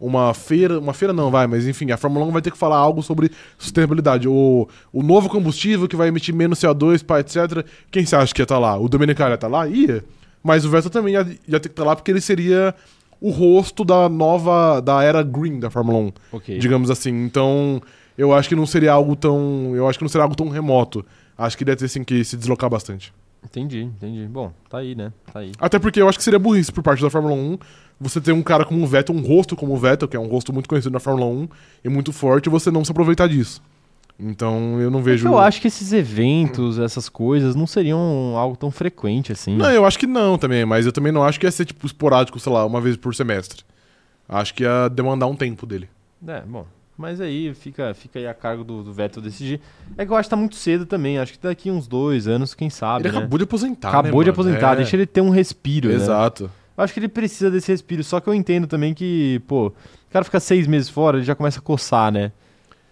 S2: uma feira. Uma feira não, vai, mas enfim, a Fórmula 1 vai ter que falar algo sobre sustentabilidade. O, o novo combustível que vai emitir menos CO2, pá, etc. Quem você acha que ia estar lá? O Domenicali ia estar lá? Ia. Mas o Vettel também ia, ia ter que estar lá porque ele seria o rosto da nova. da era green da Fórmula 1
S1: Ok.
S2: digamos assim. Então, eu acho que não seria algo tão, eu acho que não seria algo tão remoto. Acho que ia ter sim que se deslocar bastante.
S1: Entendi, entendi. Bom, tá aí, né? Tá aí.
S2: Até porque eu acho que seria burrice por parte da Fórmula 1 você ter um cara como o Vettel, um rosto como o Vettel, que é um rosto muito conhecido na Fórmula 1 e muito forte, e você não se aproveitar disso. Então, eu não vejo
S1: Eu acho É que esses eventos, essas coisas, não seriam algo tão frequente assim.
S2: Não, eu acho que não também, mas eu também não acho que ia ser tipo esporádico, sei lá, uma vez por semestre. Acho que ia demandar um tempo dele.
S1: É, bom. Mas aí fica, fica aí a cargo do, do Vettel decidir. É que eu acho que tá muito cedo também. Acho que daqui uns dois anos, quem sabe.
S2: ele
S1: né?
S2: acabou de aposentar, né,
S1: Acabou de
S2: mano?
S1: aposentar,
S2: É.
S1: deixa ele ter um respiro. né?
S2: Exato.
S1: Eu acho que ele precisa desse respiro. Só que eu entendo também que, pô, o cara fica seis meses fora, ele já começa a coçar, né?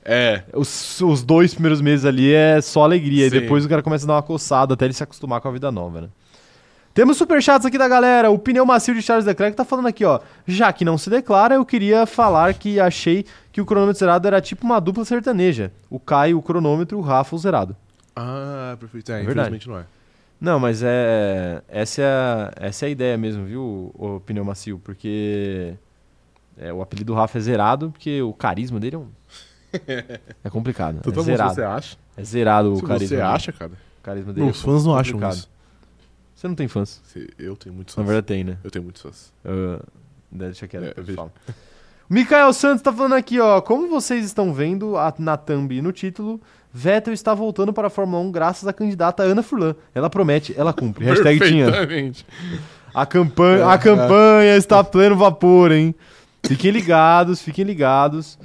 S2: É.
S1: Os, os dois primeiros meses ali é só alegria.
S2: Sim.
S1: E depois o cara começa a dar uma coçada até ele se acostumar com a vida nova, né? Temos superchats aqui da galera. O pneu macio de Charles Leclerc tá falando aqui, ó. Já que não se declara, eu queria falar que achei que o cronômetro zerado era tipo uma dupla sertaneja. O Caio, o cronômetro, o Rafa, o zerado.
S2: Ah, perfeito. É,
S1: É verdade.
S2: infelizmente não é.
S1: Não, mas é. Essa é a, essa é a ideia mesmo, viu, o, o pneu macio? Porque. é, o apelido do Rafa é zerado, porque o carisma dele é <laughs> um. É complicado.
S2: Então,
S1: é
S2: tá bom, se
S1: zerado.
S2: você acha.
S1: É zerado o
S2: se
S1: carisma.
S2: você
S1: dele.
S2: acha, cara.
S1: O carisma dele.
S2: Não,
S1: é
S2: os fãs não acham
S1: complicado.
S2: isso.
S1: Você não tem fãs.
S2: Se- Eu tenho muitos
S1: Na
S2: fãs.
S1: verdade tem, né?
S2: Eu tenho muitos fãs.
S1: Eu- né, Deixa quieto,
S2: É,
S1: depois eu
S2: veja.
S1: falo. Mikael Santos tá falando aqui, ó. Como vocês estão vendo a, na thumb e no título, Vettel está voltando para a Fórmula 1 graças à candidata Ana Furlan. Ela promete, ela
S2: <laughs>
S1: cumpre. Hashtag tinha.
S2: Perfeitamente.
S1: A
S2: É,
S1: campanha, a campanha está a pleno vapor, hein? Fiquem ligados, fiquem ligados.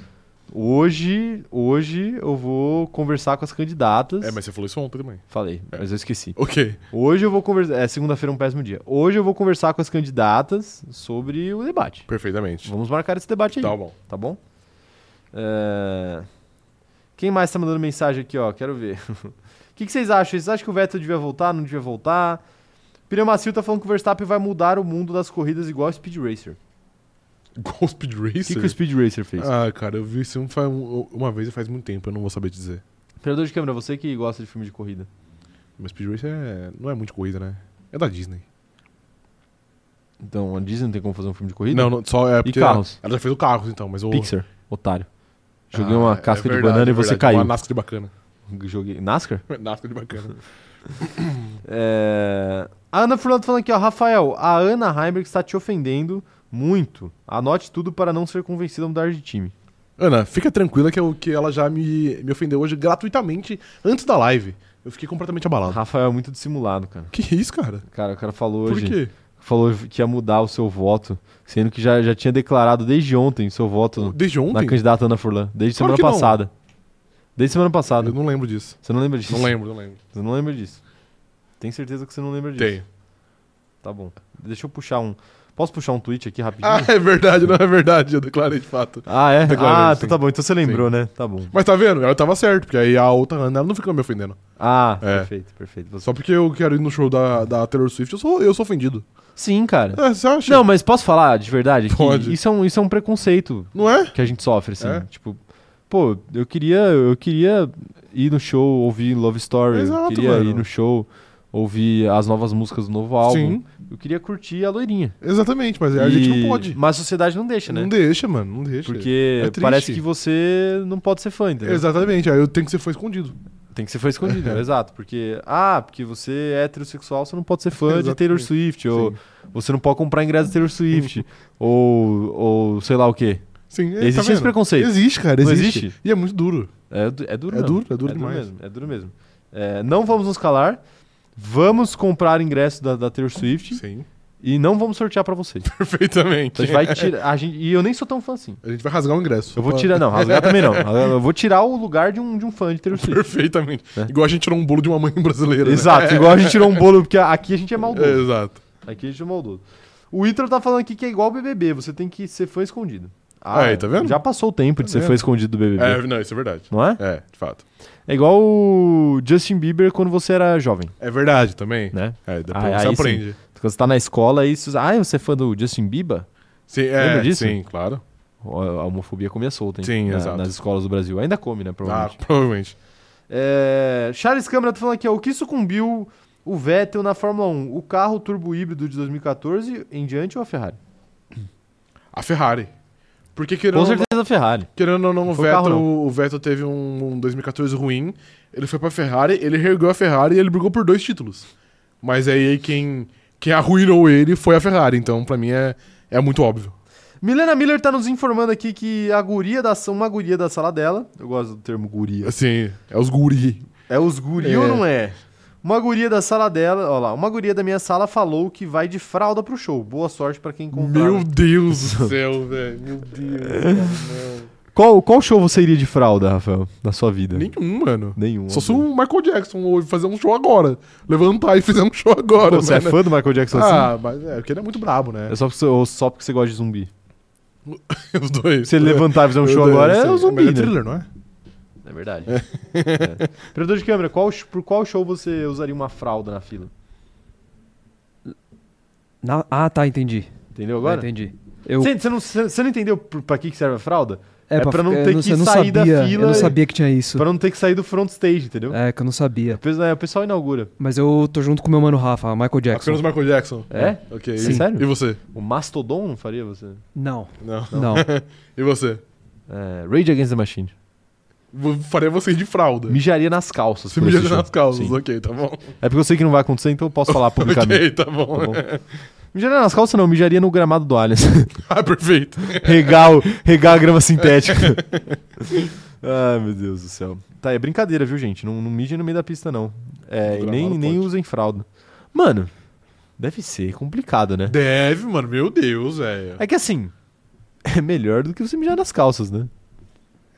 S1: Hoje, hoje eu vou conversar com as candidatas.
S2: É, mas é. você falou isso ontem também.
S1: Falei, mas eu esqueci.
S2: Ok.
S1: Hoje eu vou conversar. É segunda-feira é um péssimo dia. Hoje eu vou conversar com as candidatas sobre o debate.
S2: Perfeitamente.
S1: Vamos marcar esse debate aí,
S2: Tá bom. <laughs>
S1: tá bom? É, Quem mais tá mandando mensagem aqui, ó? Quero ver. <laughs> que, que vocês acham? Vocês acham que o Vettel devia voltar, não devia voltar? Pneu Macio tá falando que o Verstappen vai mudar o mundo das corridas igual o Speed Racer.
S2: Igual o Speed Racer.
S1: O que, que o Speed Racer fez?
S2: Ah, cara, eu vi isso um- faz um- uma vez e faz muito tempo, eu não vou saber dizer.
S1: Operador de câmera, você que gosta de filme de corrida.
S2: Mas Speed Racer é- não é muito corrida, né? É da Disney.
S1: Então, a Disney não tem como fazer um filme de corrida?
S2: Não, não, só é porque.
S1: carros?
S2: Ela, ela já fez o carros, então, mas o.
S1: Pixar, otário. Joguei
S2: Ah,
S1: uma
S2: é
S1: casca de
S2: verdade,
S1: banana
S2: é
S1: e você
S2: verdade,
S1: caiu.
S2: Uma nasca de bacana. <laughs>
S1: Joguei. NASCAR?
S2: nasca de bacana.
S1: É, A Ana Furlan tá falando aqui, ó. Rafael, a Ana Heimberg está te ofendendo muito. Anote tudo para não ser convencida a mudar de time.
S2: Ana, fica tranquila que, eu, que ela já me, me ofendeu hoje gratuitamente antes da live. Eu fiquei completamente abalado.
S1: Rafael é muito dissimulado, cara.
S2: Que isso, cara?
S1: Cara, o cara falou
S2: Por
S1: hoje.
S2: quê?
S1: Falou que ia mudar o seu voto, sendo que já, já tinha declarado desde ontem seu voto
S2: Desde
S1: na
S2: ontem?
S1: candidata Ana Furlan. Desde semana
S2: Claro que não.
S1: passada. Desde semana passada.
S2: Eu não lembro disso.
S1: Você não lembra disso?
S2: Não lembro, não lembro.
S1: Você não lembra disso. Tem certeza que você não lembra disso.
S2: Tem.
S1: Tá bom. Deixa eu puxar um. Posso puxar um tweet aqui rapidinho?
S2: Ah, é verdade, não é verdade, eu declarei de fato.
S1: Ah,
S2: <laughs>
S1: é?
S2: Declarei,
S1: ah,
S2: sim.
S1: então tá bom. Então você lembrou, né? Tá bom.
S2: Mas tá vendo? Ela tava certo, porque aí a outra Ana ela não ficou me ofendendo.
S1: Ah,
S2: É.
S1: perfeito, perfeito. Você-
S2: Só porque eu quero ir no show da, da Taylor Swift, eu sou, eu sou ofendido.
S1: Sim, cara.
S2: É, você acha?
S1: Não, mas posso falar de verdade? que
S2: Pode.
S1: Isso é, um, isso é um preconceito
S2: Não é?
S1: que a gente sofre, assim.
S2: É?
S1: Tipo, pô, eu queria, eu queria ir no show, ouvir Love Story. eu
S2: Exato,
S1: queria
S2: mano.
S1: ir no show, ouvir as novas músicas do novo álbum.
S2: Sim,
S1: Eu queria curtir a loirinha.
S2: exatamente, mas a gente
S1: E-
S2: não pode.
S1: Mas a sociedade não deixa, né?
S2: Não deixa, mano, não deixa.
S1: Porque
S2: É triste.
S1: parece que você não pode ser fã,
S2: né?
S1: entendeu?
S2: Exatamente, aí eu tenho que ser fã escondido.
S1: Tem que ser fã
S2: <laughs>
S1: escondido, exato. Porque, ah, porque você é heterossexual, você não pode
S2: <laughs>
S1: ser fã de
S2: Exatamente.
S1: Taylor Swift. Ou
S2: Sim.
S1: você não pode comprar ingresso de Taylor Swift. <laughs> ou, ou sei lá o quê.
S2: Sim, é,
S1: Existe
S2: tá
S1: esse
S2: vendo?
S1: preconceito.
S2: Existe, cara,
S1: Não
S2: existe.
S1: existe?
S2: E é muito duro.
S1: É, du- é duro
S2: É
S1: mesmo.
S2: duro, é duro demais.
S1: mesmo, é duro mesmo. É, não vamos nos calar. Vamos comprar ingresso da, da Taylor Swift
S2: Sim, <laughs>
S1: e não vamos sortear pra vocês.
S2: perfeitamente.
S1: Então a gente
S2: <laughs>
S1: vai tirar. a gente- e eu nem sou tão fã assim.
S2: A gente vai rasgar o ingresso.
S1: Eu vou
S2: <laughs>
S1: tirar. Não, rasgar também não. Eu vou tirar o lugar de um, de um fã de Taylor Swift.
S2: Perfeitamente.
S1: É.
S2: Igual a gente tirou um bolo de uma mãe <laughs> brasileira. né?
S1: Exato, igual a gente
S2: <laughs>
S1: tirou um bolo, porque aqui a gente é
S2: É,
S1: maldoso.
S2: exato.
S1: Aqui a gente é maldoso. O Ítalo tá falando aqui que é igual o BBB, você tem que ser fã escondido. Ah,
S2: Aí, tá vendo?
S1: Já passou o tempo de
S2: Tá
S1: ser
S2: vendo?
S1: fã escondido do BBB,
S2: É, não, isso é verdade.
S1: não é?
S2: É, de fato.
S1: É igual o Justin Bieber quando você era jovem,
S2: É verdade também.
S1: né?
S2: É, depois
S1: Ah,
S2: você
S1: aí sim.
S2: aprende. Sim,
S1: Quando você tá na escola e você... Ah, você é fã do Justin Bieber? Lembra
S2: é,
S1: disso?
S2: sim, claro.
S1: Ó, A homofobia comia solta, hein?
S2: Sim,
S1: Na-
S2: exato.
S1: Nas escolas do Brasil. Ainda come, né,
S2: Ah,
S1: provavelmente.
S2: provavelmente.
S1: É, Charles Câmara tá falando aqui, ó, o que sucumbiu o Vettel na Fórmula 1? O carro turbo híbrido de 2014 em diante ou a Ferrari?
S2: A Ferrari. Porque querendo,
S1: Com
S2: ou não-
S1: certeza a Ferrari.
S2: querendo ou não, o
S1: Foi o carro,
S2: Vettel, o Vettel teve um, um 2014 ruim. Ele foi pra Ferrari, ele ergueu a Ferrari e ele brigou por dois títulos. Mas aí quem, quem arruinou ele foi a Ferrari. Então, pra mim, é, é muito óbvio.
S1: Milena Miller tá nos informando aqui que a guria da sa- uma guria da sala dela, eu gosto do termo guria.
S2: Assim, é os guri.
S1: É os guri
S2: É.
S1: ou não é? Uma guria da sala dela, ó lá, uma guria da minha sala falou que vai de fralda pro show. Boa sorte pra quem encontrar.
S2: Meu Deus
S1: <laughs>
S2: do céu, velho. Meu Deus. cara, não.
S1: Qual, qual show você iria de fralda, Rafael, na sua vida?
S2: Nenhum, mano.
S1: Nenhum.
S2: Só se o Michael Jackson ou fazer um show agora. Levantar e fazer um show agora.
S1: Pô, Você é
S2: mano.
S1: fã do Michael Jackson assim?
S2: Ah, mas é, porque ele é muito brabo, né?
S1: É só porque, você, ou só porque você gosta de zumbi.
S2: <laughs> Os dois.
S1: Se ele levantar e fazer um show agora, é o zumbi,
S2: É
S1: né?
S2: thriller, não é?
S1: É verdade. É. Operador de câmera, qual, por qual show você usaria uma fralda na fila?
S3: Na- Ah, tá, entendi.
S1: Entendeu
S3: Agora?
S1: agora?
S3: entendi. Eu,
S1: Você você não, você- você não entendeu por- pra que que serve a fralda? é pra não
S3: eu
S1: ter que
S3: eu não
S1: sair da
S3: sabia,
S1: fila
S3: Eu não
S1: e-
S3: sabia que tinha isso.
S1: Pra não ter que sair do front stage, entendeu?
S3: É, que eu não sabia.
S1: Depois, né, O pessoal inaugura.
S3: Mas eu tô junto com meu mano Rafa, Michael Jackson.
S2: Apenas Michael Jackson.
S1: É?
S2: Ok.
S1: Sim.
S2: E-
S1: Sério?
S2: E você?
S1: O Mastodon não faria você?
S3: Não,
S2: Não.
S3: não.
S2: E você?
S1: É, Rage Against the Machine.
S2: Vou- Faria você ir de fralda.
S1: Mijaria nas calças.
S2: Você
S1: por assim
S2: me
S1: esse
S2: joga
S1: show.
S2: nas calças.
S1: Sim.
S2: Ok, tá bom.
S1: É porque eu sei que não vai acontecer, então eu posso
S2: <laughs>
S1: falar publicamente.
S2: ok, tá bom.
S1: tá bom? Mijaria nas calças não, mijaria no gramado do Allianz. <laughs>
S2: <laughs> ah, perfeito.
S1: regar, o- regar a grama sintética.
S2: <laughs>
S1: Ai, meu Deus do céu. Tá, é brincadeira, viu, gente? Não, não mijem no meio da pista, não. É,
S2: No
S1: e nem,
S2: gramado
S1: nem
S2: pode.
S1: usem fralda. Mano, deve ser complicado, né?
S2: Deve, mano. Meu Deus, velho.
S1: É que assim, <laughs> é melhor do que você mijar nas calças, né?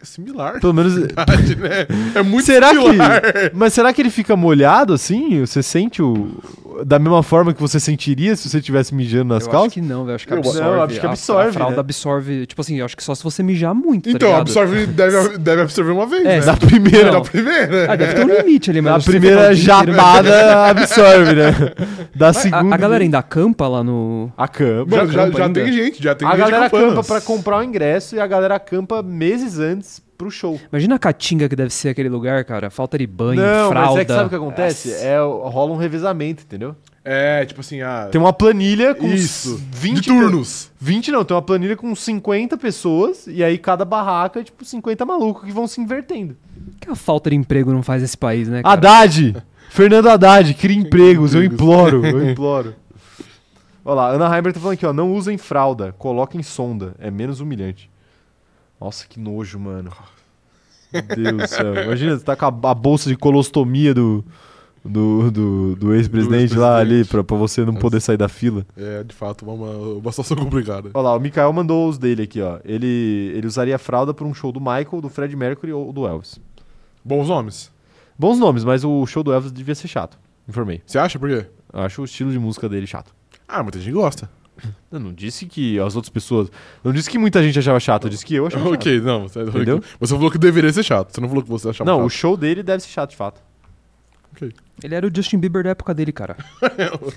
S2: É similar.
S1: Pelo
S2: <laughs>
S1: menos.
S2: verdade, né? É muito
S1: Será que-
S2: similar.
S1: Mas será que ele fica molhado assim? Você sente o. da mesma forma que você sentiria se você tivesse mijando nas
S3: eu
S1: calças?
S3: acho que não, velho. Acho que
S2: Eu-
S3: absorve.
S1: não, acho que
S3: A-
S1: absorve,
S3: A, fralda
S1: né?
S3: absorve. Tipo assim, eu acho que só se você mijar muito. tá
S2: Então,
S3: ligado?
S2: absorve, deve, deve absorver uma vez,
S3: É,
S2: né?
S1: Na primeira,
S2: Na primeira.
S3: Ah, deve ter um limite
S1: <laughs>
S3: ali, mas.
S1: na
S3: você
S1: primeira
S3: fica o dia inteiro-
S1: jatada absorve, né? Da
S3: A-
S1: segunda.
S3: A, galera ainda acampa lá no.
S1: acampa.
S2: Já,
S3: Mano,
S2: já-
S3: campa
S2: já
S3: ainda.
S2: tem gente, já tem
S1: a
S2: gente
S1: galera
S2: acampando.
S1: acampa pra comprar o ingresso e a galera acampa meses antes pro show.
S3: Imagina a caatinga que deve ser aquele lugar, cara. Falta de banho,
S1: não,
S3: fralda.
S1: mas é que sabe o que acontece?
S3: Nossa.
S1: É, rola um revezamento, entendeu?
S2: É, tipo assim, ah,
S1: Tem uma planilha com
S2: Isso,
S1: 20
S2: de turnos.
S1: 20 não, tem uma planilha com 50 pessoas e aí cada barraca é tipo 50 malucos que vão se invertendo.
S3: O que a falta de emprego não faz esse país, né?
S1: Ah,
S3: Cara?
S1: Haddad! Fernando Haddad, É, <laughs> cria empregos, eu imploro, eu <laughs> imploro. Olha lá, Ana Heimberg tá falando aqui, ó, não usem fralda, coloquem sonda, é menos humilhante. Nossa, que nojo, mano. Meu Deus do céu. Imagina, você tá com a, a bolsa de colostomia do, do, do, do ex-presidente lá ali, pra, pra você não poder sair da fila.
S2: É, de fato, uma, uma situação complicada.
S1: Olha lá, o Mikael mandou os dele aqui, ó. Ele, ele usaria fralda por um show do Michael, do Fred Mercury ou do Elvis.
S2: Bons nomes.
S1: Bons nomes, mas o show do Elvis devia ser chato. Informei.
S2: Você acha por quê?
S1: Eu acho o estilo de música dele chato.
S2: Ah, muita gente gosta.
S1: Eu não disse que as outras pessoas. Não disse que muita gente achava chato, eu disse que eu achava Tá chato.
S2: ok, não. Você, é
S1: Entendeu?
S2: você falou que deveria ser chato. Você não falou que você achava
S1: Não, o
S2: chato.
S1: show dele deve ser chato de fato.
S3: Ele era o Justin Bieber da época
S1: <laughs>
S3: dele, cara.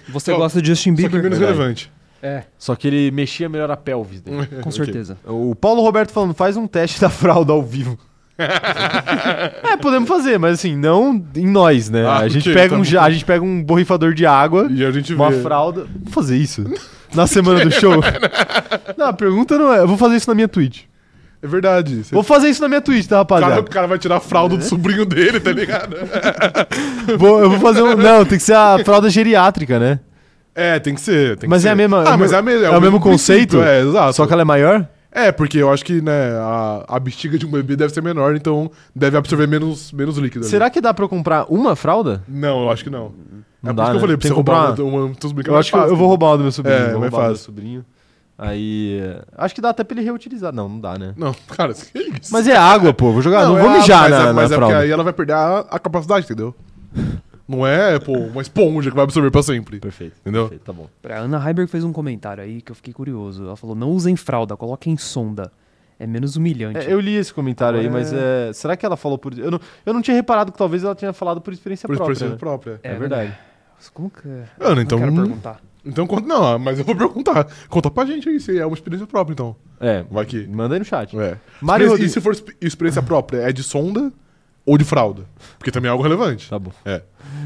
S3: Você
S2: Só-
S3: gosta do Justin
S2: Só que
S3: Bieber?
S2: menos
S1: verdade.
S2: relevante.
S3: É,
S1: Só que ele mexia melhor a pelvis dele.
S2: <laughs>
S3: com certeza.
S1: o Paulo Roberto falando, faz um teste da fralda ao
S2: <laughs>
S1: vivo. é, podemos fazer, mas assim, não em nós, né?
S2: Ah,
S1: a, gente
S2: ok,
S1: pega
S2: tá
S1: um,
S2: bom.
S1: ja- a gente pega um borrifador de água.
S2: E a gente
S1: Uma
S2: vê.
S1: fralda. Vou fazer isso? Na semana do show? não, a pergunta não é. Eu vou fazer isso na minha Twitch.
S2: É verdade. Você-
S1: Vou É. fazer isso na minha Twitch, tá,
S2: o, cara,
S1: rapaziada?
S2: o cara vai tirar a fralda do sobrinho dele, tá ligado?
S1: Vou- eu vou fazer um. Não, tem que ser a fralda geriátrica, né?
S2: é, tem que ser. tem que
S1: Mas é
S2: ser.
S1: a mesma- é
S2: Ah,
S1: o
S2: mas
S1: mesmo-
S2: é a me-
S1: é o mesmo conceito?
S2: princípio, É, exato.
S1: Só que ela é maior?
S2: É, porque eu acho que né, a, a bexiga de um bebê deve ser menor, então deve absorver menos, menos líquido. ali.
S1: Será que dá pra eu comprar uma fralda?
S2: Não, eu acho que não.
S1: Não
S2: é por
S1: dá,
S2: isso que
S1: né?
S2: eu falei, pra
S1: Tem
S2: você
S1: que comprar
S2: roubar uma, uma, uma
S1: Eu acho que eu, eu vou roubar uma do meu sobrinho.
S2: É,
S1: vou
S2: mais
S1: roubar uma do meu
S2: fácil.
S1: sobrinho. Aí. é, Acho que dá até pra ele reutilizar. Não, não dá, né?
S2: Não, cara, <laughs> que isso?
S1: Mas é água, pô. Vou jogar. Não, vou
S2: é,
S1: mijar
S2: mas
S1: na,
S2: é,
S1: na
S2: mas é porque
S1: fralda.
S2: aí ela vai perder a, a capacidade, entendeu? Não é, pô, uma esponja que vai absorver pra sempre.
S1: Perfeito.
S2: Entendeu?
S1: Perfeito, tá bom.
S3: A Ana Heiberg fez um comentário aí que eu fiquei curioso. Ela falou: não usem fralda, coloquem sonda. É menos humilhante.
S1: É, eu li esse comentário aí,
S3: Agora
S1: mas
S3: é-
S1: é, será que ela falou por. Eu não, eu não tinha reparado que talvez ela tenha falado por experiência
S2: Por
S1: própria.
S2: experiência
S1: né?
S2: própria.
S1: É verdade.
S3: Mas Como que. é?
S2: Ana, então-
S3: Não quero perguntar.
S2: Então, conta, não, mas eu vou perguntar. Conta pra gente aí se é uma experiência própria, então.
S1: É.
S2: Vai que.
S1: Manda aí no chat.
S2: É.
S1: Mário
S2: Experiência- e se for exp- experiência própria, é de sonda ou de fralda? Porque também é algo relevante.
S1: Tá bom.
S2: É.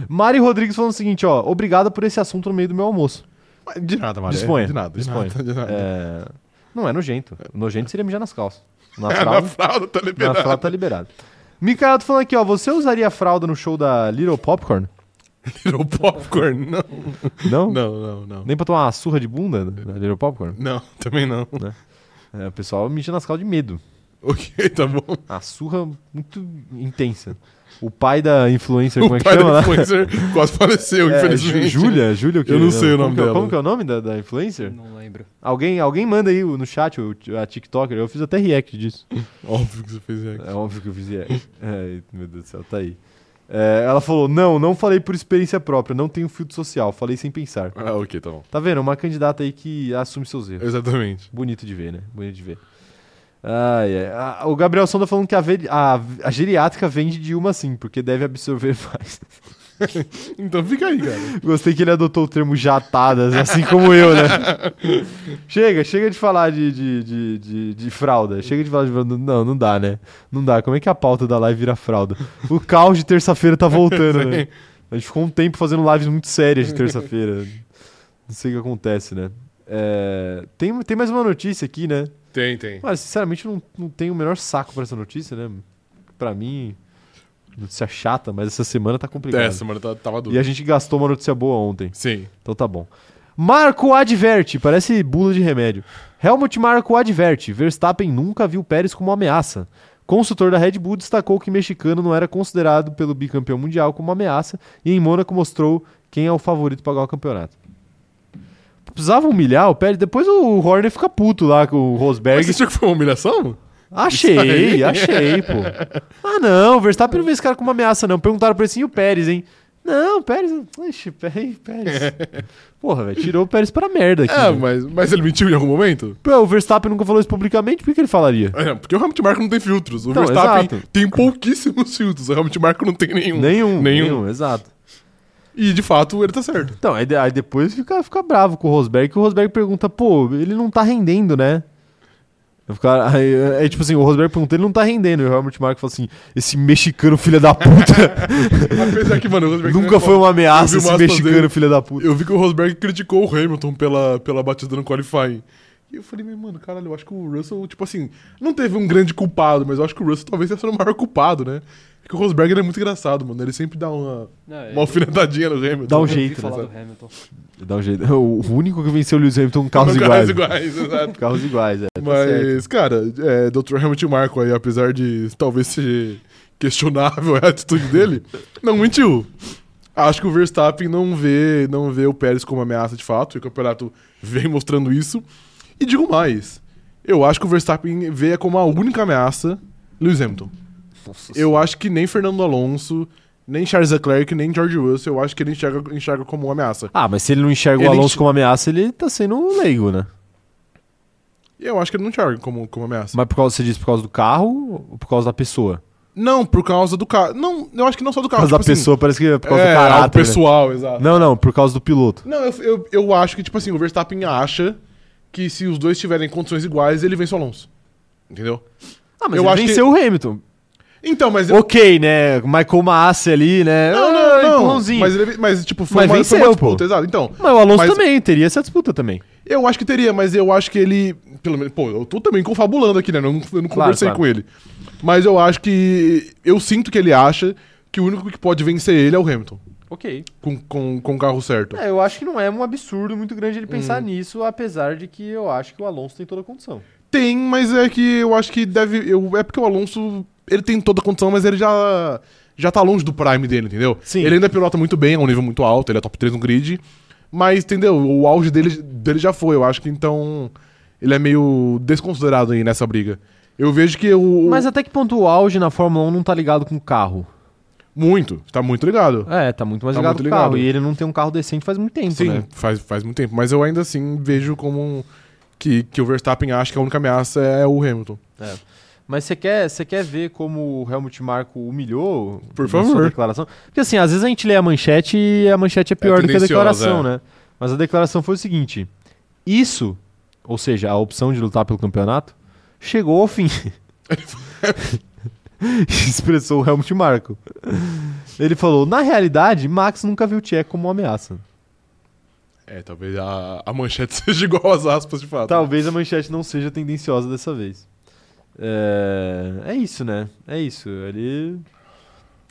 S1: Mari Rodrigues falando o seguinte, ó. Obrigado por esse assunto no meio do meu almoço.
S2: Mas De nada, Mário.
S1: Disponha.
S2: De nada, de
S1: disponha.
S2: nada. De nada.
S1: É, Não é nojento. Nojento seria mijar nas calças. Na
S2: É, na
S1: fralda,
S2: fralda tá
S1: na
S2: liberado.
S1: fralda tá liberado. Micael tá falando aqui, ó. Você usaria a fralda no show da Little <laughs> Popcorn?
S2: Tirou popcorn.
S1: Não?
S2: Não, não, não. Não,
S1: Nem pra tomar uma surra de bunda da Little Popcorn?
S2: não também não.
S1: É, o pessoal mija nas calças de medo.
S2: Ok, tá bom.
S1: A surra muito intensa. O pai da influencer, como é
S2: <laughs> O
S1: que
S2: pai
S1: chama?
S2: da
S1: lá?
S2: influencer quase
S1: <laughs>
S2: faleceu,
S1: É,
S2: infelizmente.
S1: Ju- Júlia? Júlia o quê?
S2: Eu não sei o
S1: como
S2: nome
S1: que é-
S2: dela.
S1: Como que é o nome da, da influencer?
S3: Não lembro.
S1: Alguém, alguém manda aí no chat, o- a TikToker. Eu fiz até react disso.
S2: Óbvio que você fez react.
S1: É óbvio que eu fiz <laughs> react. Ai, meu Deus do céu, tá aí. É, ela falou: Não, não falei por experiência própria, não tenho filtro social, falei sem pensar.
S2: Ah, ok, tá bom.
S1: Tá vendo? Uma candidata aí que assume seus erros.
S2: Exatamente.
S1: Bonito de ver, né? Bonito de ver. Ai, ai. Ah, O Gabriel Sonda falando que a, ve- a- a geriátrica vende de uma sim, porque deve absorver <laughs> mais.
S2: Então fica aí, cara.
S1: Gostei que ele adotou o termo jatadas, assim como eu, né? chega, chega de falar de, de, de, de- de fralda. Chega de falar de fralda. Não, não dá, né? Não dá. Como é que a pauta da live vira fralda? O caos de terça-feira tá voltando, né? A gente ficou um tempo fazendo lives muito sérias de terça-feira. Não sei o que acontece, né? É, tem, tem mais uma notícia aqui, né?
S2: Tem, tem.
S1: Mas, sinceramente, eu não, não tenho o menor saco pra essa notícia, né? Pra mim, notícia chata, mas essa semana tá complicada.
S2: Essa, mano, tá- tava
S1: E
S2: duro.
S1: a gente gastou uma notícia boa ontem.
S2: Sim.
S1: Então tá bom. Marco adverte, parece bula de remédio. Helmut Marco adverte, Verstappen nunca viu Pérez como uma ameaça. Consultor da Red Bull destacou que mexicano não era considerado pelo bicampeão mundial como uma ameaça e em Mônaco mostrou quem é o favorito para ganhar o campeonato. Precisava humilhar o Pérez, depois o Horner fica puto lá com o
S2: Mas
S1: Rosberg.
S2: você achou que foi uma humilhação?
S1: Achei, achei, pô. Ah não, o Verstappen não vê esse cara como uma ameaça não. Perguntaram pra ele assim, e o Pérez, hein? Não, Pérez. Ixi, Pérez. Pérez. Porra, velho, tirou o Pérez pra merda aqui.
S2: É,
S1: né?
S2: mas, mas ele mentiu em algum momento?
S1: Pô, o Verstappen nunca falou isso publicamente, por que ele falaria?
S2: É, porque o Hamilton Marco não tem filtros. O
S1: Então,
S2: Verstappen
S1: exato.
S2: tem pouquíssimos filtros. O Hamilton Marco não tem nenhum.
S1: Nenhum,
S2: Nenhum.
S1: nenhum, exato.
S2: E de fato ele tá certo.
S1: Então, aí, de- aí depois fica, fica bravo com o Rosberg, que o Rosberg pergunta, pô, ele não tá rendendo, né? Eu ficar, aí, é, é tipo assim, o Rosberg pergunta, ele não tá rendendo. E o Helmut Marko fala assim, esse mexicano filha da
S2: <laughs>
S1: puta,
S2: Apesar que, é mano, o Rosberg
S1: nunca foi uma ameaça
S2: Eu vi
S1: esse
S2: umas
S1: mexicano
S2: fazendo-
S1: filha da puta.
S2: Eu vi que o Rosberg criticou o Hamilton pela, pela batida no qualifying. E eu falei, mas, mano, caralho, eu acho que o Russell, tipo assim, não teve um grande culpado, mas eu acho que o Russell talvez tenha sido o maior culpado, né? Porque o Rosberg ele é muito engraçado, mano. Ele sempre dá uma, uma alfinetadinha no Hamilton.
S1: Dá um
S3: Eu ouvi
S1: jeito,
S3: falar
S1: né?
S3: do Hamilton.
S1: Dá um jeito. <laughs> O único que venceu o Lewis Hamilton, carros
S2: Mas
S1: iguais.
S2: iguais, <laughs> exato.
S1: Carros iguais, é. tá certo.
S2: Mas, cara, é, Dr. Hamilton Marco aí, apesar de talvez ser questionável a
S1: <laughs>
S2: atitude dele, não mentiu. Acho que o Verstappen não vê, não vê o Pérez como ameaça de fato, e o campeonato vem mostrando isso. E digo mais, eu acho que o Verstappen vê como a única ameaça Lewis Hamilton. Eu acho que nem Fernando Alonso, nem Charles Leclerc, nem George Russell, eu acho que ele enxerga, enxerga como uma ameaça.
S1: Ah, mas se ele não enxerga o
S2: Ele
S1: Alonso
S2: enx-
S1: como ameaça, ele tá sendo um leigo, né?
S2: E eu acho que ele não enxerga como, como ameaça.
S1: Mas por causa, você diz por causa do carro ou por causa da pessoa?
S2: Não, por causa do carro. Não, eu acho que não só do
S1: Por
S2: carro.
S1: causa da
S2: tipo assim,
S1: pessoa, parece que é por causa
S2: é,
S1: do
S2: algo
S1: caráter. né?
S2: pessoal, exato.
S1: Não, não, por causa do piloto.
S2: Não, eu, eu, eu acho que, tipo assim, o Verstappen acha que se os dois tiverem condições iguais, ele vence o Alonso. Entendeu?
S1: Ah,
S2: Eu acho que-
S1: venceu o Hamilton.
S2: Então, mas... eu-
S1: Ok, né? Michael Massey ali, né?
S2: Não,
S1: Ah,
S2: não, não.
S1: empurrãozinho.
S2: Mas,
S1: Mas,
S2: ele, mas tipo, foi,
S1: Mas
S2: uma, foi uma
S1: venceu,
S2: disputa,
S1: pô.
S2: exato. Então,
S1: o Alonso
S2: mas-
S1: também, teria essa disputa também.
S2: eu acho que teria, mas eu acho que ele... Pelo menos, pô, eu tô também confabulando aqui, né? Eu não, eu não conversei
S1: claro.
S2: com ele. Mas eu acho que... Eu sinto que ele acha que o único que pode vencer ele é o Hamilton.
S1: Ok.
S2: Com, com, com o carro certo.
S1: É, eu acho que não é um absurdo muito grande ele pensar nisso, apesar de que eu acho que o Alonso tem toda a condição.
S2: Tem, mas é que eu acho que deve. Eu, é porque o Alonso. Ele tem toda a condição, mas ele já. Já tá longe do prime dele, entendeu?
S1: Sim.
S2: Ele ainda pilota muito bem, é um nível muito alto, ele é top 3 no grid. Mas, entendeu? O auge dele, dele já foi, eu acho que então. Ele é meio desconsiderado aí nessa briga. Eu vejo que o.
S1: Mas até que ponto o auge na Fórmula 1 não tá ligado com o carro?
S2: Muito, tá muito ligado.
S1: É, tá muito mais
S2: Tá
S1: ligado
S2: muito
S1: com o carro.
S2: ligado.
S1: E ele não tem um carro decente faz muito tempo,
S2: Sim,
S1: né?
S2: faz, faz muito tempo. Mas eu ainda assim vejo como. um- que, que o Verstappen acha que a única ameaça é o Hamilton.
S1: Mas você quer, você quer ver como o Helmut Marko humilhou
S2: Por
S1: na
S2: favor.
S1: sua declaração? Porque assim, às vezes a gente lê a manchete e a manchete é pior do que a
S2: tendenciosa,
S1: declaração,
S2: é.
S1: né? Mas a declaração foi o seguinte: isso, ou seja, a opção de lutar pelo campeonato, chegou ao <laughs> fim. Expressou o Helmut Marko. Ele falou: na realidade, Max nunca viu o Tcheco como uma ameaça.
S2: É, talvez a, a manchete <laughs> seja igual às aspas de fato.
S1: Talvez a manchete não seja tendenciosa dessa vez. É, é isso, né? É isso. Ele,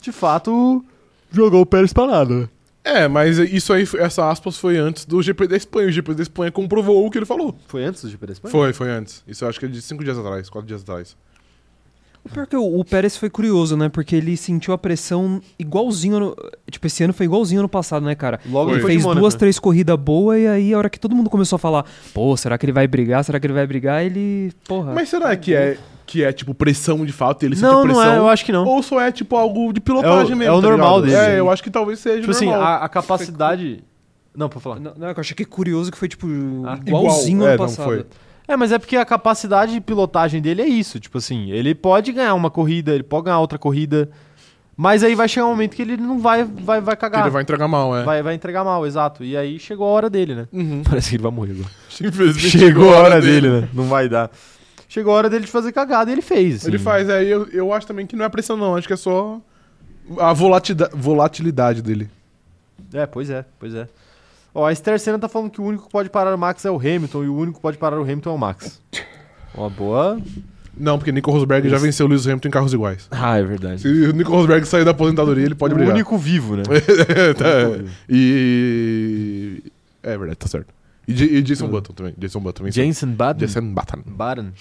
S1: de fato, jogou o Pérez pra nada.
S2: É, mas isso aí, essa aspas foi antes do GP da Espanha. O GP da Espanha comprovou o que ele falou.
S1: Foi antes do GP da Espanha?
S2: Foi, foi antes. Isso eu acho que é de cinco dias atrás, quatro dias atrás.
S3: O pior é que o, o Pérez foi curioso, né? Porque ele sentiu a pressão igualzinho. no- tipo, esse ano foi igualzinho ano passado, né, cara?
S1: Logo
S2: Foi.
S3: Ele
S1: depois
S3: fez
S1: de Mônaco,
S3: duas,
S1: né?
S3: três corridas boas e aí a hora que todo mundo começou a falar, pô, será que ele vai brigar? Será que ele vai brigar? Ele. Porra.
S2: Mas será que é, que é tipo, pressão de fato e ele sentiu
S1: Ah. Não, não
S2: pressão?
S1: é, eu acho que não.
S2: Ou só é, tipo, algo de pilotagem
S1: É o-
S2: mesmo,
S1: é o
S2: tá
S1: normal
S2: ligado?
S1: dele.
S2: É, eu acho que talvez seja
S1: Tipo assim,
S2: normal.
S1: a, a capacidade. Não, pra falar.
S3: Não, não, eu achei que é curioso que foi, tipo,
S1: Ah,
S3: igualzinho
S2: igual.
S3: ano
S2: É, não,
S3: passado.
S2: foi.
S1: É, mas é porque a capacidade de pilotagem dele é isso. Tipo assim, ele pode ganhar uma corrida, ele pode ganhar outra corrida. Mas aí vai chegar um momento que ele não vai, vai, vai
S2: Que
S1: cagar.
S2: ele vai entregar mal, é.
S1: vai, vai entregar mal, exato. E aí chegou a hora dele, né?
S2: Uhum. <laughs>
S1: Parece que ele vai morrer agora.
S2: Infelizmente,
S1: <laughs> Chegou a hora dele, né? Não vai dar. Chegou a hora dele de fazer cagada e ele fez. assim.
S2: Ele faz, é, e eu, eu acho também que não é pressão não, acho que é só a volatida- volatilidade dele.
S1: É, pois é, pois é. Ó, a Esther Senna tá falando que o único que pode parar o Max é o Hamilton e o único que pode parar o Hamilton é o <laughs> Max. Uma boa.
S2: Não, porque Nico Rosberg já
S1: Isso.
S2: venceu o Lewis Hamilton em carros iguais.
S1: Ah, é verdade.
S2: Se o Nico Rosberg sair da aposentadoria, ele pode
S1: o
S2: brigar. <laughs> Tá.
S1: único vivo, né?
S2: É, tá.
S1: Muito bom.
S2: E. É verdade, tá certo. E, J- e Jason
S1: Ah.
S2: Button também. Jason Button também.
S1: Jensen Button.
S2: Jason Button.
S1: Button.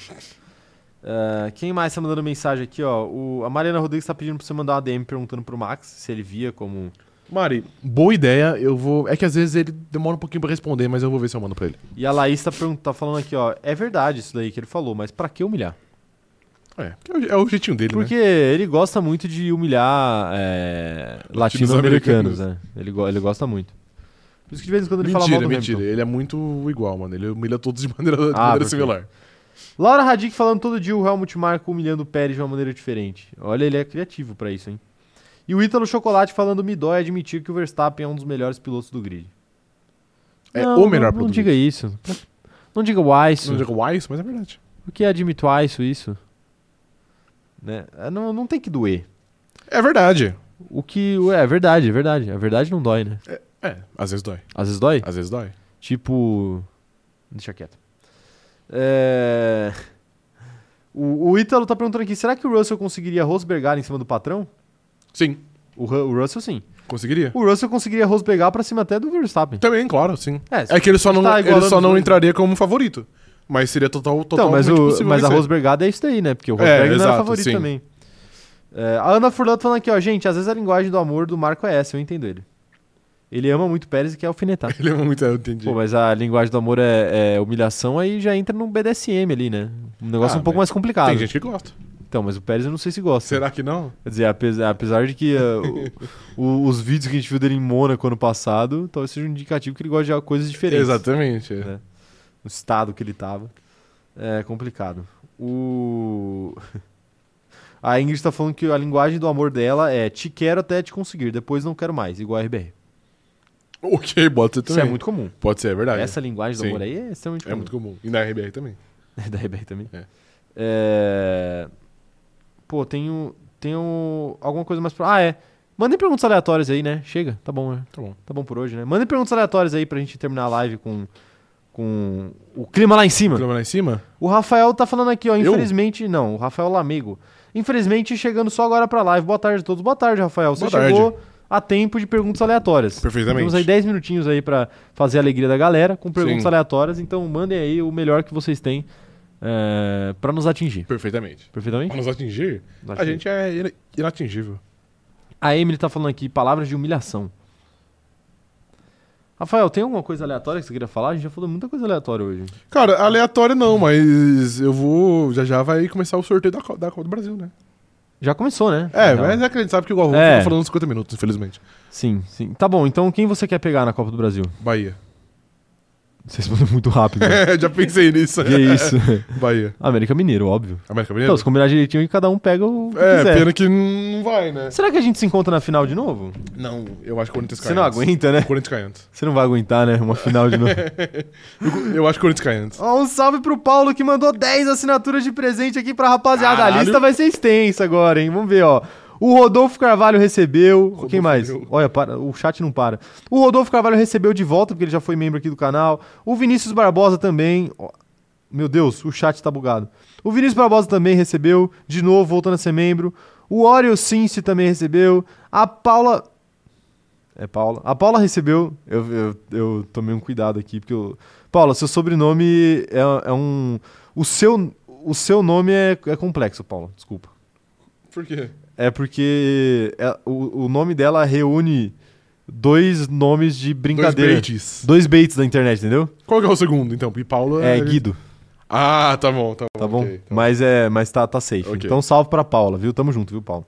S1: Ah, quem mais tá mandando mensagem aqui, ó? O- a Mariana Rodrigues tá pedindo pra você mandar uma DM perguntando pro Max se ele via como. um.
S2: Mari, boa ideia. Eu vou. É que às vezes ele demora um pouquinho pra responder, mas eu vou ver se eu mando pra ele.
S1: E a Laís tá, pergun- tá falando aqui, ó. É verdade isso daí que ele falou, mas pra que humilhar?
S2: É, porque é o- é o jeitinho dele,
S1: Porque ele gosta muito de humilhar é, latino-americanos,
S2: Latinos-americanos.
S1: né? Ele, go- ele gosta muito. Por isso que de vez em quando
S2: né?
S1: ele fala mal
S2: Mentira,
S1: do
S2: mentira.
S1: Hamilton.
S2: Ele é muito igual, mano. Ele humilha todos de <laughs> maneira, de
S1: Ah,
S2: maneira
S1: porque-
S2: similar.
S1: Laura Radic falando todo dia o Helmut Marko humilhando o Pérez de uma maneira diferente. Olha, ele é criativo pra isso, hein? E o Ítalo Chocolate falando me dói admitir que o Verstappen é um dos melhores pilotos do grid.
S2: É
S1: Não,
S2: o melhor
S1: não, Não
S2: produto.
S1: diga isso. Não diga o isso.
S2: Não digo uai, isso, mas é verdade.
S1: O que é admito isso, isso? Né? Ah, Não, não tem que doer.
S2: É verdade.
S1: O que. É verdade, é verdade. A verdade não dói, né?
S2: É, às vezes dói.
S1: Às vezes dói.
S2: Às vezes dói.
S1: Tipo. Deixa quieto. É... O, o Ítalo tá perguntando aqui: será que o Russell conseguiria Rosbergar em cima do patrão?
S2: Sim,
S1: O, Ru- o Russell sim.
S2: conseguiria.
S1: O Russell conseguiria Rosbergar pra cima até do Verstappen.
S2: Também, claro, sim.
S1: É, se-
S2: É que ele só não,
S1: tá
S2: ele
S1: igualando
S2: só
S1: os
S2: não
S1: dois.
S2: entraria como favorito. Mas seria total,
S1: então,
S2: totalmente
S1: mas, o,
S2: possível
S1: mas a
S2: vencer.
S1: Rosbergada é isso daí, né? Porque o
S2: É,
S1: Rosberg não era
S2: exato,
S1: favorito
S2: sim.
S1: também. É, a Ana Furlan tá falando aqui, ó, gente, às vezes a linguagem do amor do Marco é essa, eu entendo ele. Ele ama muito o Pérez e quer alfinetar.
S2: <laughs> Ele é muito... Eu <laughs> entendi.
S1: Pô, mas a linguagem do amor é, é humilhação, aí já entra num BDSM ali, né? Um negócio
S2: Ah,
S1: um pouco
S2: mas
S1: mais complicado.
S2: Tem gente que gosta.
S1: Então, mas o Pérez eu não sei se gosta.
S2: Será que não?
S1: Quer dizer, apesar, apesar de que uh, o- o- os vídeos que a gente viu dele em Mônaco ano passado, talvez seja um indicativo que ele gosta de coisas diferentes.
S2: Exatamente. é.
S1: É. O estado que ele tava. É complicado. O... <laughs> A Ingrid tá falando que a linguagem do amor dela é te quero até te conseguir, depois não quero mais, igual a RBR.
S2: Ok, pode ser
S1: Isso
S2: também.
S1: é muito comum.
S2: Pode ser, é verdade.
S1: Essa linguagem do
S2: Sim.
S1: amor aí é extremamente
S2: É
S1: comum.
S2: muito comum. E na RBR também.
S1: <laughs> da RBR também.
S2: É.
S1: É. Pô, tenho, tenho alguma coisa mais pra... Ah, é. Mandem perguntas aleatórias aí, né? Chega, tá bom, né?
S2: Tá bom.
S1: Tá bom por hoje, né? Mandem perguntas aleatórias aí pra gente terminar a live com, com o clima lá em cima.
S2: Problema lá em cima?
S1: O Rafael tá falando aqui, ó.
S2: Eu?
S1: Infelizmente, não, o Rafael Lamego. Infelizmente, chegando só agora pra live. Boa tarde a todos. Boa tarde, Rafael. Você
S2: Boa tarde.
S1: chegou a tempo de perguntas aleatórias.
S2: Perfeitamente.
S1: Temos aí 10 minutinhos aí pra fazer a alegria da galera com perguntas
S2: Sim.
S1: aleatórias. Então, mandem aí o melhor que vocês têm é, pra nos atingir.
S2: Perfeitamente.
S1: Perfeitamente?
S2: Pra nos atingir,
S1: Nos
S2: a
S1: atingir.
S2: gente é ina- inatingível.
S1: A Emily tá falando aqui, palavras de humilhação. Rafael, tem alguma coisa aleatória que você queria falar? A gente já falou muita coisa aleatória hoje.
S2: Cara, aleatório não, mas eu vou. Já já vai começar o sorteio da, Co- da Copa do Brasil, né?
S1: Já começou, né?
S2: É,
S1: Já.
S2: mas é que a gente sabe que o Galvão
S1: É.
S2: fica falando 50 minutos, infelizmente.
S1: Sim, sim. Tá bom, então quem você quer pegar na Copa do Brasil?
S2: Bahia. <laughs>
S1: Vocês mandam muito rápido. <laughs>
S2: É, já pensei nisso.
S1: que isso?
S2: Bahia.
S1: América Mineiro, óbvio.
S2: América
S1: Então,
S2: Mineira?
S1: se combinar direitinho e cada um pega o que
S2: É,
S1: quiser.
S2: pena que não vai, né?
S1: Será que a gente se encontra na final de novo?
S2: Não, eu acho que o Corinthians cai
S1: Você não
S2: antes.
S1: aguenta, né?
S2: Corinthians cai antes.
S1: Você não vai aguentar, né? Uma final de novo.
S2: Eu acho que o Corinthians cai antes.
S1: <laughs> Ó, um salve pro Paulo que mandou 10 assinaturas de presente aqui pra rapaziada. A
S2: Caralho.
S1: lista vai ser extensa agora, hein? Vamos ver, ó. O Rodolfo Carvalho recebeu. Quem mais?
S2: recebeu.
S1: Olha, para- o chat não para. O Rodolfo Carvalho recebeu de volta, porque ele já foi membro aqui do canal. O Vinícius Barbosa também. Ó, Meu Deus, o chat tá bugado. O Vinícius Barbosa também recebeu, de novo, voltando a ser membro. O Oreo Cinci também recebeu. A Paula. É Paula. A Paula recebeu. Eu, eu, eu tomei um cuidado aqui, porque eu. Paula, seu sobrenome é, é um. O seu, o seu nome é, é complexo, Paula, desculpa.
S2: Por quê?
S1: É porque é- o, o nome dela reúne dois nomes de brincadeira.
S2: Dois Bates.
S1: Dois baits da internet, entendeu?
S2: Qual que é o segundo, então? E Paulo
S1: É Guido,
S2: Ah, tá bom, tá bom.
S1: tá bom?
S2: ok, tá
S1: mas é, mas tá, tá safe.
S2: Ok.
S1: Então salve pra Paula, viu? Tamo junto, viu, Paula?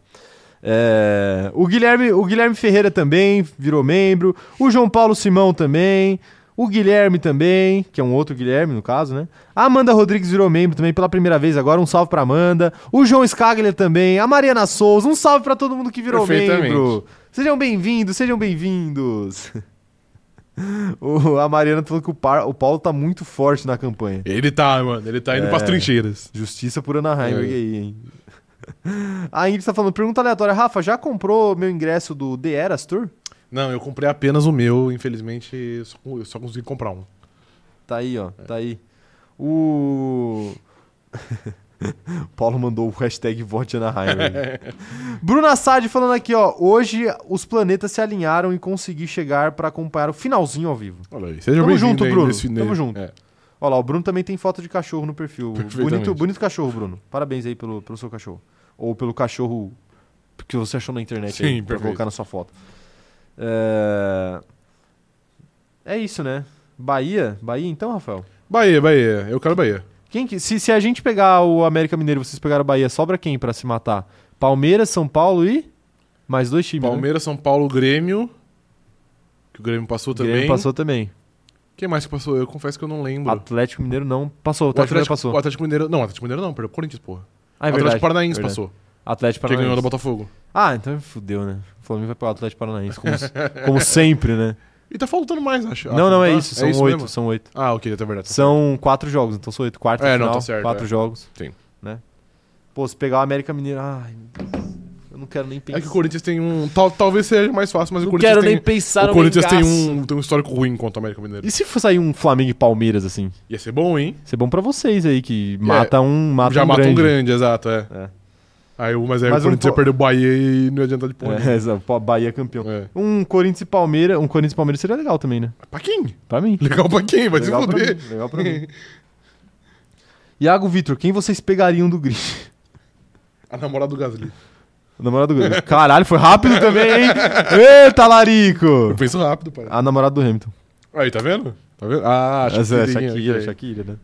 S1: É, o, Guilherme, o Guilherme Ferreira também virou membro. O João Paulo Simão também. O Guilherme também, que é um outro Guilherme no caso, né? A Amanda Rodrigues virou membro também pela primeira vez agora. Um salve pra Amanda. O João Scaglia também. A Mariana Souza. Um salve pra todo mundo que virou
S2: Perfeitamente.
S1: membro. Sejam bem-vindos, sejam bem-vindos. <laughs> O- a Mariana falou que o, Par- o Paulo tá muito forte na campanha.
S2: Ele tá, mano. Ele tá indo
S1: É.
S2: pras trincheiras.
S1: Justiça por Ana Heimberg
S2: É.
S1: aí, hein? <laughs> A Ingrid tá falando, pergunta aleatória. Rafa, já comprou meu ingresso do The Eras Tour?
S2: Não, eu comprei apenas o meu, infelizmente, só, eu só consegui comprar um.
S1: Tá aí, ó. Tá aí. O... <laughs> Paulo mandou o hashtag Vote Ana Heimberg. Bruna Sade falando aqui, ó. Hoje os planetas se alinharam e consegui chegar pra acompanhar o finalzinho ao vivo.
S2: Olha aí. Seja
S1: Tamo
S2: bem-vindo
S1: junto,
S2: aí
S1: Bruno.
S2: nesse-
S1: Tamo
S2: né?
S1: junto.
S2: É.
S1: Olha lá, o Bruno também tem foto de cachorro no perfil.
S2: Perfeitamente.
S1: Bonito, bonito cachorro, Bruno. Parabéns aí pelo, pelo seu cachorro. Ou pelo cachorro que você achou na internet
S2: Sim,
S1: aí, pra
S2: perfeito.
S1: colocar na sua foto. É... é isso, né? Bahia? Bahia então, Rafael?
S2: Bahia, Bahia. Eu quero Bahia.
S1: Quem que- se, se a gente pegar o América Mineiro e vocês pegaram a Bahia, sobra quem pra se matar? Palmeiras, São Paulo e. Mais dois times. né?
S2: Palmeiras, São Paulo, Grêmio. Que o Grêmio passou também.
S1: Grêmio passou também.
S2: Quem mais que passou? Eu confesso que eu não lembro.
S1: Atlético Mineiro não passou. O
S2: O
S1: Atlético, Mineiro passou.
S2: o Atlético Mineiro. Não, o Atlético Mineiro não, perdeu. pro Corinthians, porra.
S1: Ah, é
S2: o Atlético
S1: verdade.
S2: Paranaense
S1: Verdade.
S2: passou.
S1: Atlético
S2: Que ganhou
S1: Paranaense.
S2: do Botafogo.
S1: Ah, então fudeu, né? O Flamengo vai pegar o Atlético Paranaense, como, como sempre,
S2: <laughs>
S1: né?
S2: E tá faltando mais, acho.
S1: Não,
S2: acho,
S1: não é
S2: tá?
S1: isso. São oito.
S2: mesmo?
S1: São oito.
S2: Ah, ok, até verdade.
S1: São quatro jogos, então são oito. Quarto
S2: É,
S1: final,
S2: não, tá certo,
S1: quatro
S2: é.
S1: jogos.
S2: Sim.
S1: Né? Pô, se pegar o América Mineiro... Ai, meu Deus. eu não quero nem pensar.
S2: É que o Corinthians tem um. tal- talvez seja mais fácil, mas o
S1: não
S2: Corinthians
S1: quero
S2: tem.
S1: nem pensar
S2: o
S1: no
S2: Corinthians tem
S1: Mengaço.
S2: um, tem um histórico ruim contra o América Mineiro.
S1: E se for sair um Flamengo e Palmeiras, assim?
S2: Ia ser bom, hein?
S1: Isso é bom pra vocês aí, que mata um, mata
S2: É, Já
S1: um
S2: mata
S1: grande.
S2: um grande, exato, é.
S1: É.
S2: Aí, o- mas aí
S1: Mas
S2: o Corinthians
S1: um
S2: ia perder o Bahia e não ia adiantar de porra.
S1: É, <laughs> exato. Pô, Bahia campeão.
S2: nenhuma. É.
S1: Um Corinthians e Palmeiras... Um Corinthians e Palmeiras seria legal também, né?
S2: Pra quem?
S1: Pra mim.
S2: Legal pra quem? Vai
S1: legal
S2: se
S1: pra
S2: fuder.
S1: mim, legal pra mim. Iago Vitor, quem vocês pegariam do Gris? <laughs>
S2: A namorada do Gasly.
S1: A namorada do Grêmio. Caralho, foi rápido também, hein? Eita, Larico!
S2: Eu penso rápido, pai.
S1: A namorada do Hamilton.
S2: Aí, tá vendo? Tá vendo? Ah,
S1: Ah. Essa é
S2: Shakira,
S1: Shakira,
S2: ok.
S1: Shakira, né?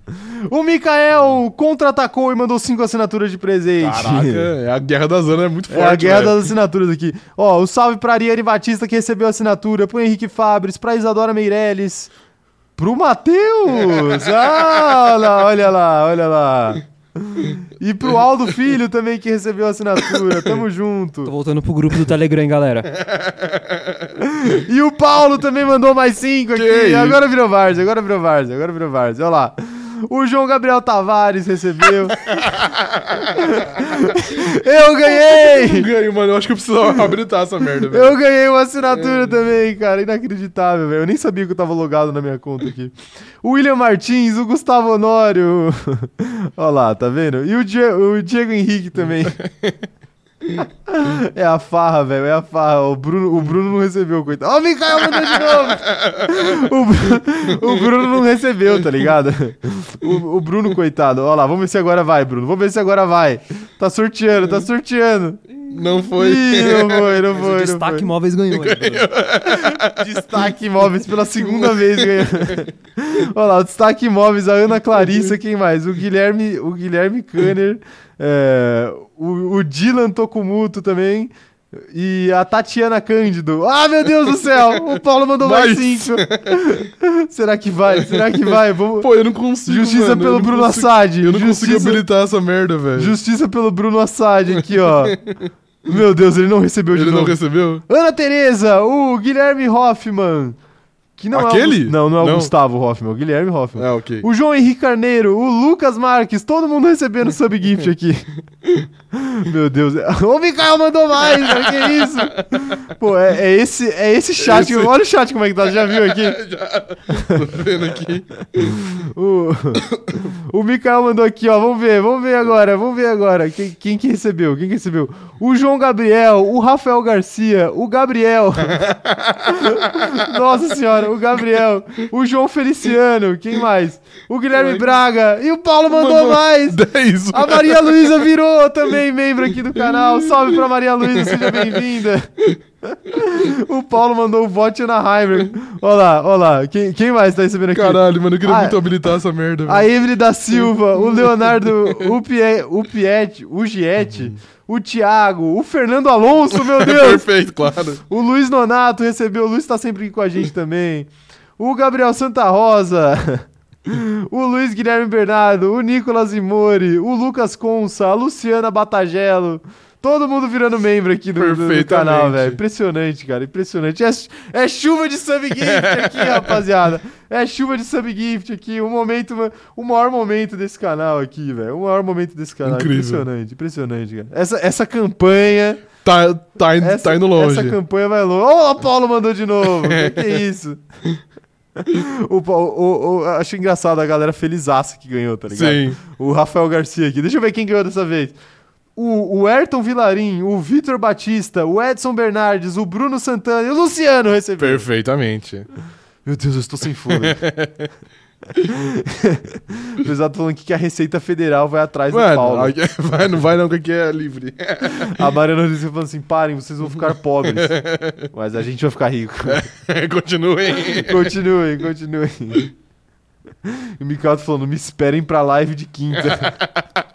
S1: O Mikael contra-atacou e mandou cinco assinaturas de presente.
S2: Caraca, é a guerra das anas é muito
S1: É
S2: forte.
S1: a guerra
S2: velho.
S1: das assinaturas aqui. Ó, o salve pra Ariane Batista que recebeu a assinatura, pro Henrique Fabres, pra Isadora Meirelles, pro
S2: <laughs>
S1: Matheus! Ah, olha lá, olha lá, olha lá. E pro Aldo Filho também que recebeu a assinatura. Tamo junto.
S3: Tô voltando pro grupo do Telegram, hein,
S2: <laughs>
S3: galera.
S1: E o Paulo também mandou mais cinco aqui.
S2: isso?
S1: Agora virou Varze, agora virou Varze, agora virou Varze. Olha lá. O João Gabriel Tavares
S2: <laughs>
S1: recebeu. Eu
S2: Eu
S1: ganhei!
S2: ganho, mano. Eu acho que eu
S1: <laughs>
S2: precisava habilitar essa merda, velho.
S1: Eu ganhei uma assinatura também, cara. Inacreditável, velho. Eu nem sabia que eu tava logado na minha conta aqui. O William Martins, o Gustavo Honório. <laughs> Olha lá, tá vendo? E o, Die- o Diego Henrique também. É a farra, velho. É a farra. O Bruno, o Bruno não recebeu, coitado. Ó, o Mikael mandou de novo. O Bru- O, Bruno não recebeu, tá ligado? O, o Bruno, coitado. Ó lá, vamos ver se agora vai, Bruno. Vamos ver se agora vai. Tá sorteando, tá sorteando.
S2: Não foi.
S1: Ih, não foi, não
S3: Mas o
S1: foi. não
S3: destaque
S1: foi.
S3: móveis
S2: <laughs>
S3: ganhou. hein, Bruno?
S1: Destaque Imóveis pela segunda vez
S2: <laughs>
S1: ganhando. Olha lá, o Destaque Imóveis, a Ana Clarissa, quem mais? O Guilherme, o Guilherme Kanner, é, o, o Dylan Tokumuto também. E a Tatiana Cândido. Ah, meu Deus do céu! O Paulo mandou mais,
S2: Mais.
S1: cinco. <laughs> Será que vai? Será que vai? Vamos...
S2: <laughs> Pô, eu não consigo.
S1: Justiça
S2: mano.
S1: pelo
S2: eu não
S1: Bruno
S2: consigo-
S1: Assad.
S2: Eu não consigo
S1: Justiça...
S2: habilitar essa merda, velho.
S1: Justiça pelo Bruno Assad aqui,
S2: <laughs>
S1: ó. Meu Deus, ele não recebeu de
S2: Ele não
S1: novo.
S2: recebeu?
S1: Ana Tereza, o Guilherme Hoffman. Que não É o,
S2: Aquele?
S1: Gus- não, não é o
S2: Não.
S1: Gustavo Hoffman, é o Guilherme Hoffman.
S2: Ah, ok.
S1: O João Henrique Carneiro, o Lucas Marques, todo mundo recebendo
S2: <laughs>
S1: subgift aqui. Meu Deus. <laughs> O Mikael mandou mais, cara, que isso? Pô, é, é esse, é esse chat.
S2: Esse-
S1: Olha o chat como é que tá, já viu aqui?
S2: <laughs> Já. Tô vendo
S1: <laughs>
S2: aqui.
S1: O, <coughs> o Mikael mandou aqui, ó. Vamos ver, vamos ver agora, vamos ver agora. Quem, quem que recebeu? Quem que recebeu? O João Gabriel, o Rafael Garcia, o Gabriel. <laughs> Nossa senhora, o Gabriel. O João Feliciano, quem mais? O Guilherme Braga. E o Paulo mandou,
S2: Mandou
S1: mais.
S2: <laughs> 10.
S1: A Maria Luísa virou também membro aqui do canal. Salve pra Maria Luísa, seja bem-vinda. <laughs> O Paulo mandou o vote Anaheimer. Olha lá, olha lá. Quem, quem mais tá recebendo aqui?
S2: Caralho, mano, eu queria
S1: Ah,
S2: muito habilitar essa merda,
S1: A
S2: velho.
S1: Evelyn da Silva, o Leonardo, o, Pie, o Piet, o Giete, o Thiago, o Fernando Alonso,
S2: <laughs>
S1: meu Deus!
S2: Perfeito, claro.
S1: <laughs> o Luiz Nonato recebeu, o Luiz tá sempre aqui com a gente também. O Gabriel Santa Rosa, <laughs> o Luiz Guilherme Bernardo, o Nicolas Imori, o Lucas Consa, a Luciana Batagelo. Todo mundo virando membro aqui do, do- do canal,
S2: Perfeitamente.
S1: velho. Impressionante, cara. Impressionante. É, chu- é chuva de sub-gift
S2: <laughs>
S1: aqui, rapaziada. É chuva de sub-gift aqui. O momento, o maior momento desse canal aqui, velho. O maior momento desse canal.
S2: Incrível.
S1: Impressionante, impressionante, cara. Essa, essa campanha.
S2: Tá, tá, indo- tá indo longe.
S1: Essa campanha vai longe. Ó, o Paulo mandou de novo. que que é
S2: <laughs>
S1: isso? O, Paulo- o, o- acho engraçado a galera felizaça que ganhou, tá ligado?
S2: Sim.
S1: O Rafael Garcia aqui. Deixa eu ver quem ganhou dessa vez. O, o Ayrton Vilarim, o Vitor Batista, o Edson Bernardes, o Bruno Santana e o Luciano receberam.
S2: Perfeitamente.
S1: Meu Deus, eu estou sem fome.
S2: <laughs>
S1: o pessoal tá falando aqui que a Receita Federal vai atrás do Paulo.
S2: Mano, aqui- <laughs> vai, não vai não, que aqui é livre. <laughs>
S1: A Mariana Rodrigues falando assim, parem, vocês vão ficar
S2: <laughs>
S1: pobres. Mas a gente vai ficar rico. <laughs>
S2: Continuem.
S1: Continuem, continuem. E o Mikato falando, me esperem pra live de quinta.
S2: Ele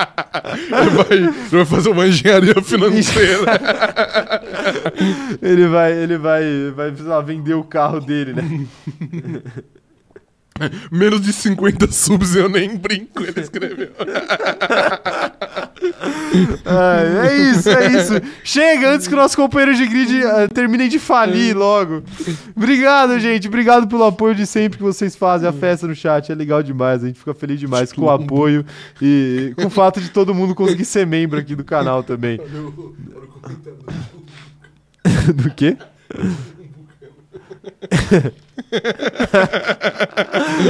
S2: vai, ele vai fazer
S1: <laughs>
S2: uma engenharia financeira.
S1: ele vai, ele vai, vai precisar vender o carro dele, né?
S2: Menos de 50 subs eu nem brinco, ele escreveu.
S1: Ai, é isso, é isso. Chega antes que nossos companheiros de grid ah, terminem de falir logo. Obrigado, gente. Obrigado pelo apoio de sempre que vocês fazem. A festa no chat é legal demais. A gente fica feliz demais com o apoio e com o fato de todo mundo conseguir ser membro aqui do canal também. Do quê?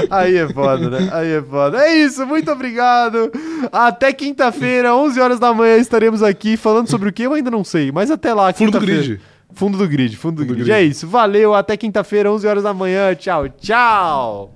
S1: Aí é foda, né? Aí é foda. É isso, muito obrigado. Até quinta-feira, 11 horas da manhã, estaremos aqui falando sobre o que eu ainda não sei, mas até lá.
S2: Fundo do
S1: quinta-feira.
S2: grid.
S1: Fundo do grid, fundo do
S2: Fundo do
S1: grid.
S2: grid.
S1: É isso, valeu. Até quinta-feira, 11 horas da manhã. Tchau, tchau.